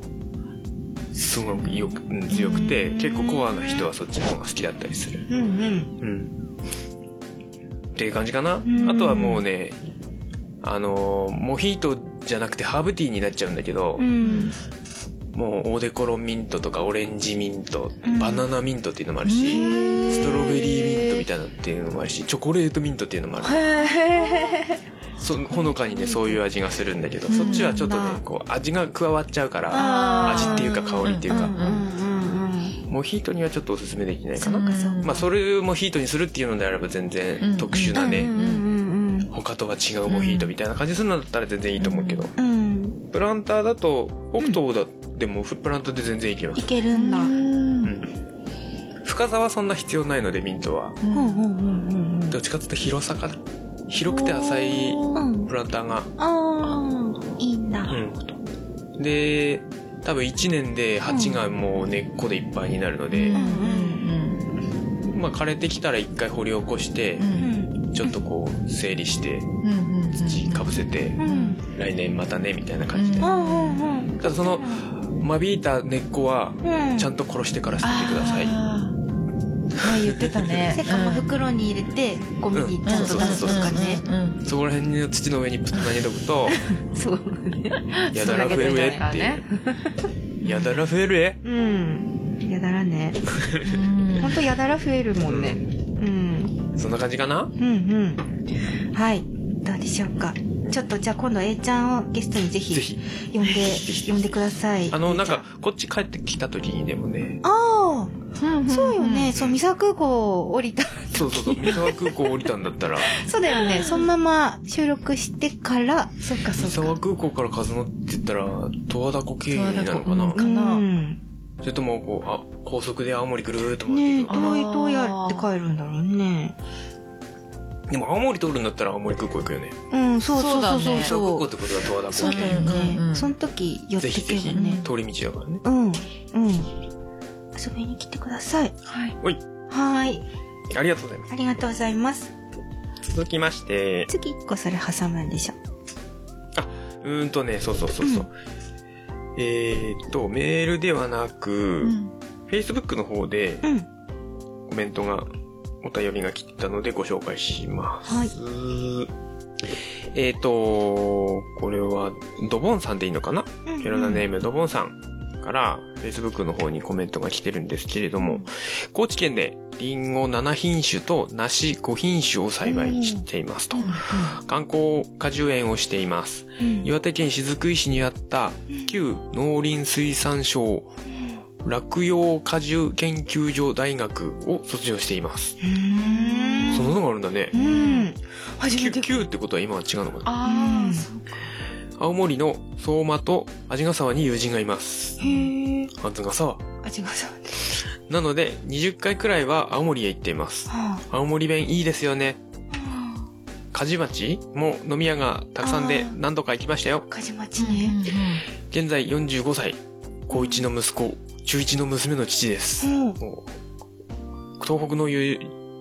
Speaker 2: すごくよくうん強くて結構コアな人はそっちの方が好きだったりする
Speaker 1: うんうん
Speaker 2: うんっていう感じかな
Speaker 1: うん
Speaker 2: あとはもうねあのーモヒートじゃなくてハーブティーになっちゃうんだけど、
Speaker 1: うん
Speaker 2: もうオーデコロンミントとかオレンジミント、
Speaker 1: ん
Speaker 2: バナナミントっていうのもあるし、ストロベリーミントみたいなっていうのもあるしチョコレートミントっていうのもあるそほのかにねそういう味がするんだけど、
Speaker 4: うん
Speaker 2: そっちはちょっと
Speaker 1: な
Speaker 2: ね
Speaker 1: んだ
Speaker 2: こう味が加わっちゃうから
Speaker 1: あ
Speaker 2: 味
Speaker 1: ー
Speaker 2: っていうか香りっていうか、
Speaker 4: うん
Speaker 1: うんうんうん
Speaker 2: モヒートにはちょっとおすすめできないか
Speaker 1: そ
Speaker 2: な、
Speaker 1: うかそうか
Speaker 2: まあそれをモヒートにするっていうのであれば全然特殊なね、
Speaker 1: うんうんうん
Speaker 2: 他とは違うモヒートみたいな感じするんだったら全然いいと思うけど、
Speaker 1: うん
Speaker 2: プランターだと北東だ、でもプランターで全然いけま
Speaker 1: い
Speaker 2: す、
Speaker 1: けるんだ
Speaker 2: うん深さはそんな必要ないのでミントは
Speaker 1: うんうんうんうんうん
Speaker 2: どっちかっていうと広さかな広くて浅い
Speaker 1: うん
Speaker 2: プランターが
Speaker 1: あーいいんだ
Speaker 2: うんで多分1年で鉢がもう根っこでいっぱいになるので、
Speaker 4: うん
Speaker 2: まあ枯れてきたら一回掘り起こして
Speaker 4: う、
Speaker 1: うんん
Speaker 2: ちょっとこう整理して
Speaker 4: うんうん
Speaker 2: 土かぶせて、
Speaker 1: うん
Speaker 2: 来年またねみたいな感じで、
Speaker 1: うんうんうん
Speaker 2: ただその間引いた根っこは
Speaker 1: うん
Speaker 2: ちゃんと殺してから捨ててください、
Speaker 4: あー前言ってたね
Speaker 1: せっかく袋に入れてゴミにちゃんと出すとかね
Speaker 4: うんうん
Speaker 2: そこら辺の土の上にぶっ投げとくと
Speaker 1: そう
Speaker 2: やだら増えるえっていうやだら増えるえ
Speaker 1: うんやだらね
Speaker 4: うん
Speaker 1: ほんとやだら増えるもんねうん
Speaker 2: そんな感じかな
Speaker 1: うんうんはいどうでしょうかちょっとじゃあ今度 A ちゃんをゲストにぜ
Speaker 2: ぜ
Speaker 1: ひ
Speaker 2: ひ
Speaker 1: 呼んで
Speaker 2: ひ
Speaker 1: 呼んでください
Speaker 2: あのなんかこっち帰ってきた時にでもね
Speaker 1: あ
Speaker 4: うんうん
Speaker 1: あそうよねそう三沢空港を降りた
Speaker 2: そうそうそう三沢空港降りたんだったら
Speaker 1: そうだよねそのまま収録してからそっか
Speaker 2: 三
Speaker 1: そっ
Speaker 2: 沢
Speaker 1: か
Speaker 2: 空港から数のって言ったら十和田湖経由なのか
Speaker 4: 十
Speaker 2: な、
Speaker 4: 和田湖
Speaker 1: う
Speaker 4: かなん
Speaker 2: それともこうあ高速で青森ぐるーっと回
Speaker 1: ね
Speaker 2: って
Speaker 1: え
Speaker 2: く
Speaker 1: ど
Speaker 2: る
Speaker 1: ういどうやって帰るんだろうね
Speaker 2: でも青森通るんだったら青森空港行くよね
Speaker 1: うんそうそうそうそう
Speaker 2: 三沢空港
Speaker 1: そ
Speaker 2: っ
Speaker 1: う
Speaker 2: てことは十和田
Speaker 1: そ
Speaker 2: 湖
Speaker 1: う
Speaker 2: 経
Speaker 1: だ
Speaker 2: 由
Speaker 1: よね、
Speaker 4: うんうん
Speaker 1: その時寄って
Speaker 2: ぜ
Speaker 1: け
Speaker 2: ひぜひ
Speaker 1: ばね
Speaker 2: 通り道だからね
Speaker 1: うんうん遊びに来てください
Speaker 4: はい
Speaker 2: おい
Speaker 1: はーい
Speaker 2: ありがとうございま
Speaker 1: ありがとうございます
Speaker 2: す続きまして
Speaker 1: 次一個それ挟むんでしょ
Speaker 2: うーんとねそうそうそうそう、えーっとメールではなく、Facebook の方で
Speaker 1: うん
Speaker 2: コメントがお便りが来てたのでご紹介します、
Speaker 1: はい
Speaker 2: えーっとこれはドボンさんでいいのかな
Speaker 1: うん
Speaker 2: ペロナネームドボンさんから、Facebook の方にコメントが来てるんですけれども、高知県でリンゴ7品種と梨5品種を栽培していますと。観光果樹園をしています。
Speaker 1: うん
Speaker 2: 岩手県雫石にあった旧農林水産省落葉果樹研究所大学を卒業しています。そんなのがあるんだね
Speaker 1: う。ん初め
Speaker 2: 旧
Speaker 1: て
Speaker 2: 旧ってことは今は違うのかな
Speaker 4: あ
Speaker 1: うん
Speaker 4: あそうか
Speaker 2: 青森の相馬と鰺ヶ沢に友人がいます。
Speaker 1: へえ
Speaker 2: 鰺ヶ沢。
Speaker 1: あ違うそうね
Speaker 2: なので、20回くらいは青森へ行っています。
Speaker 1: は
Speaker 2: 青森弁いいですよね。
Speaker 1: あは
Speaker 2: 鍛冶町も飲み屋がたくさんで
Speaker 1: あー
Speaker 2: 何度か行きましたよ
Speaker 1: あ。梶町ね
Speaker 2: 現在45歳。高一の息子、中一の娘の父です。
Speaker 1: うん
Speaker 2: もう東北の友、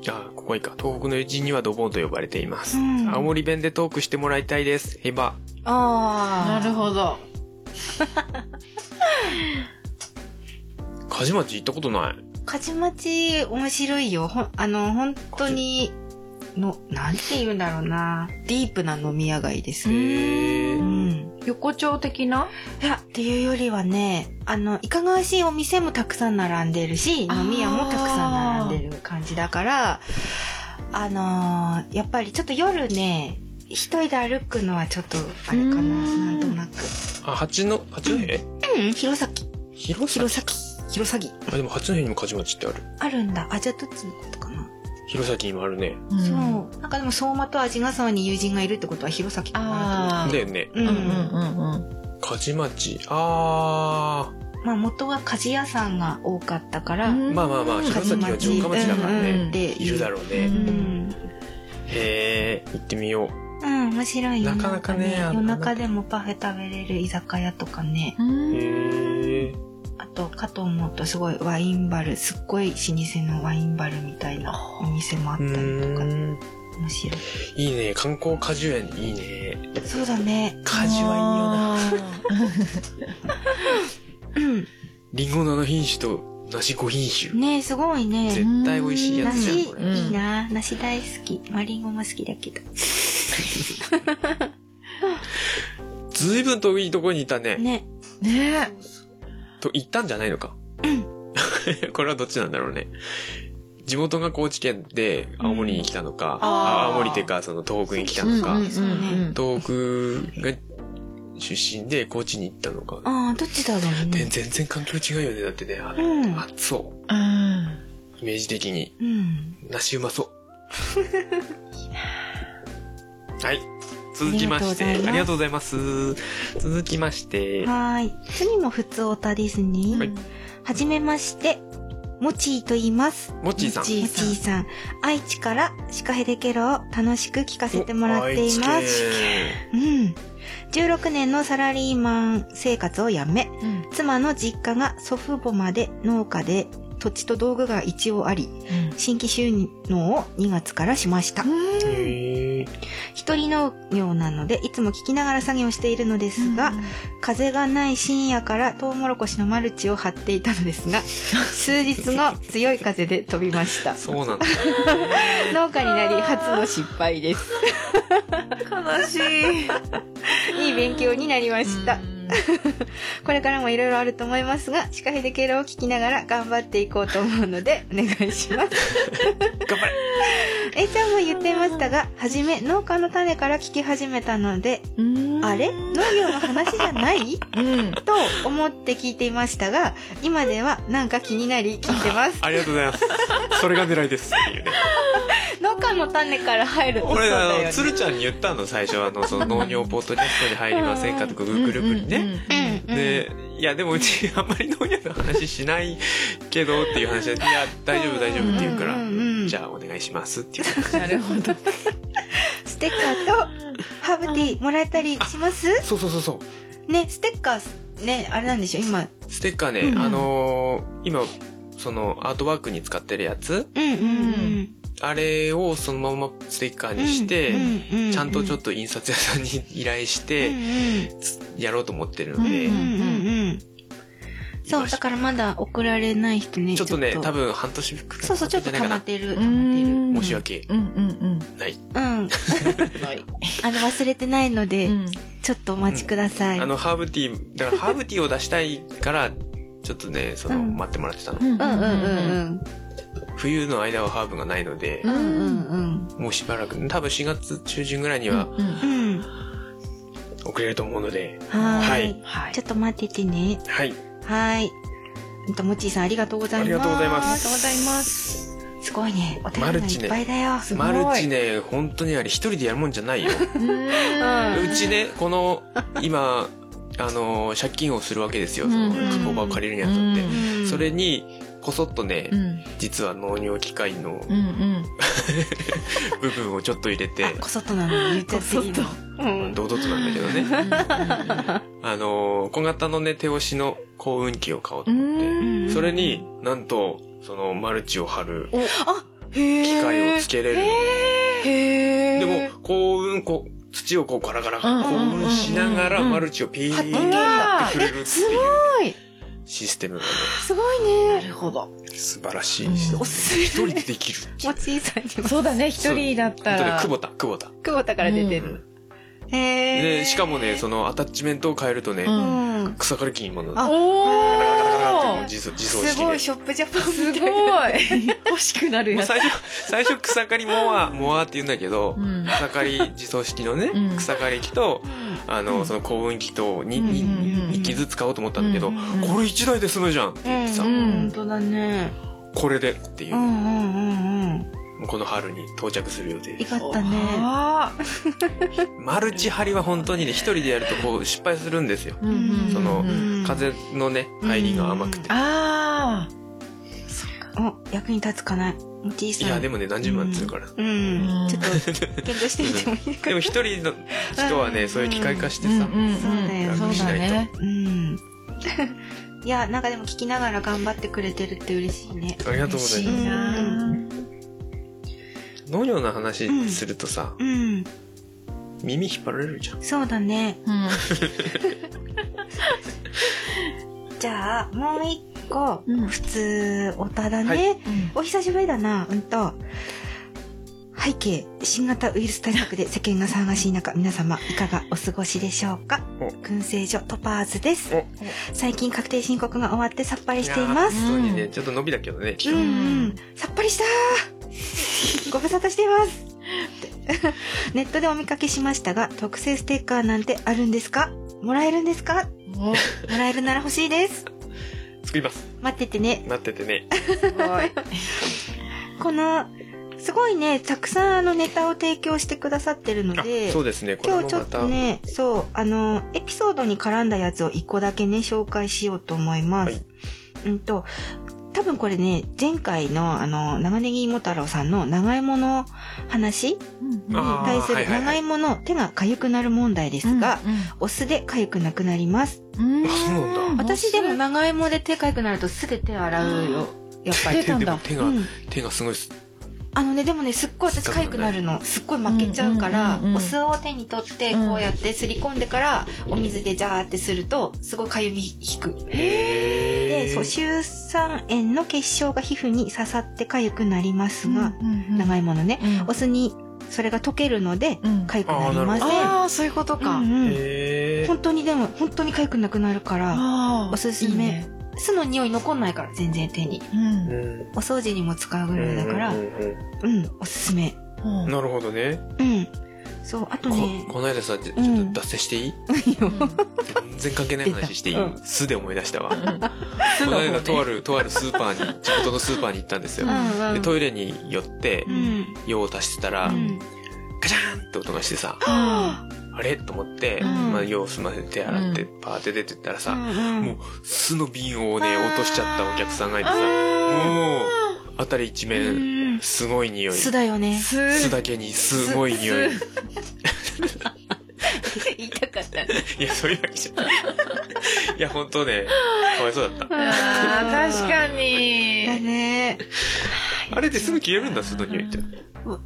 Speaker 2: あ、ここはいいか。東北の友人にはドボンと呼ばれています。
Speaker 1: うん
Speaker 2: 青森弁でトークしてもらいたいです。ヘバ。
Speaker 1: ああ
Speaker 4: なるほど
Speaker 2: 鍛冶町行ったことない。
Speaker 1: 勝ち待ち面白いよ。ほんあの、本当に、の、なんて言うんだろうな。ディープな飲み屋街です。
Speaker 2: へ
Speaker 1: う
Speaker 2: ー
Speaker 1: ん。
Speaker 4: 横丁的ない
Speaker 1: や、っていうよりはね、あの、いかがわしいお店もたくさん並んでるし、
Speaker 4: あー
Speaker 1: 飲み屋もたくさん並んでる感じだから、あのーやっぱりちょっと夜ね、一人で歩くのはちょっと、あれかな、
Speaker 4: うー
Speaker 1: なん
Speaker 4: ん
Speaker 1: となく。
Speaker 2: あ、八の、八の辺
Speaker 1: うん、弘前。
Speaker 2: 広さ
Speaker 1: 弘前。弘前。
Speaker 2: あ、でも八の辺にもカジマチってある。
Speaker 1: あるんだ。あ、じゃあどっちのことかな。
Speaker 2: 弘前にもあるね。
Speaker 4: うん
Speaker 1: そう。なんかでも、相馬と味ヶ沢に友人がいるってことは弘前かな
Speaker 4: ああ
Speaker 2: だよね。
Speaker 1: と思う。
Speaker 4: う
Speaker 1: うんん。
Speaker 4: うんうんうん
Speaker 2: カジマチ。あ
Speaker 1: まあ、元は鍛冶屋さんが多かったから、
Speaker 4: うん
Speaker 2: ー。まあまあまあ、弘前は城下町だから
Speaker 1: うん
Speaker 2: ね。
Speaker 1: うんで
Speaker 2: いるだろうね
Speaker 1: う。ん。
Speaker 2: へえ、行ってみよう。
Speaker 1: うん、面白いよ
Speaker 2: なかなかね
Speaker 1: ん
Speaker 2: あの
Speaker 1: 夜中でもパフェ食べれる居酒屋とかね。
Speaker 2: へえ。
Speaker 1: あと、かと思うとすごいワインバル、すっごい老舗のワインバルみたいなお店もあっ
Speaker 2: う
Speaker 1: たりとかね。
Speaker 2: ーん。
Speaker 1: 面白い。
Speaker 2: いいね。観光果樹園、いいね。
Speaker 1: そうだね。
Speaker 2: 果樹はいいよな。
Speaker 1: うん。
Speaker 2: リンゴ7品種と梨5品種。
Speaker 1: ねすごいね。
Speaker 2: 絶対美味しいやつじゃん、
Speaker 1: 梨、
Speaker 2: こ
Speaker 4: う
Speaker 2: れ。
Speaker 4: ん
Speaker 1: いいな。梨大好き。マリンゴも好きだけど。
Speaker 2: ずいぶん遠いとこにいたね。
Speaker 1: ね。
Speaker 4: ね
Speaker 2: と、行ったんじゃないのか。 これはどっちなんだろうね。地元が高知県で青森に来たのか、
Speaker 4: あー
Speaker 2: 青森っていうか、その東北に来た
Speaker 4: え
Speaker 2: のか、
Speaker 1: そうね
Speaker 2: 東北が出身で高知に行ったのか。
Speaker 1: ああ、どっちだろう
Speaker 2: で
Speaker 1: ね。
Speaker 2: 全然環境違うよね。だってね、あ
Speaker 1: うん
Speaker 2: 暑そう。
Speaker 4: うん
Speaker 2: イメージ的に。
Speaker 1: うん。
Speaker 2: 梨うまそう。はい。続きまして、あ
Speaker 1: あ
Speaker 2: り
Speaker 1: り
Speaker 2: が
Speaker 1: が
Speaker 2: とうございます。続きまして、
Speaker 1: はーい。次も普通オタですね。
Speaker 2: はい
Speaker 1: はじめまして。もちーと言います。
Speaker 2: もっちーさん。
Speaker 1: じいさん愛知からシカヘデケロを楽しく聞かせてもらっていま
Speaker 2: 愛知
Speaker 1: す。う
Speaker 2: 県
Speaker 1: ん。16年のサラリーマン生活をやめ、妻の実家が祖父母まで農家で、土地と道具が一応あり、新規収納を2月からしました。
Speaker 2: へー
Speaker 1: 一人農業なので、いつも聞きながら作業しているのですが、風がない深夜からトウモロコシのマルチを張っていたの ですが、数日後、強い風で飛びま した。
Speaker 2: そうなんだ。
Speaker 1: 農家になり初の失敗です。
Speaker 4: 悲しい
Speaker 1: いい勉強になりました。これからもいろいろあると思いますが、シカヘデケロを聞きながら頑張っていこうと思うので、お願いします。
Speaker 2: 頑張れ
Speaker 1: A ちゃんも言っていましたが、はじめ農家の種から聞き始めたので、あれ農業の話じゃない
Speaker 4: うん
Speaker 1: と思って聞いていましたが、今ではなんか気になり聞いて ます。
Speaker 2: ありがとうございます。それが狙いですっていうね。
Speaker 1: 農家の種から入るってこと
Speaker 2: 俺、
Speaker 1: だ
Speaker 2: あ
Speaker 1: よ
Speaker 2: の、
Speaker 1: ね。
Speaker 2: 鶴ちゃんに言ったの、最初。あの、その農業ポッドキャストに入りませんかとか、グーグループにね。
Speaker 1: うんうん、
Speaker 2: で、いや、でもうち、あんまり農業の話しないけどっていう話で、いや、大丈夫大丈夫って言うから
Speaker 1: うんうんう、ん
Speaker 2: じゃあお願いしますっていう。
Speaker 4: なるほど
Speaker 1: ステッカーとハーブティーもらえたりします
Speaker 2: そうそうそうそう。
Speaker 1: ね、ステッカー、ね、あれなんでしょ、今。
Speaker 2: ステッカーね、
Speaker 1: うん
Speaker 2: あのー今、その、アートワークに使ってるやつ、
Speaker 1: うんうん
Speaker 4: うん
Speaker 2: あれをそのままステッカーにして、ちゃんとちょっ
Speaker 1: と、
Speaker 2: と印刷屋さんに依頼し
Speaker 1: うん
Speaker 2: て、やろうと思ってる
Speaker 1: うん
Speaker 2: ので、
Speaker 1: うんうんうんそう、だからまだ送られない人ね。
Speaker 2: ちょっとね、多分半年くらい。
Speaker 1: そうそう、ちょっと
Speaker 2: じゃな
Speaker 1: 溜
Speaker 2: いか
Speaker 1: ま
Speaker 2: な
Speaker 1: ってる。溜
Speaker 4: う
Speaker 1: まってる。
Speaker 4: ん
Speaker 2: 申し訳
Speaker 4: うんうん
Speaker 2: ない。
Speaker 1: うん。
Speaker 4: うんはい
Speaker 1: あの、忘れてないので、ちょっとお待ちください。
Speaker 2: あの、ハーブティー、だからハーブティーを出したいから、ちょっとね、その、
Speaker 1: うん
Speaker 2: 待ってもらってたの。
Speaker 4: うん
Speaker 1: うんうんうん
Speaker 2: 冬の間はハーブがないので
Speaker 1: うん。う、んうん
Speaker 2: もうしばらく、多分4月中旬ぐらいには
Speaker 1: うん。うん。
Speaker 2: 遅れると思うので、
Speaker 1: は
Speaker 2: はい
Speaker 1: い。
Speaker 4: はい
Speaker 1: ちょっと待っててね。
Speaker 2: はい。
Speaker 1: はい。うんと、もっちーさんありがとうござい
Speaker 2: あ
Speaker 1: ます。
Speaker 2: りがとうございます。
Speaker 1: ありがとうございます。
Speaker 2: す。
Speaker 1: すごいね。お
Speaker 2: マ
Speaker 1: 便
Speaker 2: ル
Speaker 1: りが
Speaker 2: チね
Speaker 1: いっぱいだよ。
Speaker 4: ごい
Speaker 2: マルチね、本当にあれ、一人でやるもんじゃないよ。
Speaker 1: うん
Speaker 2: うちね、この、今、あの、借金をするわけですよ。その、
Speaker 4: うん
Speaker 2: 加工場を借りるにあたって。
Speaker 1: うん
Speaker 2: それに、こそっとね
Speaker 4: う、ん
Speaker 2: 実は農業機械の
Speaker 4: うんうん
Speaker 2: 部分をちょっと入れて
Speaker 1: あ、こそっとなのに言っちゃっていいの
Speaker 4: こ
Speaker 1: うん
Speaker 2: 堂々となんだけどね。あの、小型のね、手押しの幸運機を買おうと思っ
Speaker 1: うん
Speaker 2: て。それに、なんと、その、マルチを貼る
Speaker 1: あ
Speaker 2: 機
Speaker 1: 機
Speaker 2: 械をつけれる。
Speaker 1: へ
Speaker 2: でも、幸運、こう、土をこうガラガラ、
Speaker 4: うん
Speaker 2: 幸運しながら、
Speaker 4: うん
Speaker 2: マルチをピー
Speaker 1: 貼って
Speaker 2: ン
Speaker 1: いけんだ
Speaker 2: ってくれるっていう。
Speaker 1: すごい
Speaker 2: システムがね、
Speaker 1: すごいね。
Speaker 4: なるほど。
Speaker 2: 素晴らしいシステム。
Speaker 1: おすすめ
Speaker 2: 一人でできるってい
Speaker 1: も
Speaker 2: う
Speaker 1: う。小さいにも。
Speaker 4: そうだね、一人だっ
Speaker 2: 本
Speaker 4: た
Speaker 2: 当ね
Speaker 4: ら。、
Speaker 2: 久保田、久保田。
Speaker 1: 久保田から出て
Speaker 2: う
Speaker 1: る。
Speaker 2: ん
Speaker 1: へえ。
Speaker 2: で、しかもね、そのアタッチメントを変えるとね、
Speaker 4: う
Speaker 1: うん。
Speaker 2: 草刈り機にもなる。
Speaker 1: あ
Speaker 4: お
Speaker 2: 自走自
Speaker 4: ー
Speaker 2: 走
Speaker 1: す
Speaker 2: 式
Speaker 1: ご
Speaker 2: で
Speaker 1: い、。ショップジャパン
Speaker 4: す
Speaker 1: み
Speaker 4: ご
Speaker 1: た
Speaker 4: い
Speaker 1: いな。
Speaker 4: 欲しくなる
Speaker 2: もう
Speaker 4: やつ。
Speaker 2: 最初、最初草刈りモア、モアって言うんだけど
Speaker 4: う、ん
Speaker 2: 草刈り自走式のね
Speaker 4: う、ん
Speaker 2: 草刈り機と、あの、その幸運機とに、に、
Speaker 4: うんうんうん
Speaker 2: に2機ずつ買おうと思ったんだけど、
Speaker 1: うんうんうん
Speaker 2: これ1台で済むじゃんって言ってさ、
Speaker 1: うん、
Speaker 4: うん
Speaker 1: 本当だね。
Speaker 2: これでっていう
Speaker 1: う、んうんうんうん。
Speaker 2: もうこの春に到着する予定
Speaker 1: よ
Speaker 2: で
Speaker 1: か
Speaker 2: す。
Speaker 1: ったね。
Speaker 4: あー
Speaker 2: マルチ張りは本当にね、一人でやるとこう失敗するんですよ。
Speaker 4: うんうんうん
Speaker 2: その
Speaker 1: うん
Speaker 2: 風のね、入りが甘くて。
Speaker 4: あー
Speaker 1: お、役に立つかな。T さ
Speaker 2: い
Speaker 1: ん。
Speaker 2: や、でもね、何十万ってするから。
Speaker 1: うん
Speaker 4: う。ん
Speaker 1: ちょっと、検討してみてもいいか
Speaker 2: で
Speaker 1: な
Speaker 2: も。一人の人はね、そういう機械化してさ、
Speaker 4: うんうん
Speaker 1: そうだよ
Speaker 4: うんそうだね。
Speaker 1: うん。 いや、なんかでも聞きながら頑張ってくれてるって嬉しいね。
Speaker 2: ありがとうございま
Speaker 1: 嬉しい
Speaker 2: す。
Speaker 1: な
Speaker 2: 農業の話するとさ、
Speaker 1: うん。
Speaker 2: 耳引っ張られるじゃん。
Speaker 1: そうだね。
Speaker 4: うん
Speaker 1: じゃあ、もう一個、
Speaker 4: うん
Speaker 1: 普通、おただね。
Speaker 2: はい
Speaker 1: お久しぶりだな。うんと。背景、新型ウイルス対策で世間が騒がしい中、皆様、いかがお過ごしでしょうか
Speaker 2: お
Speaker 1: 燻製所トパーズです
Speaker 2: お。
Speaker 1: 最近確定申告が終わってさっぱりしています。
Speaker 2: 本当にね、ちょっと伸びだけどね、
Speaker 1: うんうん、さっぱりしたーご無沙汰しています ネットでお見かけしましたが特製ステッカーなんてあるんですかもらえるんですか
Speaker 4: おす
Speaker 1: もらえるなら欲しいです
Speaker 2: 作ります。
Speaker 1: 待っててね
Speaker 2: なっててね。
Speaker 4: ごい。
Speaker 1: このすごいねたくさんあのネタを提供してくださってるの
Speaker 2: あ
Speaker 1: で
Speaker 2: そうですね、これ
Speaker 1: 今
Speaker 2: も
Speaker 1: 日ちょ
Speaker 2: ま。
Speaker 1: ったとねそうあのエピソードに絡んだやつを一個だけね紹介しようと思います、
Speaker 2: はい
Speaker 1: うんと多分これね前回のあの長ネギ芋太郎さんの長芋の話
Speaker 4: うん
Speaker 2: あー
Speaker 1: 対す
Speaker 2: はい
Speaker 1: る
Speaker 2: はいはい
Speaker 1: 長芋の手が痒くなる問題ですが、、お酢で痒くなくなります。
Speaker 4: うん
Speaker 2: あそうなんだ
Speaker 1: 私でも長芋で手痒くなるとすぐ手洗うよ。やっぱり。
Speaker 4: 出たんだ
Speaker 2: 手で
Speaker 1: う
Speaker 2: も手が、
Speaker 1: ん、
Speaker 2: 手がすごいっす。
Speaker 1: あのねでもねすっごい私痒くなるのすっごい負けちゃうから、
Speaker 4: うんうんうんうん
Speaker 1: お酢を手に取って
Speaker 4: うん
Speaker 1: こうやってすり込んでからお水でジャーってするとすごい痒み引く。
Speaker 2: へ
Speaker 1: でそう周酸塩の結晶が皮膚に刺さって痒くなりますが、長
Speaker 4: い。
Speaker 1: 芋のね
Speaker 4: うん
Speaker 1: お酢にそれが溶けるので
Speaker 4: うん
Speaker 1: 痒くなりません。
Speaker 4: ああ、そういうことか。
Speaker 1: うんうん
Speaker 2: へー
Speaker 1: 本当にでも本当に痒くなくなるから
Speaker 4: あー
Speaker 1: おすすめ
Speaker 4: いいね
Speaker 1: 酢の匂い残んないから全然手に
Speaker 4: うん
Speaker 1: お掃除にも使うぐらいだから
Speaker 2: うんうんうん
Speaker 1: うんおすすめ
Speaker 2: うんなるほどね。
Speaker 1: うんそうあと
Speaker 2: こ
Speaker 1: ね
Speaker 2: この間さ、ちょち
Speaker 1: う
Speaker 2: ょっ
Speaker 1: ん
Speaker 2: と脱線していい
Speaker 4: うん
Speaker 2: 全然関係ない話していい
Speaker 4: 出た
Speaker 2: 素で思い出したわ。
Speaker 4: 酢
Speaker 2: こ
Speaker 4: の
Speaker 2: の
Speaker 4: 方ね
Speaker 2: 間とある、とあるスーパーに、地元のスーパーに行ったんですよ
Speaker 4: う。
Speaker 2: で、
Speaker 1: う
Speaker 2: トイレに寄って
Speaker 1: う、ん
Speaker 2: 用を足してた
Speaker 1: う
Speaker 2: ら、
Speaker 1: ん
Speaker 2: ガチャーンって音がしてさ、
Speaker 1: あ
Speaker 2: あれと思って、
Speaker 4: うん
Speaker 2: まあ、用を済ませて手洗って、パーって出てったら
Speaker 1: う
Speaker 2: さ、
Speaker 1: んうん
Speaker 2: もう、酢の瓶をね、
Speaker 1: あー
Speaker 2: 落としちゃったお客さんがいてさ、
Speaker 1: あ
Speaker 2: もう、辺り一
Speaker 1: ー
Speaker 2: 面、
Speaker 1: うん
Speaker 2: すごい匂い。
Speaker 1: 酢
Speaker 2: 酢
Speaker 1: だよね
Speaker 4: 酢
Speaker 2: だけにすごい匂い。
Speaker 4: 酢
Speaker 1: 言いたかった
Speaker 2: いや、そういうわけじゃない。 いや、本当ね、かわいそうだった。
Speaker 4: あー確か
Speaker 1: だ
Speaker 4: に。
Speaker 1: ね
Speaker 2: あれですぐ消えるんだ、酢の匂いって。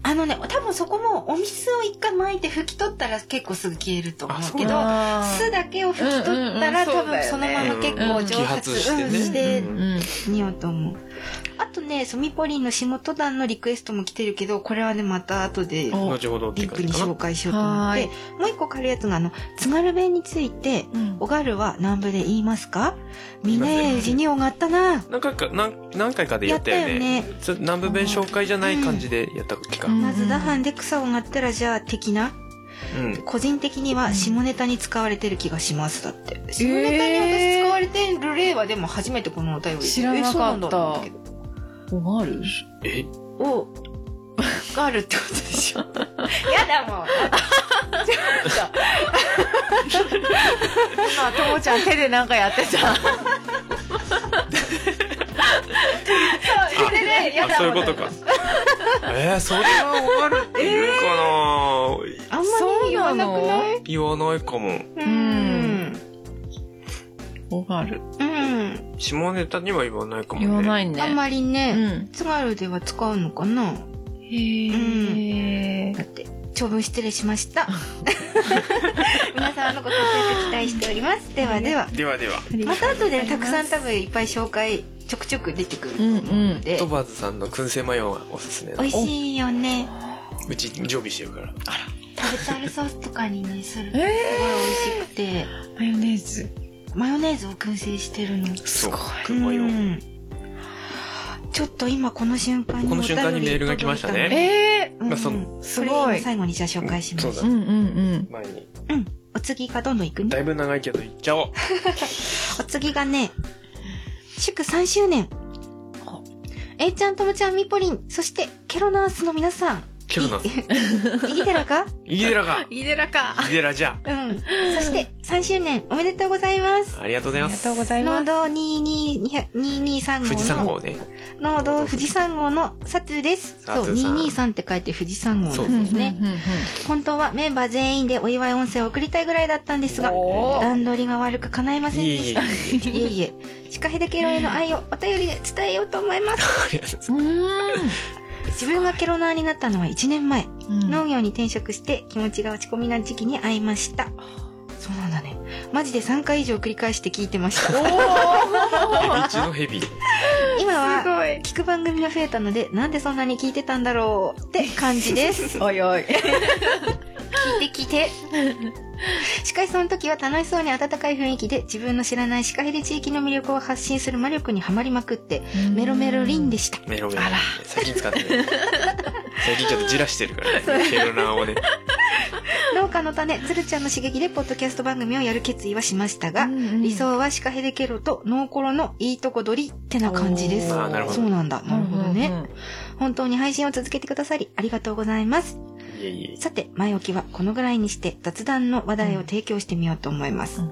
Speaker 1: あのね多分そこもお水を一回巻いて拭き取ったら結構すぐ消えると思
Speaker 2: あそうう
Speaker 1: け
Speaker 2: な
Speaker 1: ど
Speaker 4: あー
Speaker 1: 酢だけを拭き取ったら、
Speaker 4: うんうんうん
Speaker 1: 多分そ
Speaker 4: そう
Speaker 1: の
Speaker 4: だよ
Speaker 1: ま
Speaker 4: ね
Speaker 1: ま結構蒸発,、
Speaker 2: う
Speaker 1: うんん、
Speaker 2: 揮発してね
Speaker 1: して
Speaker 2: うん
Speaker 4: うん
Speaker 1: みようと思うあとねそうミポリンの下戸団のリクエストも来てるけどこれはねまた後で
Speaker 4: お
Speaker 2: 後ほどって
Speaker 1: リン
Speaker 2: 感
Speaker 1: ク
Speaker 2: じ
Speaker 1: に
Speaker 2: かな
Speaker 1: 紹。介しようと思ってもう一個軽いやつがあの津軽弁について「おがるは南部で言いますか?」「みんなええうちにおがったな
Speaker 2: 何回か、何何回かでやったよね。
Speaker 1: やったよ
Speaker 2: それ南部弁紹介じゃない感じでやった時か。
Speaker 4: う」ん
Speaker 1: なずだはんで草をがったらじゃあ的な
Speaker 2: うん。
Speaker 1: 個人的には下ネタに使われてる気がしますだって下ネタに
Speaker 4: え
Speaker 1: 私
Speaker 4: ー
Speaker 1: 使われてる例はでも初めてこのお便りで
Speaker 4: 知らなか
Speaker 1: え
Speaker 4: った
Speaker 1: そうなんだと思けど
Speaker 4: おある
Speaker 2: え
Speaker 1: をがあるってことでしょ やだもん
Speaker 4: 今、ともちゃん手でなんかやって た。
Speaker 2: ああ、そういうことか。えー、それは終わ るって言うかな、
Speaker 1: あんま
Speaker 4: そう
Speaker 1: り言
Speaker 4: な
Speaker 1: わなくない
Speaker 4: の
Speaker 2: 言わないかも。
Speaker 1: うん
Speaker 4: おがる。
Speaker 1: うん
Speaker 2: 下ネタには言わないかもね。。
Speaker 4: 言わないいね。
Speaker 1: あんまり
Speaker 4: う
Speaker 1: ね
Speaker 4: ん。
Speaker 1: 津軽では使うのかな
Speaker 4: へえ。
Speaker 1: だって長文失礼しました皆さんのご活躍期待しております。ではでは。
Speaker 2: ではでは。
Speaker 1: また後でねたくさん多分いっぱい紹介ちょくちょく出てくると
Speaker 4: うん
Speaker 1: 思
Speaker 4: う
Speaker 1: うんの。で、
Speaker 2: トバーズさんの燻製マヨがおすすめな
Speaker 1: 美味しいよね
Speaker 2: うち常備してるから。
Speaker 1: タルタルソースとかにねするすごい
Speaker 4: え
Speaker 1: 美味しくて
Speaker 4: マヨネーズ。
Speaker 1: マヨネーズを燻製してるの
Speaker 2: そう。
Speaker 1: う
Speaker 2: マヨ。
Speaker 1: んちょっと今この瞬間に
Speaker 2: この瞬間にメールが来ましたね
Speaker 1: お便り届い
Speaker 4: え
Speaker 1: たの
Speaker 2: まあそ
Speaker 1: うんうん
Speaker 2: の
Speaker 4: ー、
Speaker 1: そ
Speaker 4: す
Speaker 1: れ
Speaker 4: ご
Speaker 1: 今
Speaker 4: い。
Speaker 1: 最後にじゃあ紹介します、
Speaker 2: うんそう
Speaker 4: う
Speaker 2: だ
Speaker 4: んうん
Speaker 2: 前に。
Speaker 1: うんお次がどんどん行くん
Speaker 2: だ
Speaker 1: で
Speaker 2: いぶ長いけど行っちゃおう。
Speaker 1: お次がね祝3周年
Speaker 4: あ
Speaker 1: えいちゃんともちゃんみぽりんそしてケロナースの皆さん
Speaker 2: ケロナ
Speaker 1: いいい デラか
Speaker 2: イデラが。
Speaker 4: うん。イデラか。
Speaker 2: イデラじゃ。
Speaker 1: うん。そして、3周年おめでとうございます。
Speaker 2: ありがとうござい
Speaker 4: あ
Speaker 2: ま
Speaker 4: りが
Speaker 2: す
Speaker 4: とう。ござい
Speaker 1: 農
Speaker 4: ます。
Speaker 1: 道223
Speaker 2: 富士山
Speaker 1: 号
Speaker 2: 号ね。
Speaker 1: の、農道富士山号のサトゥです。
Speaker 2: サ
Speaker 1: そう、
Speaker 2: トゥさん
Speaker 1: 223って書いて富士山号
Speaker 2: そう
Speaker 1: な
Speaker 2: そ
Speaker 1: ん
Speaker 2: う
Speaker 1: ですね。本当はメンバー全員でお祝い音声を送りたいぐらいだったんですが、
Speaker 4: おー
Speaker 1: 段取りが悪く叶いません
Speaker 2: いえ
Speaker 1: で
Speaker 2: いえ
Speaker 1: し
Speaker 2: いえ。
Speaker 1: た。いえいえ。シカヘデケロへの愛をお便りで伝えようと思い ます。
Speaker 2: ありがとうございます。
Speaker 4: うんうん。
Speaker 1: 自分がケロナーになったのは1年前。
Speaker 4: うん。うん。
Speaker 1: 農業に転職して気持ちが落ち込みな時期に会いました。そうなんだね。マジで3回以上繰り返して聞いてま した。
Speaker 2: うちのヘビ。
Speaker 1: 今
Speaker 4: す
Speaker 1: は
Speaker 4: ごい。
Speaker 1: 聞く番組が増えたのでなんでそんなに聞いてたんだろうって感じです
Speaker 4: おいおい。
Speaker 1: 聞いて聞い てしかしその時は楽しそうに温かい雰囲気で自分の知らない鹿ヘデ地域の魅力を発信する魔力にはまりまくってメロメロリンで した
Speaker 2: メロメロ
Speaker 4: あら。
Speaker 2: 最近使って る。最近ちょっとじらしてるからね。ケロナをね。
Speaker 1: 農家の種鶴ちゃんの刺激でポッドキャスト番組をやる決意はしましたが、理
Speaker 4: 理
Speaker 1: 想は鹿ヘデケロとノーコロのいいとこ取りってな感じです
Speaker 2: おーあーなるほど
Speaker 1: そうなんだなるほどね、
Speaker 4: うんうん
Speaker 1: 本当に配信を続けてくださりありがとうございます
Speaker 2: いえいえ。
Speaker 1: さて、前置きはこのぐらいにして雑談の話題を提供してみようと思います。
Speaker 4: うん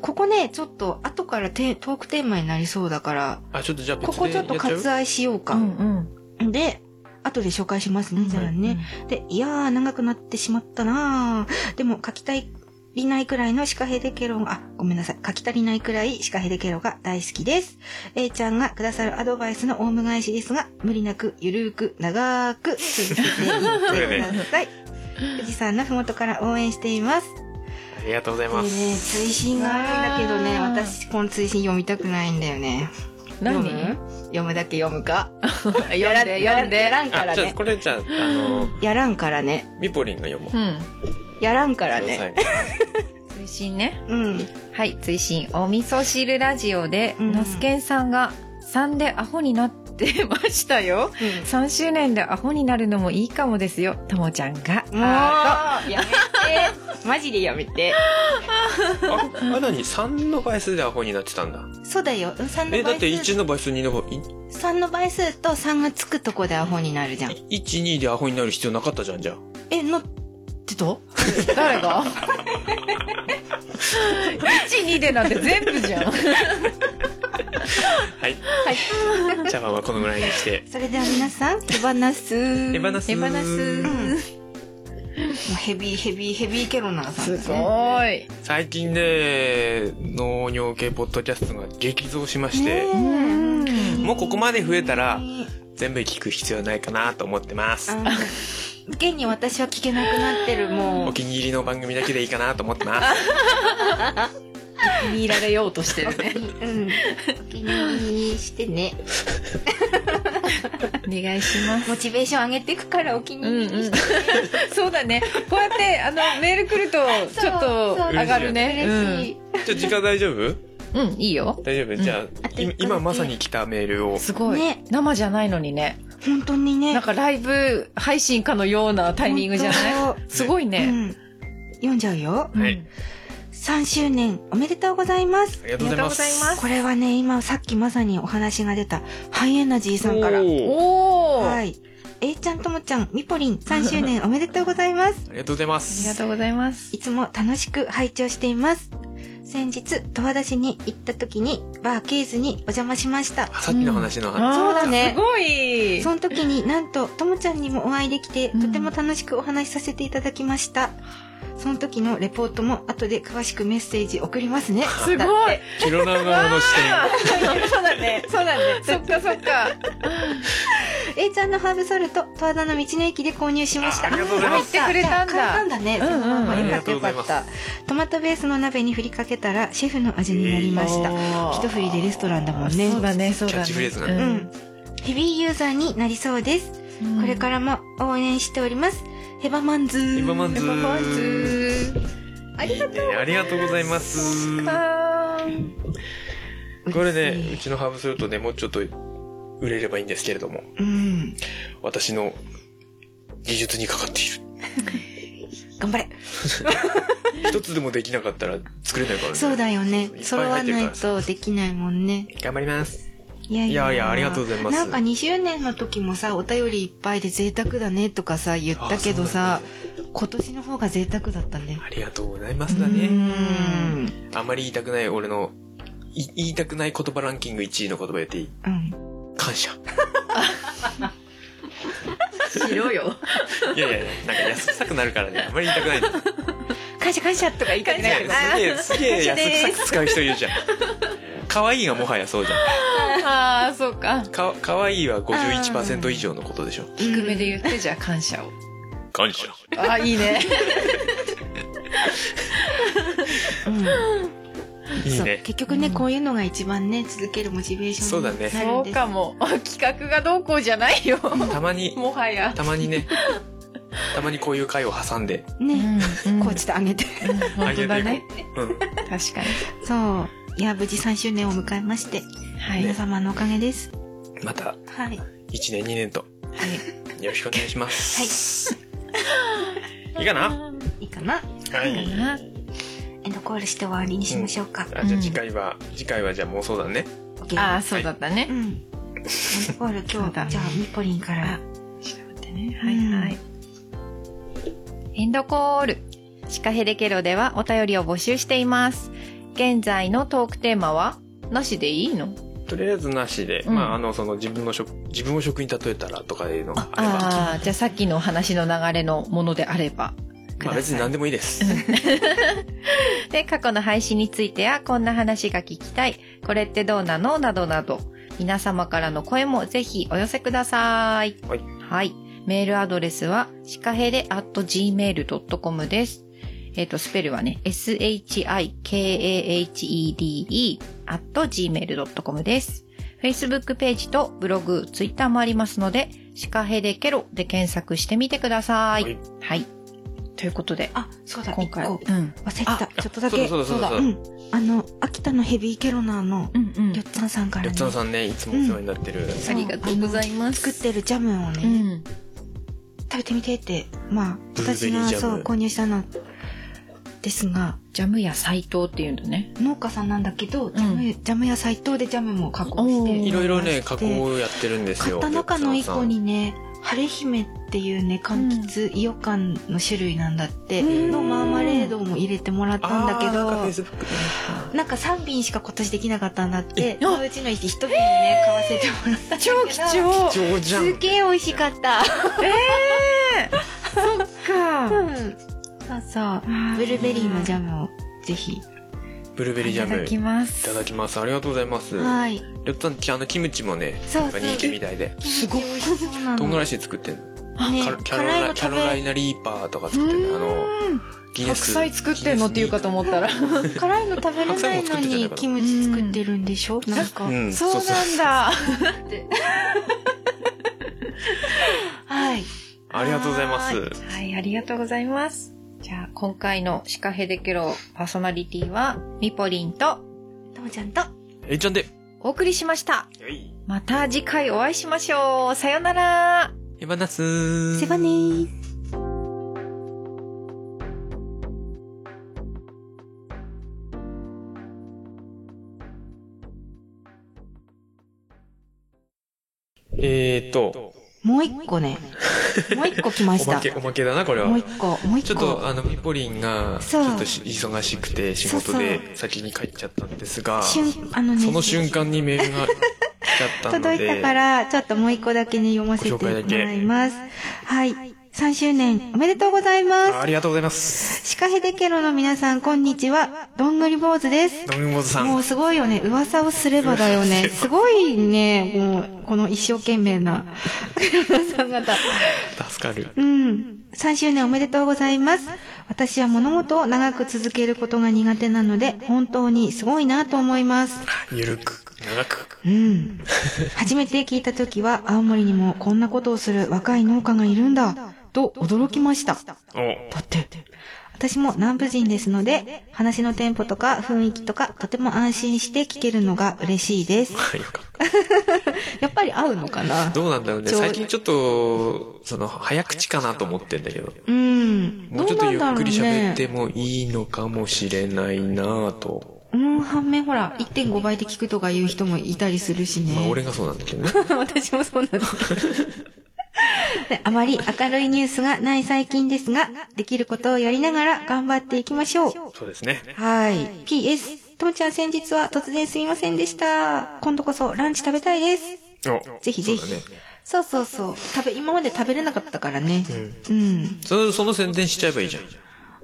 Speaker 1: ここね、ちょっと後からテトークテーマになりそうだから、
Speaker 2: あ、ちょっとじゃあ別
Speaker 1: こ
Speaker 2: で
Speaker 1: こちょっと
Speaker 2: やちゃう
Speaker 1: 割愛しようか。
Speaker 4: うん
Speaker 1: で、後で紹介しますね、
Speaker 4: うん
Speaker 1: じゃあね。。で、いやー、長くなってしまったなー。でも、書き足りないくらいのシカヘデケロが、あ、ごめんなさい。書き足りないくらいシカヘデケロが大好きです。A ちゃんがくださるアドバイスのオウム返しですが、無理なく、ゆるーく、長ーく続けていってください。 富士山のふもとから応援しています。
Speaker 2: ありがとうござい
Speaker 1: これ
Speaker 2: ま
Speaker 1: ね、
Speaker 2: す。
Speaker 1: 追伸があるんだけどね、
Speaker 4: わー
Speaker 1: 私、この追伸読みたくないんだよね。
Speaker 4: 何
Speaker 1: 読む読むだけ読む か。
Speaker 4: 読んで読ん
Speaker 1: や
Speaker 4: で。
Speaker 1: らんか
Speaker 2: あ、
Speaker 1: ら
Speaker 2: じゃあ
Speaker 1: ね。
Speaker 2: これじゃあ、あの、
Speaker 1: やらんからね。
Speaker 2: ミポリンが読もう。
Speaker 4: うん。
Speaker 1: やらんから
Speaker 2: そ
Speaker 1: ね。
Speaker 2: う最後
Speaker 4: 追伸ね。
Speaker 1: うん。
Speaker 4: はい、追伸。お味噌汁ラジオで、
Speaker 1: うん
Speaker 4: のすけんさんが3でアホになってましたよ。3周年でアホになるのもいいかもですよ。ともちゃんが。
Speaker 1: もうやめて マジでやめて
Speaker 2: あ、あなに3の倍数でアホになってたんだ。
Speaker 1: そうだよ3の
Speaker 2: え、だっ
Speaker 1: 倍数
Speaker 2: て1の倍数、2の倍、
Speaker 1: 3の倍数と3がつくとこでアホになるじゃん
Speaker 2: い1、2でアホになる必要なかったじゃん、じゃあ。
Speaker 1: えの
Speaker 4: ちょっと誰が1、2でなんて全部じゃん。
Speaker 2: はい。 じゃあまあまあこのぐらいにして。
Speaker 1: それでは皆さ ん手放す
Speaker 2: 手放す。
Speaker 4: 手放
Speaker 1: う
Speaker 4: す
Speaker 1: んもうヘビーヘビーヘビーケロナーさん
Speaker 4: す
Speaker 1: ですね
Speaker 4: ごい。
Speaker 2: 最近ね、農業系ポッドキャストが激増しまして、
Speaker 1: ねうん
Speaker 2: もうここまで増えたら
Speaker 1: うん
Speaker 2: 全部聞く必要ないかなと思ってます。
Speaker 1: 現に私は聞けなくなってるも
Speaker 2: お
Speaker 1: う
Speaker 2: 気に入りの番組だけでいいかなと思ってます。
Speaker 4: 見入られようとしてるね。
Speaker 1: うんお気に入りしてね
Speaker 4: お願いします。
Speaker 1: モチベーション上げていくからお気に入りにしてね
Speaker 4: そうだね。こうやって、あの、メール来ると、ちょっと
Speaker 1: そうそう
Speaker 4: 上がるね。
Speaker 1: 嬉しい
Speaker 2: じゃあ時間大丈夫
Speaker 4: うん、うん、いいよ。
Speaker 2: 大丈夫じゃ
Speaker 1: あ
Speaker 2: あ、
Speaker 1: と
Speaker 2: い
Speaker 1: 一個だけ
Speaker 2: 今まさに来たメールを。
Speaker 4: すごい、
Speaker 1: ね
Speaker 4: 生じゃないのにね。
Speaker 1: 本当にね
Speaker 4: なんかライブ配信かのようなタイミングじゃない
Speaker 1: 本
Speaker 4: すごい
Speaker 1: 当う
Speaker 4: ね。
Speaker 1: ん読んじゃうよ
Speaker 2: うんは
Speaker 4: う
Speaker 2: い
Speaker 4: ん。
Speaker 1: 3周年おめでとうございます
Speaker 2: ありがとうございます。
Speaker 4: ありがとうございま
Speaker 1: これはね今さっきまさにお話が出たハイエナジーさんから
Speaker 2: おー
Speaker 4: おー、
Speaker 1: はいえいちゃんともちゃんみぽりん3周年おめでとうございます
Speaker 2: ありがとうございま
Speaker 4: ありが
Speaker 2: す。
Speaker 4: とうございます。
Speaker 1: いつも楽しく拝聴しています先日十和田市に行った時にバーケーズにお邪魔しました
Speaker 2: あさっきの話の話。
Speaker 1: そうだね
Speaker 4: あーすごい。
Speaker 1: その時になんとともちゃんにもお会いできてとても楽しくお話しさせていただきました、その時のレポートも後で詳しくメッセージ送りますね
Speaker 4: す
Speaker 1: だ
Speaker 4: ご
Speaker 1: っ
Speaker 4: い
Speaker 1: て。
Speaker 2: ケロナ側の視点。
Speaker 4: そうだね。そうだね。そっかそっか。
Speaker 1: えいちゃんのハーブソルト、十和田の道の駅で購入しました。
Speaker 2: あありがとうございます
Speaker 1: 買
Speaker 4: 入ってくれたんだ
Speaker 1: ったんだね。
Speaker 4: う
Speaker 1: そ
Speaker 4: んうん
Speaker 1: のまま
Speaker 2: あり
Speaker 1: よか
Speaker 2: が
Speaker 1: っ
Speaker 2: と
Speaker 1: た
Speaker 2: う
Speaker 1: よ
Speaker 2: ござ
Speaker 1: か
Speaker 2: いま
Speaker 1: っ
Speaker 2: す
Speaker 1: た。トマトベースの鍋に振りかけたら、シェフの味になりました。一振りでレストランだもんね
Speaker 4: そうだね、そうだ
Speaker 2: キャッ
Speaker 4: ね。
Speaker 2: チフレーズな
Speaker 4: うん
Speaker 2: だ
Speaker 1: うんん。ヘビーユーザーになりそうです。これからも応援しております。ヘバマンズー。
Speaker 2: ヘバマンズー
Speaker 1: ヘバマンズー
Speaker 3: ありがとう。
Speaker 2: ありがとうございます。
Speaker 4: ら。うん
Speaker 2: これね、
Speaker 1: 嬉
Speaker 2: う
Speaker 1: しい
Speaker 2: ちのハーブソルトね、もうちょっと売れればいいんですけれども、
Speaker 1: うん。
Speaker 2: 私の技術にかかってい
Speaker 1: 頑張れ。
Speaker 2: る。一つでもできなかったら作れないからね。
Speaker 1: そうだよね
Speaker 2: っぱい入ってるか。ら
Speaker 1: 揃わないとできないもんね。
Speaker 2: 頑張ります。
Speaker 1: いや
Speaker 2: いやいや、ありがとうございます。
Speaker 1: なんか2周年の時もさ、お便りいっぱいで贅沢だねとかさ、言ったけどさ、今年の方が贅沢だったね。
Speaker 2: ありがとうございますだ
Speaker 1: う
Speaker 2: ね。
Speaker 1: ん。
Speaker 2: あんまり言いたくない俺の、い言いたくない言葉ランキング1位の言葉言っていい
Speaker 1: うん。
Speaker 2: 感謝。
Speaker 4: しろよ。
Speaker 2: いやいやいや、なんか安臭くなるからね、あんまり言い たくないんだ。
Speaker 1: 感謝感謝とか言いたく
Speaker 2: い
Speaker 1: ないけど。
Speaker 2: やすげえ、すげえ安臭く使う人い るじゃん。可愛いがもはやそうじゃ
Speaker 4: ああ、そうか。
Speaker 2: ん。か、可愛いは51%以上のことでしょ。
Speaker 4: 低めで言って、じゃあ感謝を。
Speaker 2: 感謝。
Speaker 4: ああ、いいね。
Speaker 1: うん。
Speaker 2: いい
Speaker 1: そう
Speaker 2: ね。
Speaker 1: 結局ね、
Speaker 4: うん
Speaker 1: こういうのが一番ね、続けるモチベーションになるんです。
Speaker 4: そうかも。企画がどうこうじゃないよ。
Speaker 2: たまに、
Speaker 4: もはや。
Speaker 2: たまにね、たまにこういう回を挟んで、
Speaker 1: ね。
Speaker 4: うん
Speaker 1: こうちょっと上げて。
Speaker 4: うん本当だね。
Speaker 2: うん。
Speaker 4: 確か
Speaker 1: そう。いや、無事3周年を迎えまして、
Speaker 4: に。はい。
Speaker 1: 皆様のおかげです。
Speaker 2: ま
Speaker 1: は
Speaker 2: た、
Speaker 1: い。は
Speaker 2: 1年2年と、
Speaker 1: い。
Speaker 2: よろしくお願いします。 い。いかない
Speaker 1: いかな
Speaker 2: はい。
Speaker 1: エンドコールして終わりにしましょうか。
Speaker 2: あじゃあ次回は、次回はじゃあもうそうだね。
Speaker 1: オッケー
Speaker 4: ああ、そうだった
Speaker 1: う
Speaker 4: ね。
Speaker 1: ん。エンドコール
Speaker 4: そ
Speaker 1: 今
Speaker 4: うだ
Speaker 1: 日、
Speaker 4: ね
Speaker 1: じゃあ、ミポリンから。
Speaker 4: ちょっと待ってね。はいはい。
Speaker 3: エンドコール。
Speaker 4: シカヘデケロではお便りを募集しています。現在のトークテーマはなしでいいの
Speaker 2: とりあえずなしで、
Speaker 4: うん
Speaker 2: まあ、あの、その自分の食、自分を食に例えたらとかいうのがあれば、
Speaker 4: ああ、じゃあさっきの話の流れのものであれば。
Speaker 2: まあ別に何でもいいです。
Speaker 4: で、過去の配信についてや、こんな話が聞きたい、これってどうなのなどなど、皆様からの声もぜひお寄せください。
Speaker 2: はい。
Speaker 4: メールアドレスは、シカヘレ at gmail.com です。えっ、と、スペルはね、s-h-i-k-a-h-e-d-e at gmail.com です。Facebook ページとブログ、Twitter もありますので、シカヘレケロで検索してみてください。
Speaker 2: はい
Speaker 4: はい、ということで、
Speaker 1: あ、そうだ、
Speaker 4: 今
Speaker 1: 一個
Speaker 4: 回。
Speaker 1: 忘れて
Speaker 4: ん。
Speaker 1: た。ちょっとだけ。
Speaker 2: そうだそうだそ
Speaker 1: う
Speaker 2: うだ
Speaker 1: ん。あの、秋田のヘビーケロナーの、
Speaker 4: うんうん
Speaker 1: りょっつぁんさんから
Speaker 2: りょっ
Speaker 1: ね、
Speaker 2: つぁんさんね、いつもお世話になって
Speaker 1: あ
Speaker 2: る。
Speaker 1: りがとうござ
Speaker 4: いま
Speaker 1: 作ってるジャムを
Speaker 4: う
Speaker 1: ね、
Speaker 4: ん。
Speaker 1: 食べてみてって、まあ、
Speaker 2: ブルーベ
Speaker 1: 私
Speaker 2: リー
Speaker 1: が
Speaker 2: ジャム
Speaker 1: そう、購入したのですが、
Speaker 4: ジャムや斎藤っていうんだね。
Speaker 1: 農家さんなんだけど、ジャムジャム屋斎藤でジャムも加工して
Speaker 4: おー
Speaker 2: いろいろね、加工
Speaker 1: を
Speaker 2: をやってるんです
Speaker 1: 買
Speaker 2: よ。
Speaker 1: った中の一個
Speaker 2: り
Speaker 1: にね晴れ姫っていうね柑橘イオカンの種類なんだって、
Speaker 4: うん
Speaker 1: のマーマレードも入れてもらっ
Speaker 2: ょっつぁん
Speaker 1: たん
Speaker 2: さん。
Speaker 1: だけ
Speaker 2: あーなんか
Speaker 1: ど
Speaker 2: Facebook ね
Speaker 1: なんか3瓶しか今年できなかったんだって
Speaker 4: えあ
Speaker 1: そのうちの一瓶ね買わせてもらったんだけど
Speaker 4: 超貴重
Speaker 2: 貴重じゃん。
Speaker 1: すげえ美味しかった
Speaker 4: か。
Speaker 1: そうそうブルーベリーのジャムをぜひ
Speaker 2: ブルーベリー
Speaker 4: い
Speaker 2: ジャ
Speaker 4: た
Speaker 2: ム。
Speaker 4: だき
Speaker 2: い
Speaker 4: ます
Speaker 2: た。だきます。ありがとうございます。りょ
Speaker 1: はい
Speaker 2: っつぁんち、あの、キムチもね、
Speaker 1: そう
Speaker 2: やっぱ人気みたいで。
Speaker 1: すごい美味しそうな
Speaker 2: 唐
Speaker 1: の、
Speaker 2: 辛子で作ってんの。
Speaker 1: ね
Speaker 2: カロ、キャロ
Speaker 1: 辛い
Speaker 2: ラ
Speaker 1: の
Speaker 2: キャ
Speaker 1: 食
Speaker 2: ロラ
Speaker 1: べ
Speaker 2: イナリーパーとか作ってんの。あの、ギネ
Speaker 4: 白
Speaker 2: ス。
Speaker 4: 菜作ってんのっていうかと思った ら。
Speaker 1: 辛いの食べれないの
Speaker 2: 白菜も作ってんじゃない
Speaker 1: に
Speaker 2: かな
Speaker 1: キムチ作ってるんでしょなんか、
Speaker 2: うん
Speaker 4: そうなんだ。
Speaker 1: はい
Speaker 2: ありがとうございます。
Speaker 4: はい、ありがとうございます。じゃあ、今回のシカヘデケロパーソナリティは、ミポリンと
Speaker 1: ともちゃんと
Speaker 2: えいちゃんで。
Speaker 4: お送りしました。
Speaker 2: はい。
Speaker 4: また次回お会いしましょう。さよなら。
Speaker 2: 手放す。
Speaker 1: セバネー
Speaker 2: えーと、
Speaker 1: もう一個ね。 もう一個来まし
Speaker 2: お
Speaker 1: た
Speaker 2: ま。け、おまけだな、これ
Speaker 1: もう
Speaker 2: は。
Speaker 1: 一個、もう
Speaker 2: ち
Speaker 1: 一
Speaker 2: ょっ
Speaker 1: 個
Speaker 2: と、。あの、ミポリンが、ち
Speaker 1: そう
Speaker 2: ょっとし忙しくて、仕事
Speaker 1: そう
Speaker 2: で先に帰っちゃったんですが、そ
Speaker 1: 瞬、あのね、
Speaker 2: の瞬間にメールが来 ちゃったので、
Speaker 1: 届いたから、ちょっともう一個だけね、読ませてもらいます。はい。 3周年おめでとうございま
Speaker 2: ありがとうございます。
Speaker 1: す。シカヘデケロの皆さん、こんにちは。どんぐり坊主です。
Speaker 2: ドンゴズさ
Speaker 1: も
Speaker 2: ん
Speaker 1: う。すごいよね。噂をすればだよね。すごいね。もう、この一生懸命な皆さん方。
Speaker 2: 助かる。
Speaker 1: うん。3周年おめでとうございます。私は物事を長く続けることが苦手なので、本当にすごいなと思います。
Speaker 2: ゆるく、長く。
Speaker 1: うん。初めて聞いた時は、青森にもこんなことをする若い農家がいるんだ、と驚きました。
Speaker 2: お
Speaker 1: だって、私も南部人ですので、話のテンポとか雰囲気とか、とても安心して聞けるのが嬉しいです。
Speaker 2: よかった
Speaker 1: やっぱり合うのかな
Speaker 2: どうなんだろうね。
Speaker 1: ちょ
Speaker 2: 最近ちょっと、その、早口かなと思ってんだけど。
Speaker 1: うん。ど
Speaker 2: もうちょ
Speaker 1: う
Speaker 2: っと
Speaker 1: な
Speaker 2: ゆ
Speaker 1: んだ
Speaker 2: っ
Speaker 1: ろ
Speaker 2: く
Speaker 1: う
Speaker 2: り喋っ
Speaker 1: ね。
Speaker 2: てもいいのかもしれないなぁと。
Speaker 1: うん、反面ほら、1.5倍で聞くとか言う人もいたりするしね。
Speaker 2: まあ、俺がそうなんだけどね。
Speaker 1: 私もそうなんですけどであまり明るいニュースがない最近ですが、できることをやりながら頑張っていきましょう。
Speaker 2: そうですね。
Speaker 1: はい。PS、ともちゃん先日は突然すみませんでした。今度こそランチ食べたいです。
Speaker 2: お
Speaker 1: ぜひぜひ。
Speaker 2: そうだね
Speaker 1: そうそうそう。食べ、今まで食べれなかったからね。うん。
Speaker 2: その、その宣伝しちゃえばいいじゃん。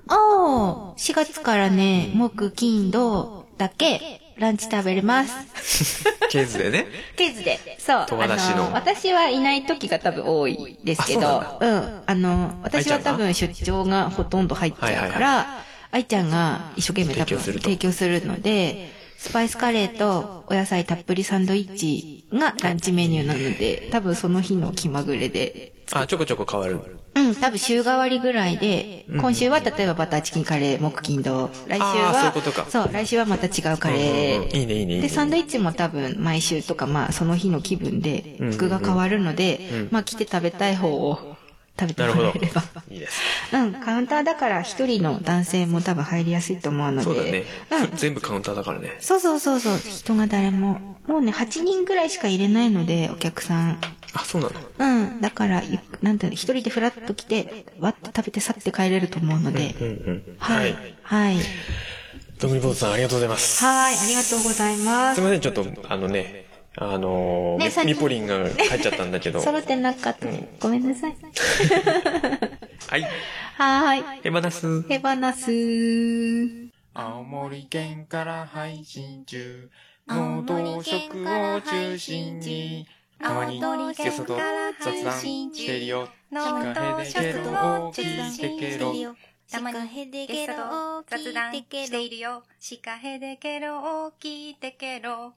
Speaker 1: ああ、4月からね、木、金、土だけ、ランチ食べれます。
Speaker 2: ケースでね。
Speaker 1: クイズで。そう。
Speaker 2: 友達の
Speaker 1: あ私はいない時が多分多いですけど、
Speaker 2: あ
Speaker 1: うんあの、私は多分出張がほとんど入っちゃうから、愛ちゃんが一生懸命多分
Speaker 2: 提供すると
Speaker 1: 提供するので、スパイスカレーとお野菜たっぷりサンドイッチがランチメニューなので、多分その日の気まぐれで。
Speaker 2: あ、ちょこちょこ変わる。
Speaker 1: うん、多分週替わりぐらいで、今週は例えばバターチキンカレー、木金土。来週
Speaker 2: あーそういう
Speaker 1: は
Speaker 2: ことか、
Speaker 1: そう、来週はまた違うカレ
Speaker 2: うんうんうん
Speaker 1: ー。
Speaker 2: いいねいいねいいね
Speaker 1: で、サンドイッチも多分毎週とか、まあその日の気分で
Speaker 2: うんうん、
Speaker 1: 具が変わるので、まあ来て食べたい方を食べて
Speaker 2: なる
Speaker 1: もら
Speaker 2: ほど
Speaker 1: えれば。。
Speaker 2: いいです。
Speaker 1: うん、カウンターだから一人の男性も多分入りやすいと思うので。
Speaker 2: そうだね
Speaker 1: うん。。
Speaker 2: 全部カウンターだからね。
Speaker 1: そうそうそうそう、人が誰も。もうね、8人ぐらいしか入れないので、お客さん。
Speaker 2: あ、そうなの
Speaker 1: うん。だから、ゆなんていうの、一人でフラッと来て、わっと食べて去って帰れると思うので。
Speaker 2: うんうん。
Speaker 1: はい。はい。
Speaker 2: どんぐりぼうずさん、ありがとうございます。
Speaker 1: はい。ありがとうございますす
Speaker 2: い。ません、ちょっと、あのね、あのー
Speaker 1: ね
Speaker 2: み
Speaker 1: さっき
Speaker 2: ミポリンが帰っちゃったんだ けど。
Speaker 1: 揃ってなかった。ごめんなさい。
Speaker 2: はい。
Speaker 1: はい。
Speaker 2: 手放す。
Speaker 1: 手放す。
Speaker 5: 青森県から配信中農道食を中心にたまにゲストと雑談してるよ
Speaker 3: 農
Speaker 5: カ
Speaker 3: 道
Speaker 5: ヘデケ
Speaker 3: 食
Speaker 5: ロ
Speaker 3: を
Speaker 5: を
Speaker 3: 中
Speaker 5: 聞いて
Speaker 3: 心に
Speaker 5: けろ
Speaker 3: たまにゲストと雑談しているよシカヘデケロを聞いてケロ